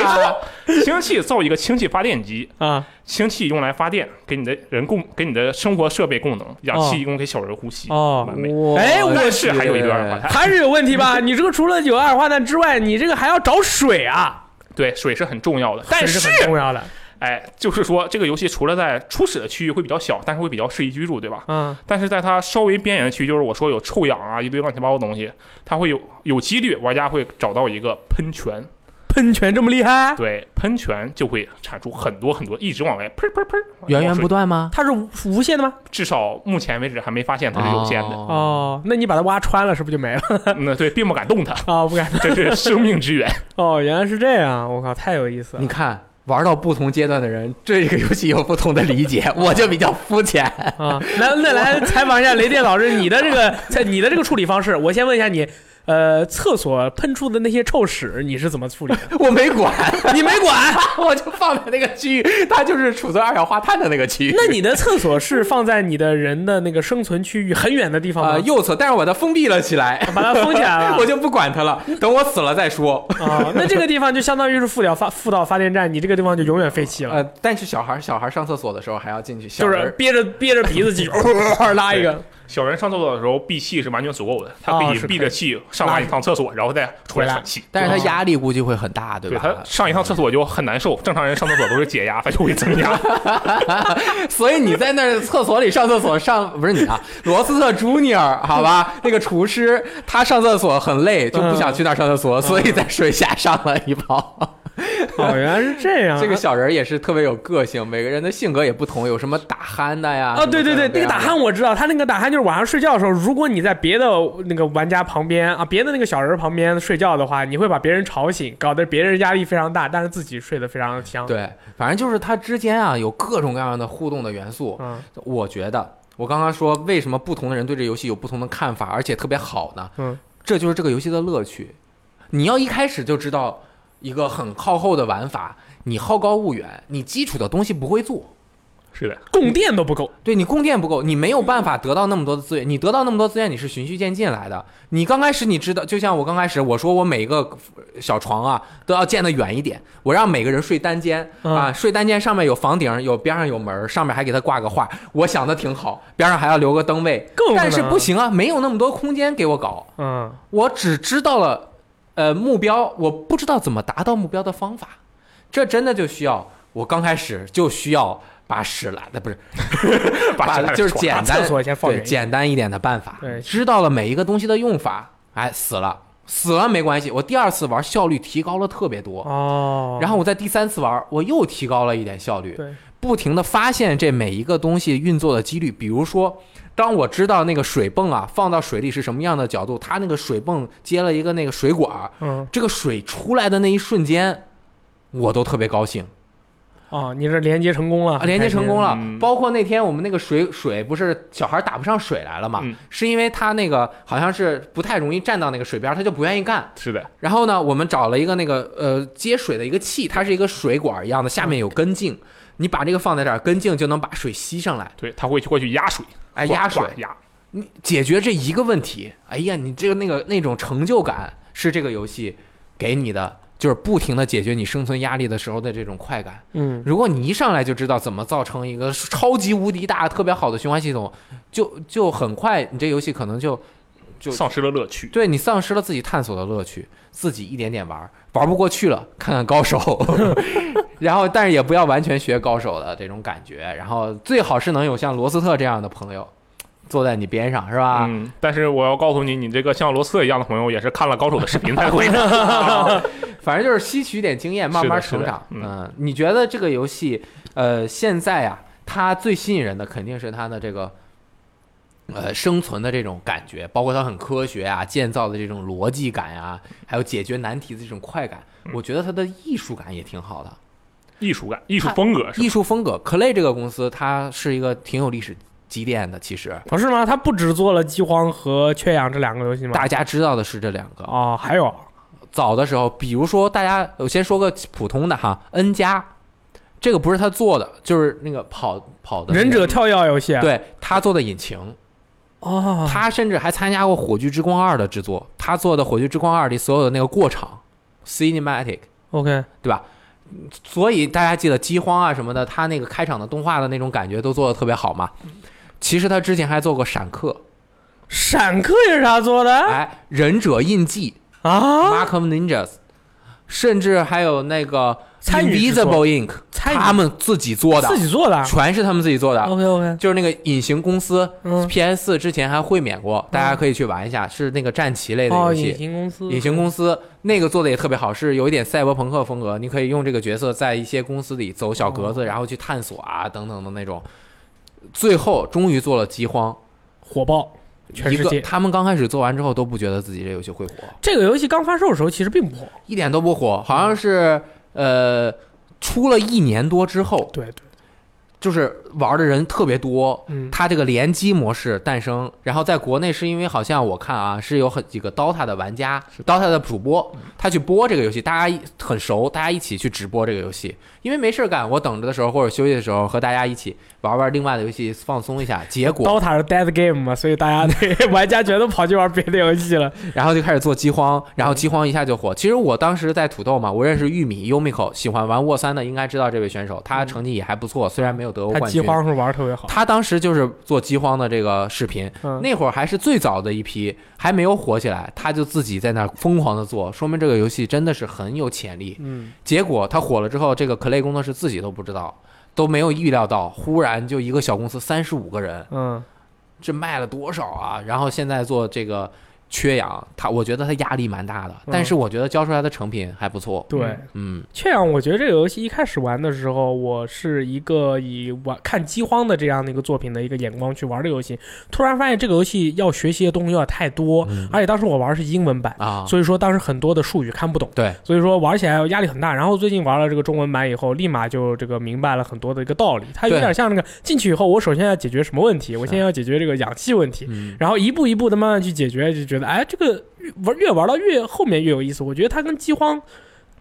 Speaker 4: 错，氢气造一个氢气发电机，
Speaker 1: 啊，
Speaker 4: 氢气用来发电，给你的人供，给你的生活设备供能。氧气用给小人呼吸，
Speaker 1: 哦
Speaker 4: 完，美。
Speaker 1: 哎我
Speaker 4: 但是还有一个二氧化碳，
Speaker 1: 还是有问题 吧？你这个除了有二氧化碳之外，你这个还要找水啊，
Speaker 4: 对，水是很重要的。 但
Speaker 1: 水
Speaker 4: 是
Speaker 1: 是，很重要的。
Speaker 4: 哎，就是说这个游戏除了在初始的区域会比较小，但是会比较适宜居住，对吧？
Speaker 1: 嗯，
Speaker 4: 但是在它稍微边缘的区，域，就是我说有臭氧啊，一堆乱七八糟的东西，它会有有几率玩家会找到一个喷泉，
Speaker 1: 喷泉这么厉害？
Speaker 4: 对，喷泉就会产出很多很多，一直往外 喷喷喷，
Speaker 2: 源源不
Speaker 4: 断。
Speaker 2: 断吗？
Speaker 1: 它是无无线的吗？
Speaker 4: 至少目前为止还没发现它是有限的，
Speaker 2: 哦，
Speaker 1: 哦，那你把它挖穿了，是不是就没了？
Speaker 4: 嗯，对，并不敢 动它，
Speaker 1: 啊，不敢。
Speaker 4: 这是生命之源。
Speaker 1: 哦，原来是这样，我靠，太有意思了
Speaker 2: 你。看。玩到不同阶段的人， 对这个游戏有不同的理 解，我就比较肤浅。
Speaker 1: 啊，那那来采访一下雷电老师，你的这个 在你的这个处理方式，我先问一下你，呃，厕所喷出的那些臭屎，你是怎么处理 的？
Speaker 2: 我没管，
Speaker 1: 你没管？
Speaker 2: 我就放在那个区域，它就是储存二氧化碳的那个区域。
Speaker 1: 那你的厕所是放在你的人的那个生存区域很远的地方
Speaker 2: 呃
Speaker 1: 吗？
Speaker 2: 右侧，但是我把它封闭了起来，
Speaker 1: 把它封起 来了
Speaker 2: 我就不管它了，等我死了再说。
Speaker 1: 啊，那这个地方就相当于是附掉发附到发电站，你这个地方就永远废弃了。
Speaker 2: 呃，但是小孩儿小孩儿上厕所的时候还要进去，小
Speaker 1: 就
Speaker 2: 人
Speaker 1: 是
Speaker 2: 儿
Speaker 1: 憋着憋着鼻子继续拉一个，
Speaker 4: 小人上厕所的时候，闭气啊是完全足够的，他
Speaker 1: 哦
Speaker 4: 可以
Speaker 1: 是
Speaker 4: 闭着气上完一趟厕所，然后再出来喘气。
Speaker 2: 但是他压力估计会很大，对
Speaker 4: 啊对
Speaker 2: 吧？
Speaker 4: 他上一趟厕所就很难受，正常人上厕所都是解压，他 就会增压。
Speaker 2: 所以你在那儿厕所里上厕所上不是你啊，罗斯特 Junior 好吧，那个厨师他上厕所很累，就不想去那儿上厕所，所以在水下上了一泡。
Speaker 1: 哦，原来是这样。
Speaker 2: 这个小人儿也是特别有个性，每个人的性格也不同，有什么打鼾的呀？
Speaker 1: 啊，对对对，那个打鼾
Speaker 2: 鼾
Speaker 1: 我知道，他那个打鼾就是晚上睡觉的时候，如果你在别的那个玩家旁边啊，别的那个小人旁边睡觉的话，你会把别人吵醒，搞得别人压力非常大，但是自己睡得非常香。，
Speaker 2: 对，反正就是它之间啊有各种各样的互动的元素，
Speaker 1: 嗯
Speaker 2: 我觉得，我刚刚说为什么不同的人对这游戏有不同的看法，而且特别好呢？
Speaker 1: 嗯，
Speaker 2: 这就是这个游戏的乐趣。你要一开始就知道一个很靠后的玩法，你好高骛远，你基础的东西不会做，
Speaker 4: 是的，
Speaker 1: 供电都不够。
Speaker 2: 对你供电不够，你没
Speaker 1: 嗯
Speaker 2: 有办法得到那么多的资源。你得到那么多资源，你是循序渐进来的。你刚开始你知道，就像我刚开始我说，我每一个小床啊都要建得远一点，我让每个人睡单间
Speaker 1: 嗯
Speaker 2: 啊，睡单间上面有房顶，有边上有门，上面还给他挂个画。我想的挺好，边上还要留个灯位
Speaker 1: 更，
Speaker 2: 但是
Speaker 1: 不能
Speaker 2: 不行啊，没有那么多空间给我搞。
Speaker 1: 嗯，
Speaker 2: 我只知道了，呃，目标，我不知道怎么达到目标的方法。这真的就需要我刚开始就需要把屎拉呃的不是，把
Speaker 4: 屎拉
Speaker 2: 就是简
Speaker 1: 把
Speaker 2: 单
Speaker 1: 厕所先放
Speaker 2: 对
Speaker 1: 远一点。
Speaker 2: 简单一点的办法
Speaker 1: 对，
Speaker 2: 知道了每一个东西的用法，哎，死了死了没关系，我第二次玩效率提高了特别多。
Speaker 1: 哦，
Speaker 2: 然后我在第三次玩，我又提高了一点效率，
Speaker 1: 对，
Speaker 2: 不停的发现这每一个东西运作的几率。比如说，当我知道那个水泵啊放到水里是什么样的角度，它那个水泵接了一个那个水管儿，
Speaker 1: 嗯，
Speaker 2: 这个水出来的那一瞬间，我都特别高兴
Speaker 1: 哦，你这连接成功了，
Speaker 2: 啊！连接成功了
Speaker 4: 嗯，
Speaker 2: 包括那天我们那个水水不是小孩打不上水来了嘛
Speaker 4: 嗯，
Speaker 2: 是因为他那个好像是不太容易站到那个水边儿，他就不愿意干。
Speaker 4: 是的，
Speaker 2: 然后呢，我们找了一个那个呃接水的一个器，它是一个水管一样的，下面有根茎，你把这个放在这儿，根茎就能把水吸上来，
Speaker 4: 对，他会去过去压水，
Speaker 2: 哎，压水
Speaker 4: 哗，哗压。
Speaker 2: 你解决这一个问题，哎呀，你这个那个那种成就感是这个游戏给你的，就是不停的解决你生存压力的时候的这种快感。
Speaker 1: 嗯，
Speaker 2: 如果你一上来就知道怎么造成一个超级无敌大、特别好的循环系统，就就很快，你这游戏可能就就
Speaker 4: 丧失了乐趣。
Speaker 2: 对你丧失了自己探索的乐趣，自己一点点玩儿，玩不过去了，看看高手，然后但是也不要完全学高手的这种感觉，然后最好是能有像罗斯特这样的朋友坐在你边上，是吧？
Speaker 4: 嗯，但是我要告诉你，你这个像罗斯特一样的朋友，也是看了高手的视频 才会的。
Speaker 2: 反正就是吸取一点经验，慢慢成长。
Speaker 4: 是的是的
Speaker 2: 嗯，你觉得这个游戏，呃，现在啊，它最吸引人的肯定是它的这个呃生存的这种感觉，包括它很科学啊，建造的这种逻辑感呀、还有解决难题的这种快感，
Speaker 4: 嗯
Speaker 2: 我觉得它的艺术感也挺好的。
Speaker 4: 艺术感、艺术风格是吧
Speaker 2: 艺术风格，Clay 这个公司它是一个挺有历史积淀的，其实
Speaker 1: 不、哦是吗？他不只做了《饥荒》和《缺氧》这两个游戏吗？
Speaker 2: 大家知道的是这两个。
Speaker 1: 哦，还有
Speaker 2: 早的时候，比如说大家，我先说个普通的哈，N 加，这个不是他做的，就是那个跑跑的那个
Speaker 1: 忍者跳跃游戏，啊
Speaker 2: 对他做的引擎，
Speaker 1: 哦，
Speaker 2: 他甚至还参加过《火炬之光二》的制作，他做的《火炬之光二》里所有的那个过场 cinematic，
Speaker 1: OK，
Speaker 2: 对吧？所以大家记得《饥荒》啊什么的，他那个开场的动画的那种感觉都做的特别好嘛。其实他之前还做过《闪客
Speaker 1: 闪客也是他做》，的
Speaker 2: 哎，《忍者印记》
Speaker 1: 啊，
Speaker 2: Markham Ninjas，甚至还有那个
Speaker 1: 参与制作
Speaker 2: Invisible Ink，
Speaker 1: 参与
Speaker 2: 他们自己做的，
Speaker 1: 自己做的。啊
Speaker 2: 全是他们自己做的。
Speaker 1: OK OK，
Speaker 2: 就是那个隐形公司、
Speaker 1: 嗯
Speaker 2: PS 四之前还会免过，大家可以去玩一下，是那个战棋类的
Speaker 1: 哦，
Speaker 2: 游
Speaker 1: 隐
Speaker 2: 戏。
Speaker 1: 形公司，
Speaker 2: 隐形公司那个做的也特别好，是有一点赛博朋克风格，你可以用这个角色在一些公司里走小
Speaker 1: 哦
Speaker 2: 格子，然后去探索啊等等的那种。最后终于做了饥荒，
Speaker 1: 火爆全
Speaker 2: 一
Speaker 1: 世
Speaker 2: 个
Speaker 1: 界。
Speaker 2: 他们刚开始做完之后都不觉得自己这游戏会火，
Speaker 1: 这个游戏刚发售的时候其实并不火，
Speaker 2: 一点都不火，好像是呃出了一年多之后，
Speaker 1: 对对，
Speaker 2: 就是玩的人特别多，
Speaker 1: 嗯
Speaker 2: 它这个联机模式诞生，然后在国内是因为好像我看啊，是有很几个 DOTA 的玩家，DOTA 的主播，他去播这个游戏，大家一很熟，大家一起去直播这个游戏，因为没事儿干，我等着的时候或者休息的时候和大家一起玩玩另外的游戏，放松一下。结果，
Speaker 1: ，DOTA 是 Dead Game 嘛，所以大家 对玩家全都跑去玩别的游戏了。
Speaker 2: 然后就开始做饥荒，然后饥荒一下就火。其实我当时在土豆嘛，我认识玉米 Umiko，喜欢玩沃三的应该知道这位选手，他成绩也还不错，虽然没有得过
Speaker 1: 嗯他
Speaker 2: 冠
Speaker 1: 饥
Speaker 2: 军。
Speaker 1: 荒时候玩得特别好，
Speaker 2: 他当时就是做饥荒的这个视频，
Speaker 1: 嗯
Speaker 2: 那会儿还是最早的一批，还没有火起来，他就自己在那儿疯狂的做，说明这个游戏真的是很有潜力。
Speaker 1: 嗯，
Speaker 2: 结果他火了之后，这个 Clay 工作室自己都不知道，都没有预料到，忽然就一个小公司三十五个人，
Speaker 1: 嗯，
Speaker 2: 这卖了多少啊？然后现在做这个缺氧，他我觉得他压力蛮大的，
Speaker 1: 嗯
Speaker 2: 但是我觉得交出来的成品还不错。
Speaker 1: 对
Speaker 4: 嗯。
Speaker 2: 嗯，
Speaker 1: 确养，我觉得这个游戏一开始玩的时候，我是一个以玩看饥荒的这样的一个作品的一个眼光去玩这个游戏，突然发现这个游戏要学习的东西有点太多，嗯而且当时我玩的是英文版，
Speaker 2: 啊，
Speaker 1: 所以说当时很多的术语看不懂，
Speaker 2: 对，
Speaker 1: 所以说玩起来压力很大。然后最近玩了这个中文版以后，立马就这个明白了很多的一个道理。它有
Speaker 2: 对
Speaker 1: 点像那个进去以后，我首先要解决什么问题？我先要解决这个氧气问题，
Speaker 2: 嗯，
Speaker 1: 然后一步一步的慢慢去解决，就觉得哎，这个越玩越玩到越后面越有意思。我觉得它跟饥荒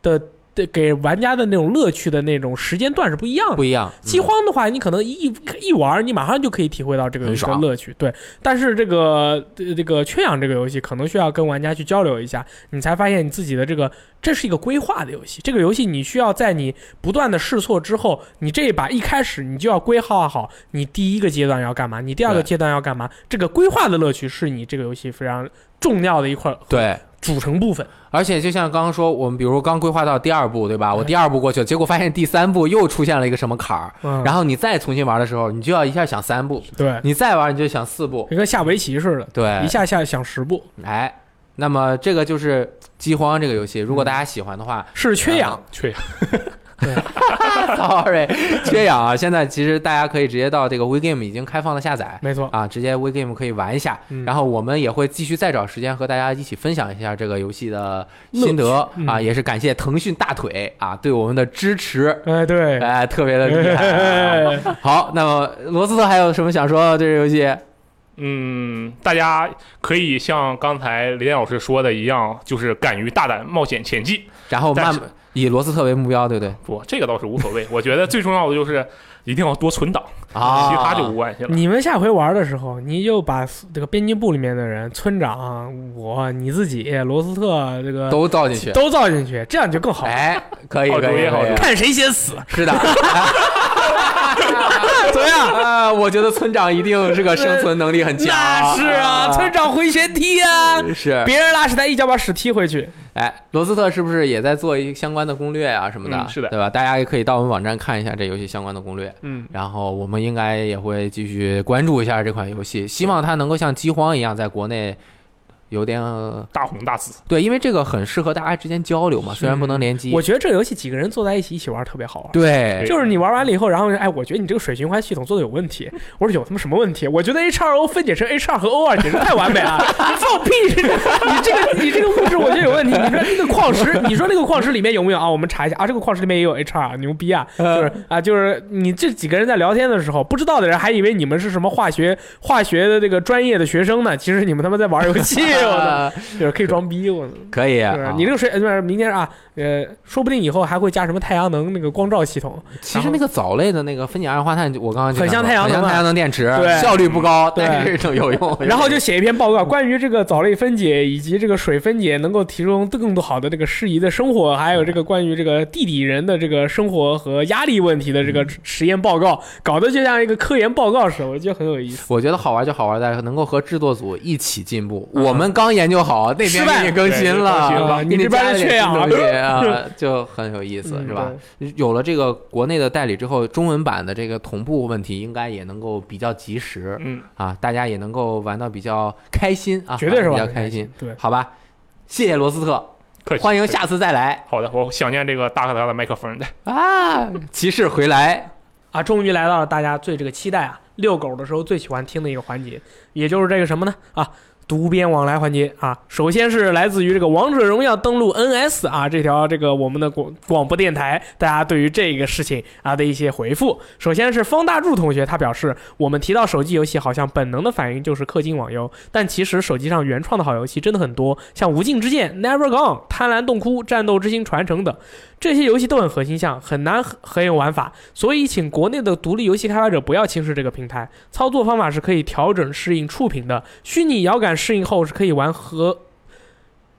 Speaker 1: 的的给玩家的那种乐趣的那种时间段是不一样的
Speaker 2: 不。一样，嗯
Speaker 1: 饥荒的话，你可能一一玩，你马上就可以体会到这个游戏的
Speaker 2: 很爽
Speaker 1: 乐趣。对，但是这个呃这个缺氧这个游戏，可能需要跟玩家去交流一下，你才发现你自己的这个这是一个规划的游戏。这个游戏你需要在你不断的试错之后，你这一把一开始你就要规划好你第一个阶段要干嘛，你第二个
Speaker 2: 对
Speaker 1: 阶段要干嘛。这个规划的乐趣是你这个游戏非常重要的一块
Speaker 2: 嗯对。
Speaker 1: 组成部分。
Speaker 2: 而且就像刚刚说，我们比如刚规划到第二步，对吧？我第二步过去了，结果发现第三步又出现了一个什么坎儿，
Speaker 1: 嗯，
Speaker 2: 然后你再重新玩的时候，你就要一下想三步，
Speaker 1: 对，
Speaker 2: 你再玩你就想四步，
Speaker 1: 就跟下围棋似的，
Speaker 2: 对
Speaker 1: 一，下下想十步，
Speaker 2: 哎，那么这个就是《饥荒》这个游戏，
Speaker 1: 嗯
Speaker 2: 如果大家喜欢的话，
Speaker 1: 是缺氧。
Speaker 4: 缺氧，
Speaker 2: Sorry，缺氧啊！现在其实大家可以直接到这个 WeGame 已经开放了下载
Speaker 1: 没错，
Speaker 2: 啊，直接 WeGame 可以玩一下。
Speaker 1: 嗯
Speaker 2: 然后我们也会继续再找时间和大家一起分享一下这个游戏的心得、
Speaker 1: 趣嗯
Speaker 2: 啊，也是感谢腾讯大腿啊对我们的支持，
Speaker 1: 哎，对，
Speaker 2: 哎，特别的厉 害啊、好，那么罗斯特还有什么想说的？这个游戏
Speaker 4: 嗯，大家可以像刚才雷电老师说的一样，就是敢于大胆冒险前进。
Speaker 2: 然后
Speaker 4: 但
Speaker 2: 慢
Speaker 4: 是
Speaker 2: 慢以罗斯特为目标，对不对？
Speaker 4: 不，这个倒是无所谓。我觉得最重要的就是一定要多存档，
Speaker 2: 啊，
Speaker 4: 其他就无关系了。
Speaker 1: 你们下回玩的时候，你就把这个编辑部里面的人，村长、我、你自己、罗斯特这个
Speaker 2: 都倒进 去。
Speaker 1: 都造进去，这样就更好。
Speaker 2: 哎，可以，
Speaker 4: 好主
Speaker 2: 可
Speaker 4: 意
Speaker 2: 以，
Speaker 4: 好
Speaker 2: 可以
Speaker 4: 主意
Speaker 1: 看谁先死，
Speaker 2: 是的。 怎么样？啊，我觉得村长一定是个生存能力很强。
Speaker 1: 那是啊，村长回旋踢啊，
Speaker 2: 哎是。
Speaker 1: 别人拉屎他一脚把屎踢回去。
Speaker 2: 哎，罗斯特是不是也在做一相关的攻略啊什么的？
Speaker 4: 嗯是的
Speaker 2: 对吧？大家也可以到我们网站看一下这游戏相关的攻略。
Speaker 1: 嗯，
Speaker 2: 然后我们应该也会继续关注一下这款游戏，希望它能够像《饥荒》一样在国内有点、呃
Speaker 4: 大红大紫。
Speaker 2: 对，因为这个很适合大家之间交流嘛，虽然不能联机
Speaker 1: 我。觉得这个游戏几个人坐在一起一起玩儿特别好玩。
Speaker 2: 对，
Speaker 1: 就是你玩完了以后，然后哎，我觉得你这个水循环系统做的有问题。我说有他妈什么问题？我觉得 H 二 O 分解成 H 二和 O 二简直太完美了。你放屁！你这个你这个物质我觉得有问题。你说那个矿石，你说那个矿石里面有没有啊？我们查一下啊，这个矿石里面也有 H 二，牛逼啊！就是啊，就是你这几个人在聊天的时候，不知道的人还以为你们是什么化学化学的这个专业的学生呢，其实你们他妈在玩游戏，我 操，
Speaker 2: 呃
Speaker 1: 就是可以装逼，我操。
Speaker 2: 可以
Speaker 1: 对
Speaker 2: 啊，
Speaker 1: 你这个水，呃不是明天啊，呃，说不定以后还会加什么太阳能那个光照系统，
Speaker 2: 其实那个藻类的那个分解二氧化碳，我刚刚就
Speaker 1: 很像
Speaker 2: 讲过
Speaker 1: 太阳能
Speaker 2: 很像
Speaker 1: 嘛
Speaker 2: 太阳能电池，
Speaker 1: 对
Speaker 2: 效率不高，
Speaker 1: 对
Speaker 2: 但是有用。
Speaker 1: 然后就写一篇报告，关于这个藻类分解以及这个水分解能够提供更好的这个适宜的生活，还有这个关于这个地底人的这个生活和压力问题的这个
Speaker 2: 嗯
Speaker 1: 实验报告，搞得就像一个科研报告似的，我觉得很有意思。
Speaker 2: 我觉得好玩就好玩在能够和制作组一起进步。
Speaker 1: 嗯
Speaker 2: 我们刚研究好，那边给你更新
Speaker 4: 对
Speaker 2: 了，
Speaker 4: 更新了
Speaker 2: 给你加了点新
Speaker 1: 你
Speaker 2: 东
Speaker 1: 这
Speaker 2: 西啊，就很有意思，
Speaker 1: 嗯
Speaker 2: 是吧？有了这个国内的代理之后，中文版的这个同步问题应该也能够比较及时
Speaker 4: 嗯，
Speaker 2: 啊，大家也能够玩到比较开心啊，
Speaker 1: 绝对是
Speaker 2: 玩
Speaker 1: 吧
Speaker 2: 得比较开心，
Speaker 1: 对
Speaker 2: 好吧？谢谢罗斯特，
Speaker 4: 客气
Speaker 2: 欢迎。下次再来
Speaker 4: 好的，我想念这个大哥大的麦克风的。
Speaker 2: 啊！骑士回来，
Speaker 1: 啊，终于来到了大家最这个期待啊，遛狗的时候最喜欢听的一个环节，也就是这个什么呢？啊，读编往来环节啊。首先是来自于这个《王者荣耀》登陆 NS 啊这条这个我们的广广播电台，大家对于这个事情啊的一些回复。首先是方大柱同学，他表示我们提到手机游戏，好像本能的反应就是氪金网游，但其实手机上原创的好游戏真的很多，像《无尽之剑》、《Never Gone》、《贪婪洞窟》、《战斗之星传承》等。这些游戏都很核心向，很难很有玩法，所以请国内的独立游戏开发者不要轻视这个平台。操作方法是可以调整适应触屏的，虚拟摇杆适应后是可以玩和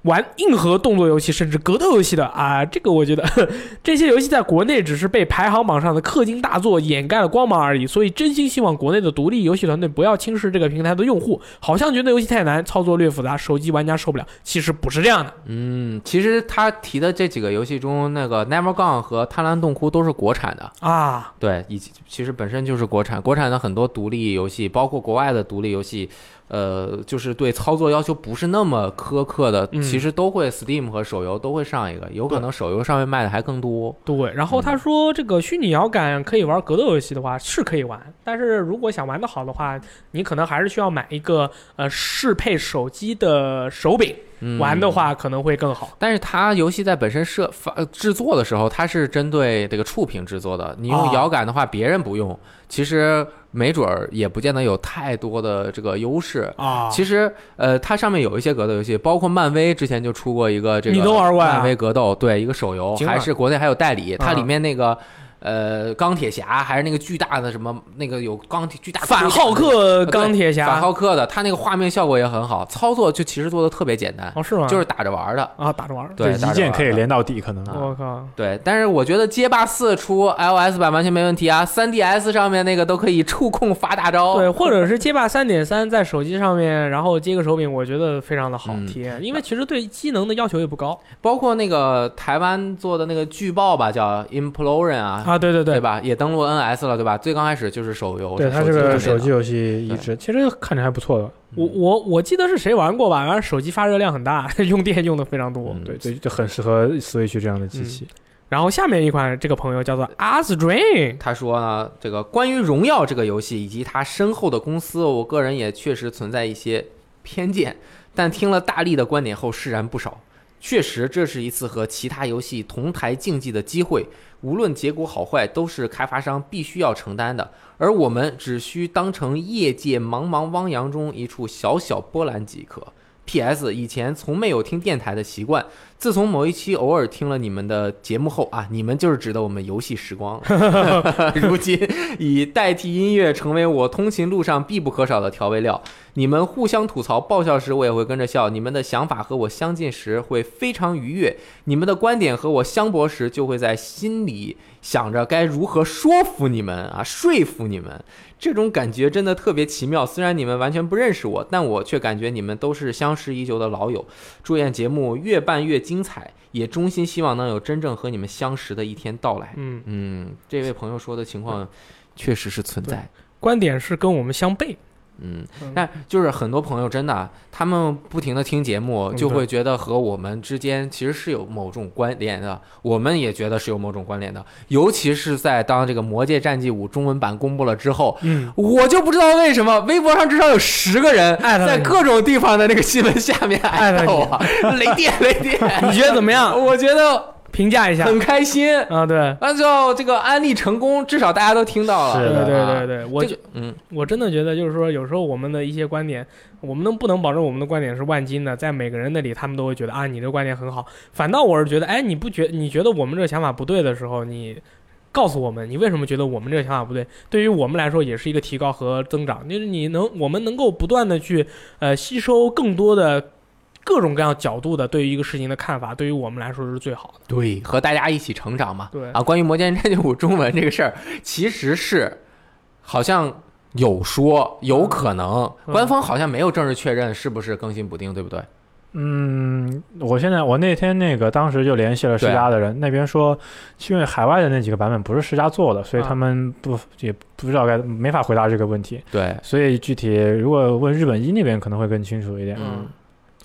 Speaker 1: 玩硬核动作游戏甚至格斗游戏的啊！这个我觉得这些游戏在国内只是被排行榜上的氪金大作掩盖了光芒而已，所以真心希望国内的独立游戏团队不要轻视这个平台的用户，好像觉得游戏太难，操作略复杂，手机玩家受不了，其实不是这样的。
Speaker 2: 嗯，其实他提的这几个游戏中，那个《Never Gone》和《贪婪洞窟》都是国产的。
Speaker 1: 啊，
Speaker 2: 对，以及其实本身就是国产，国产的很多独立游戏，包括国外的独立游戏，呃，就是对操作要求不是那么苛刻的，
Speaker 1: 嗯
Speaker 2: 其实都会 Steam 和手游都会上一个，有可能手游上面卖的还更多。
Speaker 1: 对，然后他
Speaker 2: 嗯
Speaker 1: 说这个虚拟摇杆可以玩格斗游戏的话是可以玩，但是如果想玩的好的话，你可能还是需要买一个呃适配手机的手柄，
Speaker 2: 嗯，
Speaker 1: 玩的。话可能会更好。
Speaker 2: 但是它游戏在本身设发呃制作的时候，它是针对这个触屏制作的。你
Speaker 1: 啊
Speaker 2: 用摇杆的话，别人不用，其实没准儿也不见得有太多的这个优势。
Speaker 1: 啊
Speaker 2: 其实，呃，它上面有一些格斗游戏，包括漫威之前就出过一个这个，
Speaker 1: 你都玩过呀
Speaker 2: 漫威格斗，对，一个手游，
Speaker 1: 行啊
Speaker 2: 还是国内还有代理，它
Speaker 1: 啊
Speaker 2: 里面那个。呃，钢铁侠还是那个巨大的什么，那个有钢铁巨大
Speaker 1: 反浩克钢铁
Speaker 2: 呃对反
Speaker 1: 侠
Speaker 2: 浩克的，它那个画面效果也很好，操作就其实做的特别简单，
Speaker 1: 哦是吗？
Speaker 2: 就是打着玩儿的。
Speaker 1: 啊打着玩儿，
Speaker 2: 对，打
Speaker 3: 一
Speaker 2: 着
Speaker 3: 键
Speaker 2: 玩儿
Speaker 3: 可以
Speaker 2: 的
Speaker 3: 连到底，可能。
Speaker 2: 啊
Speaker 1: 我靠，
Speaker 2: 对，但是我觉得街霸四出 iOS 版完全没问题啊，3DS 上面那个都可以触控发大招。
Speaker 1: 对，或者是街霸三点三在手机上面，然后接个手柄，我觉得非常的好
Speaker 2: 嗯
Speaker 1: 体验，因为其实对机能的要求也不高
Speaker 2: 包括那个台湾做的那个巨爆吧，叫 Implosion 啊，
Speaker 1: 啊。对对
Speaker 2: 对
Speaker 1: 对，
Speaker 2: 吧？也登录 NS 了，对吧？最刚开始就是手游，
Speaker 3: 对，它这
Speaker 2: 机
Speaker 3: 个
Speaker 2: 上
Speaker 3: 手
Speaker 2: 面
Speaker 3: 机
Speaker 2: 的。
Speaker 3: 游戏移植，其实看着还不错的。
Speaker 1: 我我我记得是谁玩过吧？反正手机发热量很大， 用电用的非常多。
Speaker 2: 嗯
Speaker 3: 对，这就很适合 Switch 这样的机器。
Speaker 1: 然后下面一款这个朋友叫做 a s d r a n
Speaker 2: 他说呢，这个关于《荣耀》这个游戏以及它身后的公司，我个人也确实存在一些偏见，但听了大力的观点后释然不少。确实，这是一次和其他游戏同台竞技的机会，无论结果好坏，都是开发商必须要承担的，而我们只需当成业界茫茫汪洋中一处小小波澜即可。P.S. 以前从没有听电台的习惯，自从某一期偶尔听了你们的节目后啊，你们就是指的我们游戏时光了。 如今已代替音乐成为我通勤路上必不可少的调味料。你们互相吐槽爆笑时，我也会跟着笑；你们的想法和我相近时，会非常愉悦；你们的观点和我相驳时，就会在心里想着该如何说服你们啊，说服你们。这种感觉真的特别奇妙。虽然你们完全不认识我，但我却感觉你们都是相识已久的老友。祝愿节目越办越精彩，也衷心希望能有真正和你们相识的一天到来。
Speaker 1: 嗯，
Speaker 2: 嗯，这位朋友说的情况确实是存在。
Speaker 1: 观点是跟我们相悖
Speaker 2: 嗯
Speaker 1: 嗯，
Speaker 2: 但就是很多朋友真的，他们不停的听节目，
Speaker 3: 嗯
Speaker 2: 就会觉得和我们之间其实是有某种关联的，我们也觉得是有某种关联的，尤其是在当这个《魔界战记五》中文版公布了之后，
Speaker 1: 嗯，
Speaker 2: 我就不知道为什么微博上至少有十个人
Speaker 1: 艾特
Speaker 2: 在
Speaker 1: 你
Speaker 2: 各种地方的那个新闻下面
Speaker 1: 艾
Speaker 2: 艾
Speaker 1: 特
Speaker 2: 特
Speaker 1: 你
Speaker 2: 我， 雷电雷电，
Speaker 1: 你觉得怎么样？
Speaker 2: 我觉得
Speaker 1: 评价一下
Speaker 2: 很开心。
Speaker 1: 啊，对。
Speaker 2: 按照这个安利成功，至少大家都听到了。
Speaker 3: 是
Speaker 1: 对
Speaker 3: 的
Speaker 1: 对
Speaker 2: 啊
Speaker 1: 对对，我
Speaker 2: 这个嗯，
Speaker 1: 我真的觉得就是说，有时候我们的一些观点，我们能不能保证我们的观点是万金的？在每个人那里，他们都会觉得啊，你这个观点很好。反倒我是觉得，哎，你不觉你觉得我们这个想法不对的时候，你告诉我们你为什么觉得我们这个想法不对？对于我们来说，也是一个提高和增长。就是你能，我们能够不断的去呃吸收更多的各种各样角度的对于一个事情的看法，对于我们来说是最好的。
Speaker 2: 对，和大家一起成长嘛。
Speaker 1: 对
Speaker 2: 啊，关于《魔剑战记五》中文这个事儿，其实是好像有说有可能，
Speaker 1: 嗯
Speaker 2: 官方好像没有正式确认是不是更新补丁，对不对？
Speaker 3: 嗯，我现在我那天那个当时就联系了世嘉的人，那边说，因为海外的那几个版本不是世嘉做的，所以
Speaker 1: 啊
Speaker 3: 他们不、也不知道该没法回答这个问题。
Speaker 2: 对，
Speaker 3: 所以具体如果问日本一那边可能会更清楚一点，
Speaker 2: 嗯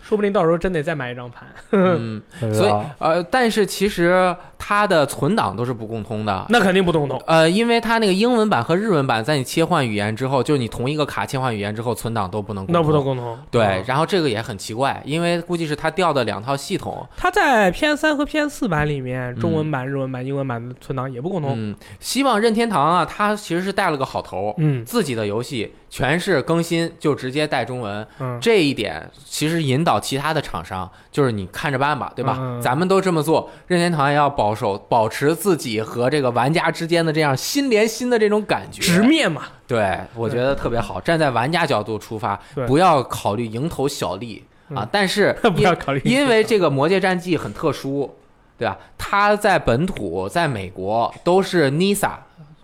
Speaker 1: 说不定到时候真得再买一张盘，
Speaker 2: 嗯，
Speaker 3: 不知
Speaker 2: 所以
Speaker 3: 道
Speaker 2: 呃，但是其实它的存档都是不共通的。
Speaker 1: 那肯定不懂懂。
Speaker 2: 呃，因为它那个英文版和日文版，在你切换语言之后，就是你同一个卡切换语言之后，存档都不能共
Speaker 1: 那
Speaker 2: 通。
Speaker 1: 不能哦共同
Speaker 2: 对，然后这个也很奇怪，因为估计是它调的两套系统，
Speaker 1: 它在 PS 三和 PS 四版里面，
Speaker 2: 嗯
Speaker 1: 中文版、日文版、英文版的存档也不共同。
Speaker 2: 嗯，希望任天堂啊，它其实是带了个好头儿，
Speaker 1: 嗯
Speaker 2: 自己的游戏全是更新就直接带中文，
Speaker 1: 嗯
Speaker 2: 这一点其实引导其他的厂商，就是你看着办吧，对吧？
Speaker 1: 嗯嗯嗯
Speaker 2: 咱们都这么做，任天堂也要保守保持自己和这个玩家之间的这样心连心的这种感觉，
Speaker 1: 直面嘛，
Speaker 2: 对，我觉得特别好。站在玩家角度出发
Speaker 1: 对，
Speaker 2: 不要考虑蝇头小利啊
Speaker 1: 嗯，
Speaker 2: 但是
Speaker 1: 不
Speaker 2: 因
Speaker 1: 要考虑。
Speaker 2: 因为这个《魔界战记》很特殊，对吧？它在本土，在美国都是 NISA，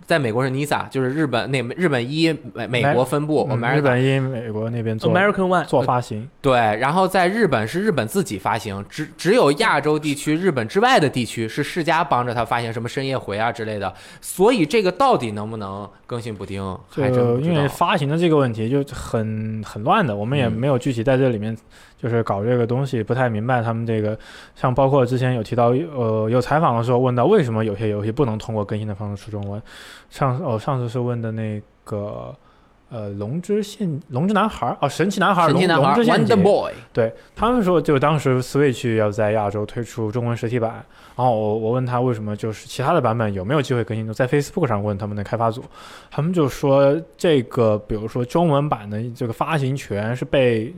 Speaker 2: 在美国是 NISA，就是日本那日本一美美国分部，我们
Speaker 3: 嗯、日本一美国那边做
Speaker 1: American One
Speaker 3: 做发行，
Speaker 2: 对，然后在日本是日本自己发行，只只有亚洲地区、日本之外的地区是世嘉帮着他发行，什么深夜回啊之类的。所以这个到底能不能更新补丁，还真
Speaker 3: 就
Speaker 2: 不
Speaker 3: 因
Speaker 2: 知道
Speaker 3: 为。发行的这个问题就很很乱的，我们也
Speaker 2: 嗯
Speaker 3: 没有具体在这里面就是搞这个东西，不太明白他们这个，像包括之前有提到，呃，有采访的时候问到为什么有些游戏不能通过更新的方式出中文，上哦上次是问的那个。呃，龙之陷，龙之男孩儿哦，神奇男孩儿，
Speaker 2: 神奇男
Speaker 3: 龙
Speaker 2: 孩
Speaker 3: 龙之陷阱
Speaker 2: Wonder Boy，
Speaker 3: 对他们说，就当时 Switch 要在亚洲推出中文实体版，然后我我问他为什么，就是其他的版本有没有机会更新，我在 Facebook 上问他们的开发组，他们就说这个，比如说中文版的这个发行权是被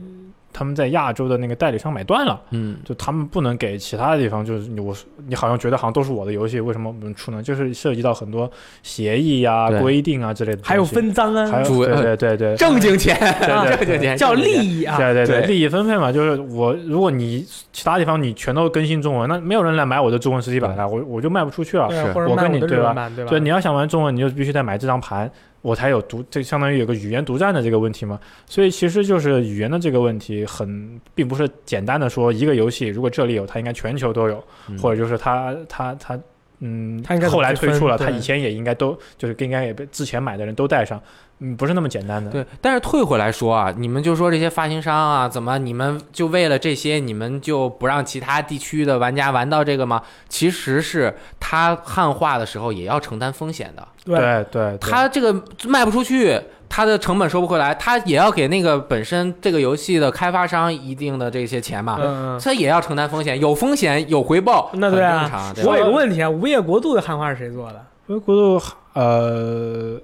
Speaker 3: 他们在亚洲的那个代理商买断了。
Speaker 2: 嗯，
Speaker 3: 就他们不能给其他的地方，就是你我你好像觉得好像都是我的游戏，为什么不能出呢？就是涉及到很多协议呀、
Speaker 2: 对
Speaker 3: 规定啊之类的东西，
Speaker 1: 还有分赃
Speaker 3: 还
Speaker 1: 啊，
Speaker 3: 有
Speaker 2: 主
Speaker 3: 对对对对，
Speaker 2: 正经钱，
Speaker 1: 对
Speaker 2: 正经钱
Speaker 1: 叫利
Speaker 2: 益。
Speaker 1: 益啊，
Speaker 3: 对对
Speaker 2: 对
Speaker 3: 利益分配嘛，就是我如果你其他地方你全都更新中文，那没有人来买我的中文实体版了，我我就卖不出去了。
Speaker 1: 对啊
Speaker 2: 是
Speaker 1: 或者
Speaker 3: 啊我
Speaker 1: 卖
Speaker 3: 跟
Speaker 1: 我
Speaker 3: 你
Speaker 1: 的日
Speaker 3: 对吧
Speaker 1: 文版，对吧？
Speaker 3: 对，你要想玩中文，你就必须得买这张盘，我才有独，这相当于有个语言独占的这个问题嘛。所以其实就是语言的这个问题很，并不是简单的说一个游戏如果这里有，它应该全球都有，
Speaker 2: 嗯
Speaker 3: 或者就是它它它。嗯，
Speaker 1: 它应该怎么
Speaker 3: 后来推出了，
Speaker 1: 去
Speaker 3: 它
Speaker 1: 分
Speaker 3: 以前也应该都就是应该也被之前买的人都带上，嗯，不是那么简单的。
Speaker 2: 对，但是退回来说啊，你们就说这些发行商啊，怎么你们就为了这些，你们就不让其他地区的玩家玩到这个吗？其实是他汉化的时候也要承担风险的，
Speaker 1: 对
Speaker 3: 对对，
Speaker 2: 他这个卖不出去，他的成本收不回来，他也要给那个本身这个游戏的开发商一定的这些钱
Speaker 3: 啊
Speaker 2: 嘛，
Speaker 1: 嗯嗯。
Speaker 2: 他也要承担风险，有风险有回报，
Speaker 1: 那对
Speaker 2: 很
Speaker 1: 啊
Speaker 2: 正常，对吧嗯
Speaker 1: 我有个问题啊，《午夜国度》的汉化是谁做的？
Speaker 3: 回国度，呃，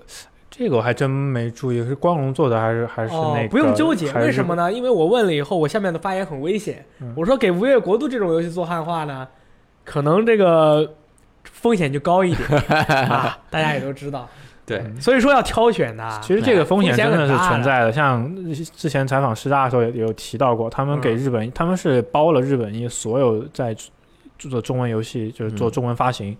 Speaker 3: 这个我还真没注意，是光荣做的还是还是
Speaker 1: 哦
Speaker 3: 那个？
Speaker 1: 不用纠结，
Speaker 3: 还是
Speaker 1: 为什么？呢？因为我问了以后，我下面的发言很危险
Speaker 3: 嗯。
Speaker 1: 我说给《午夜国度》这种游戏做汉化呢，可能这个风险就高一点 啊，大家也都知道。
Speaker 2: 对，
Speaker 1: 所以说要挑选的。
Speaker 3: 其实这个风险真的是
Speaker 1: 啊风险很大的
Speaker 3: 存在的，像之前采访师大的时候也有提到过，他们给
Speaker 1: 嗯
Speaker 3: 日本，他们是包了日本一所有在做中文游戏，就是做
Speaker 2: 嗯
Speaker 3: 中文发行，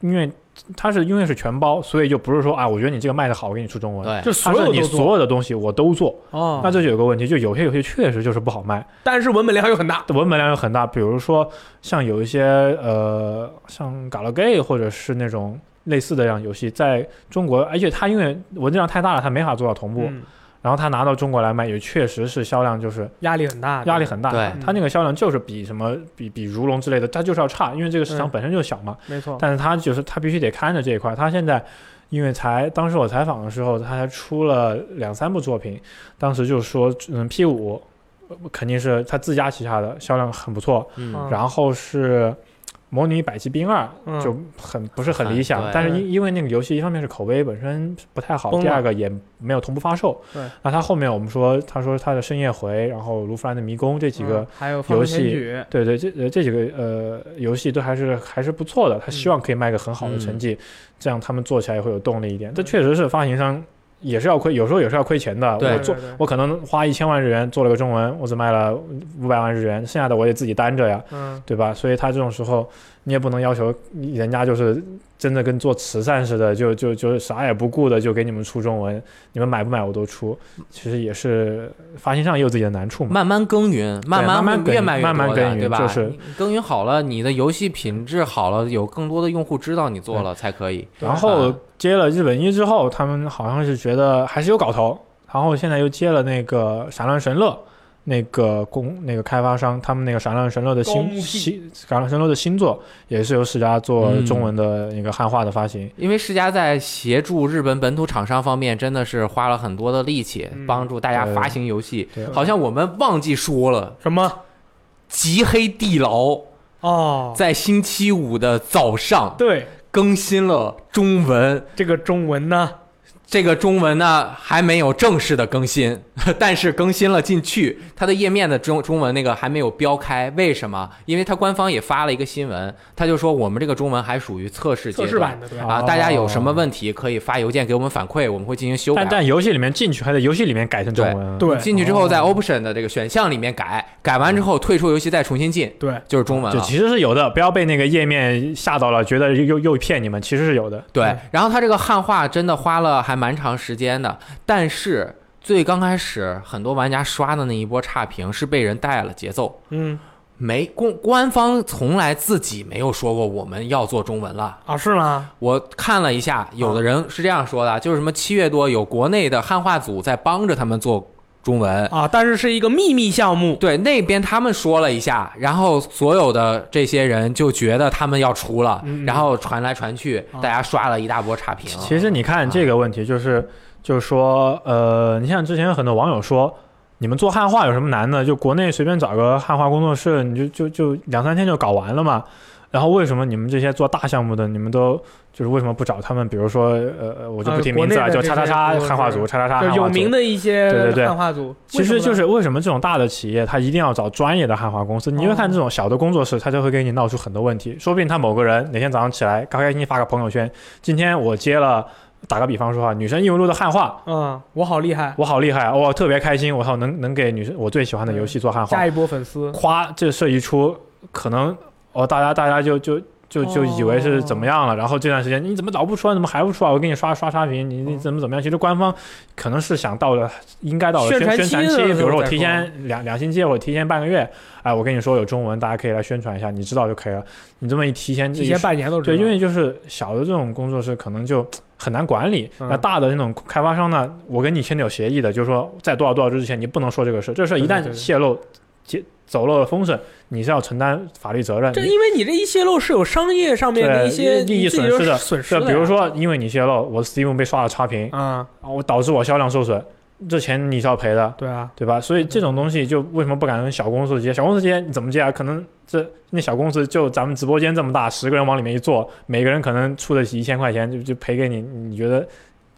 Speaker 3: 因为它是因为是全包，所以就不是说啊，我觉得你这个卖的好，我给你出中文，
Speaker 2: 对，
Speaker 1: 就
Speaker 3: 它
Speaker 1: 所
Speaker 3: 是
Speaker 1: 有
Speaker 3: 你
Speaker 1: 都做
Speaker 3: 所有的东西我都做，那
Speaker 1: 哦，
Speaker 3: 这就有个问题，就有些游戏确实就是不好卖。
Speaker 1: 但是文本量又很大。
Speaker 3: 文本量有很大，比如说像有一些呃，像 Galgame 或者是那种类似的这样游戏，在中国，而且它因为文字量太大了，它没法做到同步。
Speaker 1: 嗯
Speaker 3: 然后他拿到中国来卖，也确实是销量就是
Speaker 1: 压力很大，哎嗯
Speaker 3: 压力很大。
Speaker 2: 对
Speaker 3: 它那个销量就是比什么比比如龙之类的，它就是要差，因为这个市场
Speaker 1: 嗯
Speaker 3: 本身就小嘛。
Speaker 1: 没错。
Speaker 3: 但是它就是它必须得看着这一块。它现在因为才当时我采访的时候，它才出了两三部作品，当时就说嗯 P 五呃肯定是它自家旗下的销量很不错，
Speaker 1: 嗯
Speaker 3: 然后是。魔女百骑兵二
Speaker 1: 嗯
Speaker 3: 就很不是很理想
Speaker 2: 很，对
Speaker 3: 但是因因为那个游戏一方面是口碑本身不太好，
Speaker 1: 崩了
Speaker 3: 第二个也没有同步发售。
Speaker 1: 对，
Speaker 3: 那他后面我们说，他说他的深夜回，然后卢浮兰的迷宫这几个
Speaker 1: 嗯还有放
Speaker 3: 游
Speaker 1: 飞
Speaker 3: 戏
Speaker 1: 天举，
Speaker 3: 对对，这呃这几个呃游戏都还是还是不
Speaker 1: 嗯
Speaker 3: 错的，他希望可以卖个很好的成绩，这样他们做起来会有动力一点。这确实是发行商也是要亏，有时候也是要亏钱的。
Speaker 2: 对
Speaker 3: 我
Speaker 1: 对
Speaker 3: 做
Speaker 1: 对
Speaker 3: 我可能花一千万日元做了个中文，我只卖了五百万日元，剩下的我也自己担着呀，
Speaker 1: 嗯，
Speaker 3: 对吧？所以他这种时候你也不能要求人家就是真的跟做慈善似的，就就就啥也不顾的就给你们出中文，你们买不买我都出。其实也是发行商也有自己的难处嘛。
Speaker 2: 慢慢耕耘，慢
Speaker 3: 嗯慢慢
Speaker 2: 慢
Speaker 3: 耕
Speaker 2: 越
Speaker 3: 耘
Speaker 2: 卖越多
Speaker 3: 慢慢
Speaker 2: 的
Speaker 3: 耕耘
Speaker 2: 对吧？
Speaker 3: 就是
Speaker 2: 你耕耘好了，你的游戏品质好了，有更多的用户知道你做了才可以。
Speaker 3: 然后
Speaker 2: 啊
Speaker 3: 接了日本一之后，他们好像是觉得还是有搞头，然后现在又接了那个《闪亮神乐》那个公那个开发商，他们那个《闪亮神乐》的
Speaker 1: 高木
Speaker 3: 新
Speaker 1: 屁
Speaker 3: 新《闪亮神乐》的新作也是由世嘉做
Speaker 2: 嗯
Speaker 3: 中文的一个汉化的发行。
Speaker 2: 因为世嘉在协助日本本土厂商方面，真的是花了很多的力气，
Speaker 1: 嗯
Speaker 2: 帮助大家
Speaker 3: 对
Speaker 2: 发行游戏
Speaker 3: 对。
Speaker 2: 好像我们忘记说了，
Speaker 1: 什么？
Speaker 2: 极黑地牢
Speaker 1: 哦，
Speaker 2: 在星期五的早上
Speaker 1: 对，
Speaker 2: 更新了中文。
Speaker 1: 这个中文呢，
Speaker 2: 这个中文呢还没有正式的更新， 但是更新了进去，它的页面的中中文那个还没有标开，为什么？因为它官方也发了一个新闻，他就说我们这个中文还属于测试阶
Speaker 1: 测试
Speaker 2: 段
Speaker 1: 版的对吧？
Speaker 2: 啊，
Speaker 3: 哦
Speaker 2: 大家有什么问题可以发邮件给我们反馈，我们会进行修
Speaker 3: 但
Speaker 2: 改。
Speaker 3: 但游戏里面进去还在游戏里面改成中文啊，
Speaker 1: 对哦
Speaker 2: 进去之后，在 option 的这个选项里面改，改完之后退出游戏再重新进，
Speaker 1: 对，
Speaker 2: 就是中文
Speaker 3: 就
Speaker 2: 了。
Speaker 3: 其实是有的，不要被那个页面吓到了，觉得又又又骗你们，其实是有的。
Speaker 2: 对
Speaker 1: 嗯，
Speaker 2: 然后他这个汉化真的花了还蛮长时间的，但是最刚开始很多玩家刷的那一波差评是被人带了节奏，
Speaker 1: 嗯
Speaker 2: 没公官方从来自己没有说过我们要做中文了。
Speaker 1: 啊，是吗？
Speaker 2: 我看了一下，有的人是这样说的，就是什么七月多有国内的汉化组在帮着他们做中文，
Speaker 1: 啊，但是是一个秘密项目，
Speaker 2: 对那边他们说了一下，然后所有的这些人就觉得他们要出了，
Speaker 1: 嗯嗯
Speaker 2: 然后传来传去，
Speaker 1: 啊
Speaker 2: 大家刷了一大波差评。
Speaker 3: 其实你看这个问题，就是就是说，呃，你像之前有很多网友说，你们做汉化有什么难的？就国内随便找个汉化工作室，你就就就两三天就搞完了嘛。然后为什么你们这些做大项目的，你们都就是为什么不找他们？比如说，呃，呃我就不
Speaker 1: 呃
Speaker 3: 提
Speaker 1: 国
Speaker 3: 名字
Speaker 1: 内
Speaker 3: 啊，
Speaker 1: 的
Speaker 3: 叫
Speaker 1: 这
Speaker 3: 叉叉
Speaker 1: 些
Speaker 3: 叉
Speaker 1: 工作
Speaker 3: 汉化
Speaker 1: 室
Speaker 3: 组，叉叉叉
Speaker 1: 就
Speaker 3: 汉
Speaker 1: 是
Speaker 3: 化
Speaker 1: 有
Speaker 3: 组
Speaker 1: 名的一些
Speaker 3: 对对对
Speaker 1: 汉化组，
Speaker 3: 其
Speaker 1: 为
Speaker 3: 实
Speaker 1: 什么
Speaker 3: 就
Speaker 1: 呢
Speaker 3: 是为什么这种大的企业，它一定要找专业的汉化公司？
Speaker 1: 哦
Speaker 3: 你就看这种小的工作室，它就会给你闹出很多问题。说不定他某个人哪天早上起来，开开心心发个朋友圈，今天我接了，打个比方说啊，女生异闻录的汉化，
Speaker 1: 嗯，我好厉害，
Speaker 3: 我好厉害，我特别开心，我操，能能给女生我最喜欢的游戏做汉化
Speaker 1: 加，一波粉丝，
Speaker 3: 夸这事一出，可能哦，大家大家就就。就就
Speaker 1: 哦
Speaker 3: 以为是怎么样了，然后这段时间你怎么老不出来，怎么还不出来？啊我给你刷刷差评，你
Speaker 1: 哦
Speaker 3: 你怎么怎么样？其实官方可能是想到了，应该到了宣
Speaker 1: 宣传
Speaker 3: 宣传
Speaker 1: 期
Speaker 3: 期，
Speaker 1: 了
Speaker 3: 比如说我
Speaker 1: 再
Speaker 3: 提
Speaker 1: 说
Speaker 3: 前两两星期或者提前半个月，哎，我跟你说有中文，大家可以来宣传一下，你知道就可以了。你这么一提前，
Speaker 1: 提前半年都知道
Speaker 3: 对，因为就是小的这种工作室可能就很难管理，
Speaker 1: 嗯
Speaker 3: 那大的那种开发商呢，我跟你签的有协议的，就是说在多少多少日之前你不能说这个事，这事儿一
Speaker 1: 对对
Speaker 3: 旦
Speaker 1: 对
Speaker 3: 泄露、揭走漏了风声，你是要承担法律责任。
Speaker 1: 这
Speaker 3: 你
Speaker 1: 因为你这一泄露是有商业上面的一些
Speaker 3: 对利益
Speaker 1: 你自己有
Speaker 3: 损失的
Speaker 1: 损失
Speaker 3: 这
Speaker 1: 的呀，
Speaker 3: 比如说，因为你泄露我 Steam 被刷了差评，
Speaker 1: 啊，
Speaker 3: 啊我导致我销量受损，这钱你是要赔的，
Speaker 1: 对啊，
Speaker 3: 对吧？所以这种东西就为什么不敢跟小公司接？小公司接你怎么接啊？可能这那小公司就咱们直播间这么大，十个人往里面一坐，每个人可能出得起一千块钱，就就赔给你，你觉得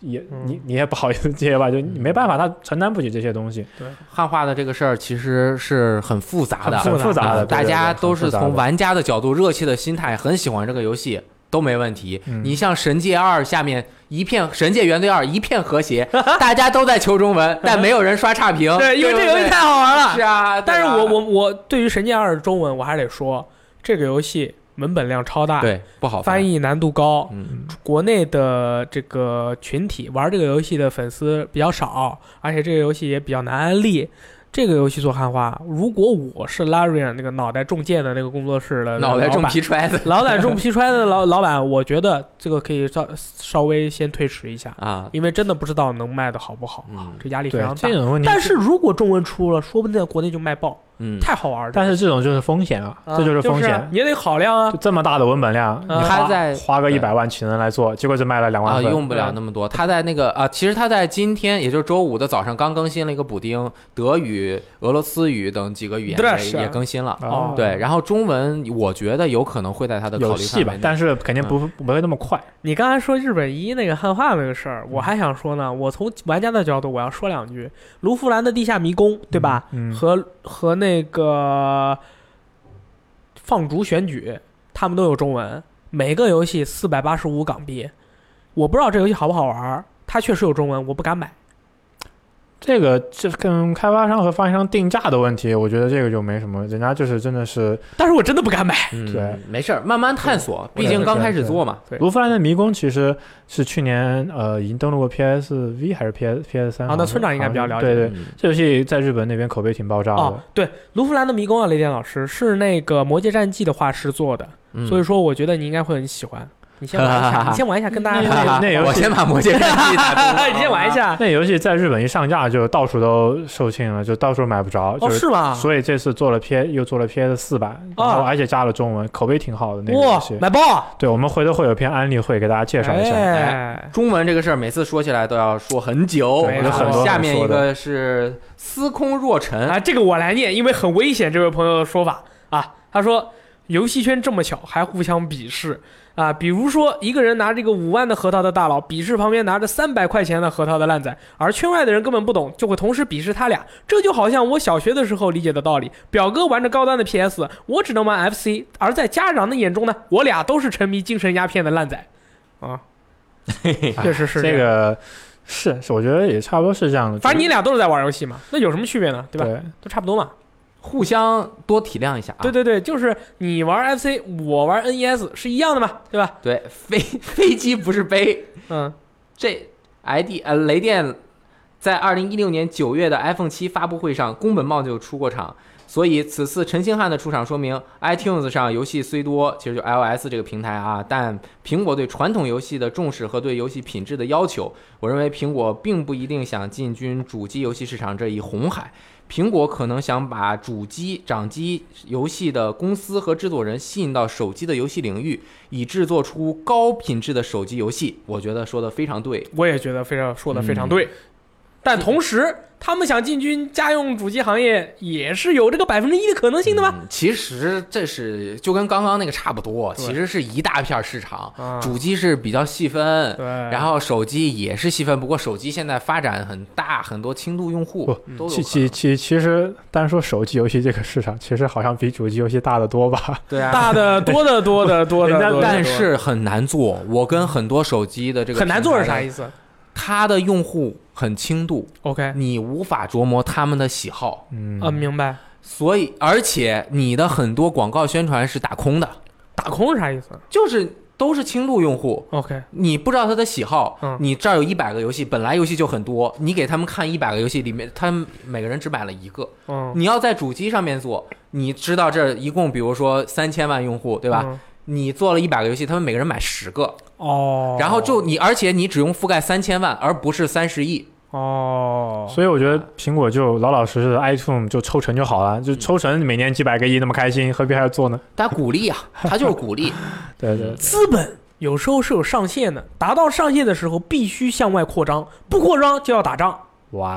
Speaker 3: 也你
Speaker 1: 嗯
Speaker 3: 你也不好意思接吧？就
Speaker 2: 嗯
Speaker 3: 你没办法，他承担不起这些东西，
Speaker 2: 汉化的这个事儿其实是很复杂的，嗯
Speaker 1: 很
Speaker 3: 很复杂的，
Speaker 2: 大家都是从
Speaker 3: 玩
Speaker 2: 玩家的角度、热切的心态，很喜欢这个游戏。都没问题。
Speaker 3: 嗯
Speaker 2: 你像《神界二》下面一片，《神界原罪二》一片和谐， 大家都在求中文，但没有人刷差 评。
Speaker 1: 对，因为这个游戏
Speaker 2: 太
Speaker 1: 太好玩了
Speaker 2: 是。啊，
Speaker 1: 但是
Speaker 2: 对吧
Speaker 1: 我我我对于《神剑二》的中文，我还得说，这个游戏文本量超大，
Speaker 2: 对不好
Speaker 1: 翻
Speaker 2: 译，
Speaker 1: 译难度高，
Speaker 2: 嗯，
Speaker 1: 国内的这个群体玩这个游戏的粉丝比较少，而且这个游戏也比较难安利。这个游戏做汉化，如果我是 Larian 那个脑袋中介的那个工作室的
Speaker 2: 脑袋
Speaker 1: 老
Speaker 2: 中
Speaker 1: 板
Speaker 2: 皮揣 子
Speaker 1: 老板中皮揣的老 老板，我觉得这个可以稍稍微先推迟一下，
Speaker 2: 啊，
Speaker 1: 因为真的不知道能卖的好不好，
Speaker 2: 嗯
Speaker 1: 这压力非
Speaker 3: 对
Speaker 1: 常大
Speaker 3: 这。种问题，
Speaker 1: 但是如果中文出了，说不定在国内就卖爆，
Speaker 2: 嗯，
Speaker 1: 太好玩了。
Speaker 3: 但是这种就是风险啊，
Speaker 1: 啊
Speaker 3: 这就是风
Speaker 1: 啊
Speaker 3: 险。
Speaker 1: 你也得考量啊
Speaker 3: 就。这么大的文本量，你
Speaker 1: 嗯
Speaker 2: 他
Speaker 3: 花
Speaker 2: 啊在
Speaker 3: 花个
Speaker 2: 对
Speaker 3: 一百万请人来做，结果只卖了两万
Speaker 2: 啊，
Speaker 3: 份，
Speaker 2: 用不了那么多。他在那个啊，其实他在今天，也就是周五的早上刚更新了一个补丁，德语、俄罗斯语等几个语言
Speaker 1: 对
Speaker 2: 也
Speaker 1: 是
Speaker 2: 也更新了。
Speaker 3: 哦
Speaker 1: 哦
Speaker 2: 对，然后中文我觉得有可能会在他的考
Speaker 3: 有
Speaker 2: 虑
Speaker 3: 戏
Speaker 2: 范
Speaker 3: 吧
Speaker 2: 围，内。
Speaker 3: 但是肯定不不会那么快。
Speaker 1: 你刚才说日本一那个汉化那个事
Speaker 3: 嗯
Speaker 1: 儿，我还想说呢。我从玩家的角度，我要说两句：卢浮兰的地下迷宫，对吧？
Speaker 3: 嗯？嗯，
Speaker 1: 和和那个放逐选举，他们都有中文。每个游戏四百八十五港币，我不知道这游戏好不好玩儿。它确实有中文，我不敢买。
Speaker 3: 这个这跟开发商和发行商定价的问题，我觉得这个就没什么，人家就是真的是
Speaker 1: 但是我真的不敢买。
Speaker 2: 嗯
Speaker 3: 对，
Speaker 2: 没事儿，慢慢探索，
Speaker 3: 对
Speaker 2: 毕竟刚开始做嘛。
Speaker 1: 对
Speaker 3: 卢浮兰的迷宫其实是去年呃已经登陆过 PSV 还是 PS PS 三？
Speaker 1: 啊那村长应该比较了解
Speaker 3: 对对，
Speaker 2: 嗯
Speaker 3: 这游戏在日本那边口碑挺爆炸
Speaker 1: 哦
Speaker 3: 的。，
Speaker 1: 对，《卢浮兰的迷宫》啊，雷电老师是那个《魔界战记》的画师做的，
Speaker 2: 嗯
Speaker 1: 所以说我觉得你应该会很喜欢。你先玩一下，你先玩一下，跟 大家
Speaker 3: 那
Speaker 1: 说。
Speaker 3: 那游戏
Speaker 2: 我先把《魔界战记》 打
Speaker 1: 你先玩一。下。
Speaker 3: 那游戏在日本一上架就到处都售罄了，就到处买不着。就
Speaker 1: 哦，是吗？
Speaker 3: 所以这次做了 P 又做了 PS 四版，然后
Speaker 1: 啊
Speaker 3: 而且加了中文，口碑挺好的那个游
Speaker 1: 哇
Speaker 3: 戏，。
Speaker 1: 买爆！
Speaker 3: 对，我们回头会有篇安利会给大家介绍一下。
Speaker 1: 哎，
Speaker 2: 中文这个事儿，每次说起来都要说很久。
Speaker 1: 对
Speaker 2: 然后
Speaker 1: 有很多
Speaker 2: 下
Speaker 3: 很
Speaker 2: 面一
Speaker 3: 说的哎
Speaker 2: 个是司空若尘，
Speaker 3: 嗯
Speaker 1: 啊，这个我来念，因为很危险。这位朋友的说法啊，他说游戏圈这么小，还互相鄙视啊。比如说，一个人拿着一个五万的核桃的大佬，鄙视旁边拿着三百块钱的核桃的烂仔，而圈外的人根本不懂，就会同时鄙视他俩。这就好像我小学的时候理解的道理：表哥玩着高端的 PS，我只能玩 FC；而在家长的眼中呢，我俩都是沉迷精神鸦片的烂仔。啊，
Speaker 2: 哎
Speaker 1: 确实是
Speaker 3: 啊
Speaker 1: 样。
Speaker 3: 这个是是，我觉得也差不多是这样的。
Speaker 1: 反正你俩都是在玩游戏嘛，那有什么区别呢？对
Speaker 3: 对
Speaker 1: 吧？都差不多嘛。
Speaker 2: 互相多体谅一下啊。
Speaker 1: 对对对，就是你玩 FC，我玩 NES 是一样的嘛，对吧？
Speaker 2: 对，飞 飞机不是杯。
Speaker 1: 嗯，
Speaker 2: 这 ID 呃雷电在二零一六年九月的 iPhone 七发布会上，宫本茂就出过场。所以此次陈星汉的出场说明，iTunes 上游戏虽多，其实就 iOS 这个平台啊，但苹果对传统游戏的重视和对游戏品质的要求，我认为苹果并不一定想进军主机游戏市场这一红海。苹果可能想把主机、掌机游戏的公司和制作人吸引到手机的游戏领域，以制作出高品质的手机游戏。我觉得说的非常对。
Speaker 1: 我也觉得非常说的非常对，嗯但同时他们想进军家用主机行业，也是有这个百分之一的可能性的吗？
Speaker 2: 嗯其实这是就跟刚刚那个差不多，
Speaker 1: 对
Speaker 2: 其实是一大片市场，
Speaker 1: 啊
Speaker 2: 主机是比较细分。
Speaker 1: 对，
Speaker 2: 然后手机也是细分，不过手机现在发展很大，很多轻度用户
Speaker 3: 不
Speaker 2: 都有
Speaker 3: 其
Speaker 2: 可能
Speaker 3: 其其其实，单说手机游戏这个市场，其实好像比主机游戏大得多 吧？
Speaker 2: 对啊，
Speaker 1: 大的多的多的多 的
Speaker 3: 人家
Speaker 1: 多的，
Speaker 2: 但是很难做。我跟很多手机的这个
Speaker 1: 很难做是啥
Speaker 2: 思？
Speaker 1: 意思
Speaker 2: 它的用户很轻度，
Speaker 1: ？OK，
Speaker 2: 你无法琢磨他们的喜好，
Speaker 3: 嗯，
Speaker 1: 啊，明白。
Speaker 2: 所以而且你的很多广告宣传是打空的，
Speaker 1: 打空是啥意思
Speaker 2: 就是都是轻度用户，
Speaker 1: ？OK，
Speaker 2: 你不知道他的喜好，
Speaker 1: 嗯
Speaker 2: 你这儿有一百个游戏，本来游戏就很多，你给他们看一百个游戏里面，他们每个人只买了一个。
Speaker 1: 嗯，
Speaker 2: 你要在主机上面做，你知道这儿一共比如说三千万用户，对
Speaker 1: 对
Speaker 2: 吧？？你做了一百个游戏，他们每个人买十个，
Speaker 1: 嗯哦，
Speaker 2: 然后就你，而且你只用覆盖三千万，而不是三十亿。
Speaker 1: 哦，
Speaker 3: 所以我觉
Speaker 2: 嗯
Speaker 3: 得苹果就老老实实的 iTunes 就抽成就好了，就抽成每年几百个亿那么开心，何必还要做呢？
Speaker 2: 他鼓励啊，他就是鼓励。
Speaker 3: 对对，
Speaker 1: 资本有时候是有上限的，达到上限的时候必须向外扩张，不扩张就要打仗，
Speaker 3: 哇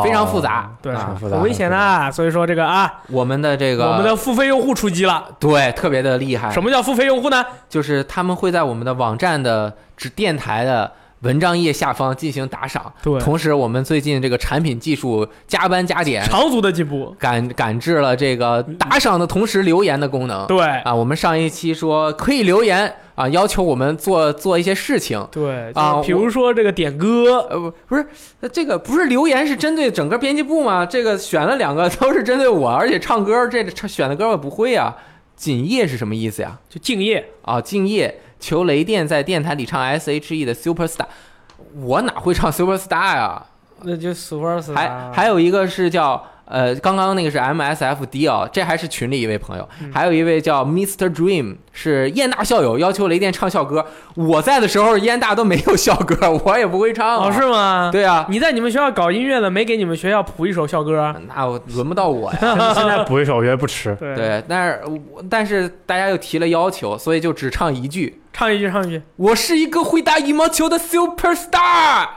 Speaker 3: 哦，
Speaker 2: 非常复杂
Speaker 1: 对，
Speaker 3: 很复杂，
Speaker 1: 啊很危险的、
Speaker 3: 很复杂
Speaker 1: 啊。所以说这个啊，
Speaker 2: 我们的这个，哎
Speaker 1: 我们的付费用户出击了。
Speaker 2: 对特别的厉害，
Speaker 1: 什么叫付费用户呢？
Speaker 2: 就是他们会在我们的网站的指电台的文章页下方进行打赏。
Speaker 1: 对
Speaker 2: 同时我们最近这个产品技术加班加点，
Speaker 1: 长足的进步。
Speaker 2: 赶赶制了这个打赏的同时留言的功能。
Speaker 1: 对
Speaker 2: 啊，我们上一期说可以留言啊，要求我们做做一些事情。
Speaker 1: 对
Speaker 2: 啊
Speaker 1: 就是比如说这个点歌，
Speaker 2: 呃，不，不是，呃这个不是留言，是针对整个编辑部吗？这个选了两个都是针对我，而且唱歌这唱选的歌我不会呀、锦业是什么意思呀？
Speaker 1: 就敬业，
Speaker 2: 啊，敬业求雷电在电台里唱 S H E 的 Superstar，我哪会唱 Superstar 呀、
Speaker 1: 那就 super
Speaker 2: 还还有一个是叫呃，刚刚那个是 MSFD 哦，这还是群里一位朋友，
Speaker 1: 嗯
Speaker 2: 还有一位叫 Mr. Dream，是燕大校友要求雷电唱校歌。我在的时候，燕大都没有校歌， 我也不会唱、啊。
Speaker 1: 哦，是吗？
Speaker 2: 对啊，
Speaker 1: 你在你们学校搞音乐的，没给你们学校谱一首校歌啊？
Speaker 2: 那我轮不到我呀。
Speaker 3: 现在补一首，我觉得 不迟。
Speaker 1: 对，
Speaker 2: 对，但是我但是大家又提了要求，所以就只唱一句
Speaker 1: 唱一句，唱一句。：“
Speaker 2: 我是一个会打羽毛球的 super star。”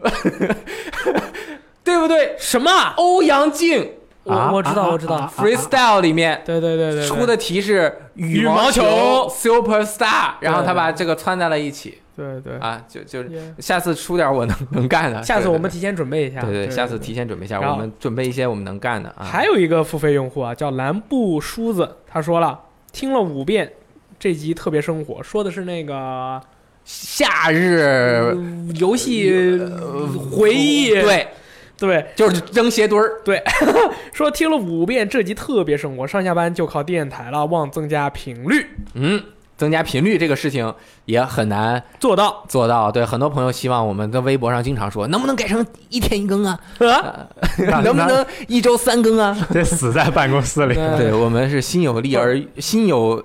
Speaker 2: 对不对？
Speaker 1: 什么啊？
Speaker 2: 欧阳靖
Speaker 1: 我
Speaker 3: 啊
Speaker 1: 我知道
Speaker 3: 啊
Speaker 1: 我知道
Speaker 3: 啊啊
Speaker 2: freestyle 里面
Speaker 1: 对对对对，对
Speaker 2: 出的题是羽球
Speaker 1: 羽毛
Speaker 2: super star，然后
Speaker 1: 对
Speaker 2: 他把这个串在了一起
Speaker 1: 对对。
Speaker 2: 啊，就就是
Speaker 1: 也
Speaker 2: 下次出点我能 能干的，
Speaker 1: 下次
Speaker 2: 对
Speaker 1: 我们。提前准备一下。
Speaker 2: 对对
Speaker 1: 对，
Speaker 2: 对对，下次提前准备一下，
Speaker 1: 然后
Speaker 2: 我们准备一些我们能干的啊。
Speaker 1: 还有一个付费用户啊，叫蓝布梳子，他说了，听了五遍这集特别生活，说的是那个、
Speaker 2: 夏日
Speaker 1: 嗯游戏回忆，
Speaker 2: 嗯呃对，
Speaker 1: 对，
Speaker 2: 就是扔鞋墩儿，
Speaker 1: 说听了五遍这集特别生活，上下班就靠电台了，望增加频率，
Speaker 2: 嗯，增加频率这个事情也很难
Speaker 1: 做 到。
Speaker 2: 做到。对，很多朋友希望我们在微博上经常说，能不能改成一天一更啊？
Speaker 1: 啊
Speaker 3: 那
Speaker 2: 能不能一周三更啊？
Speaker 3: 得死在办公室 里？
Speaker 1: 对
Speaker 2: 对我们是心有力而心有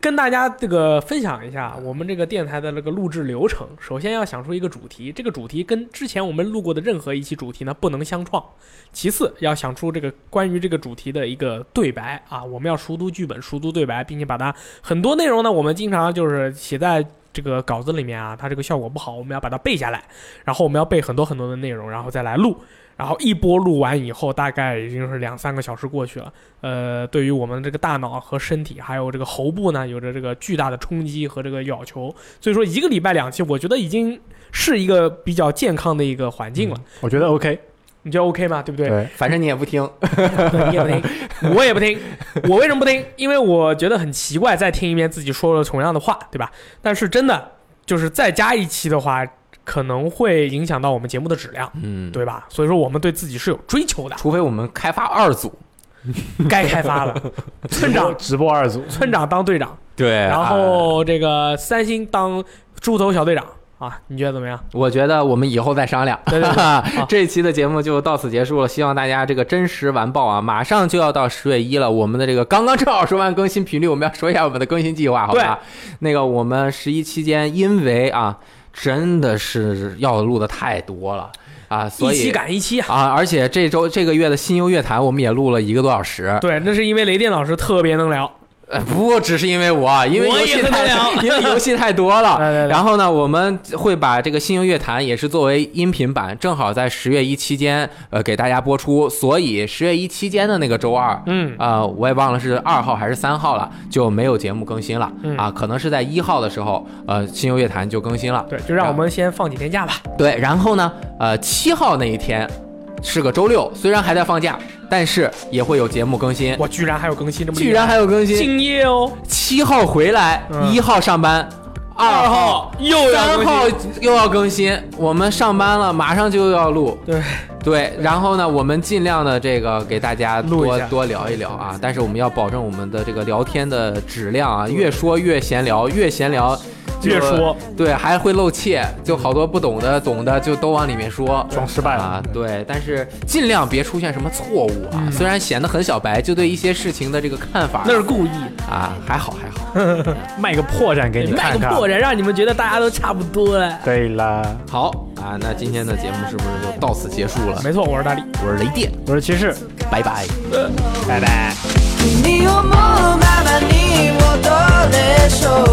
Speaker 1: 跟大家这个分享一下我们这个电台的这个录制流程。首先要想出一个主题，这个主题跟之前我们录过的任何一期主题呢不能相创。其次要想出这个关于这个主题的一个对白啊，我们要熟读剧本、熟读对白，并且把它很多内容呢，我们经常就是写在。这个稿子里面啊，它这个效果不好，我们要把它背下来，然后我们要背很多很多的内容，然后再来录，然后一波录完以后，大概已经是两三个小时过去了。呃，对于我们这个大脑和身体，还有这个喉部呢，有着这个巨大的冲击和这个要求。所以说，一个礼拜两期，我觉得已经是一个比较健康的一个环境了。
Speaker 3: 嗯我觉得 OK。
Speaker 1: 你觉得 OK 吗？对不对？
Speaker 3: 对，
Speaker 2: 反正你也不听，
Speaker 1: 你也不听， 我也不听。我为什么不听？因为我觉得很奇怪，再听一遍自己说了同样的话，对吧？但是真的就是再加一期的话，可能会影响到我们节目的质量，
Speaker 2: 嗯，
Speaker 1: 对吧？所以说，我们对自己是有追求的，
Speaker 2: 除非我们开发二组，
Speaker 1: 该开发 了。村
Speaker 3: 直播
Speaker 1: 长，
Speaker 3: 直播二组，
Speaker 1: 村长当队长。
Speaker 2: 对，
Speaker 1: 然
Speaker 2: 哎
Speaker 1: 后这个三星当猪头小队长啊，你觉得怎么样？
Speaker 2: 我觉得我们以后再商量。
Speaker 1: 对对
Speaker 2: 这一期的节目就到此结束了，希望大家这个真实完爆啊！马上就要到十月一了，我们的这个刚刚正好说完更新频率，我们要说一下我们的更新计划，好吧？那个我们十一期间，因为啊，真的是要录的太多了啊， 所
Speaker 1: 一期
Speaker 2: 以
Speaker 1: 赶一期啊！
Speaker 2: 啊，而且这周这个月的新优乐坛我们也录了一个多小时，
Speaker 1: 对，那是因为雷电老师特别能聊，
Speaker 2: 呃，不只是因为我，啊因为
Speaker 1: 我
Speaker 2: 游
Speaker 1: 也
Speaker 2: 戏
Speaker 1: 很
Speaker 2: 太
Speaker 1: 能聊
Speaker 2: 因为游戏太多了。
Speaker 1: 对对对
Speaker 2: 啊然后呢，我们会把这个新游乐坛也是作为音频版，正好在十月一期间，呃，给大家播出。所以十月一期间的那个周二，
Speaker 1: 嗯，
Speaker 2: 呃，我也忘了是二号还是三号了，就没有节目更新了、
Speaker 1: 嗯
Speaker 2: 啊，可能是在一号的时候，呃，新游乐坛就更新了。
Speaker 1: 对，就让我们先放几天假吧。
Speaker 2: 对，然后呢，呃，七号那一天是个周六，虽然还在放假，但是也会有节目更新。
Speaker 1: 我居然还有更新，这么厉害
Speaker 2: 居然还有更新，
Speaker 1: 敬业哦！
Speaker 2: 七号回来，
Speaker 1: 嗯
Speaker 2: 一、号上班，二号。
Speaker 1: 又要更
Speaker 2: 三
Speaker 1: 新
Speaker 2: 号又要更新，我们上班了，马上就要录。
Speaker 1: 对
Speaker 2: 对，然后呢，我们尽量的这个给大家
Speaker 1: 录一
Speaker 2: 多
Speaker 1: 下
Speaker 2: 多聊一聊啊，但是我们要保证我们的这个聊天的质量啊，越说越闲聊，越闲聊就
Speaker 1: 越说
Speaker 2: 对，还会露怯，就好多不懂的、懂的就都往里面说。
Speaker 3: 装失败
Speaker 2: 啊
Speaker 3: 了。，
Speaker 2: 对，但是尽量别出现什么错误啊。虽然显得很小白，就对一些事情的这个看法，
Speaker 1: 嗯那是故意
Speaker 2: 啊，还好还好。
Speaker 3: 卖个破绽给你
Speaker 1: 卖
Speaker 3: 看
Speaker 1: 个
Speaker 3: 看。
Speaker 1: 破绽，让你们觉得大家都差不多了。
Speaker 3: 对啦，
Speaker 2: 好啊，那今天的节目是不是就到此结束了？
Speaker 1: 没错，我是大力。
Speaker 2: 我是雷电，
Speaker 3: 我是骑士，
Speaker 2: 拜拜。
Speaker 3: 拜拜。
Speaker 5: 君を思うままに戻れそう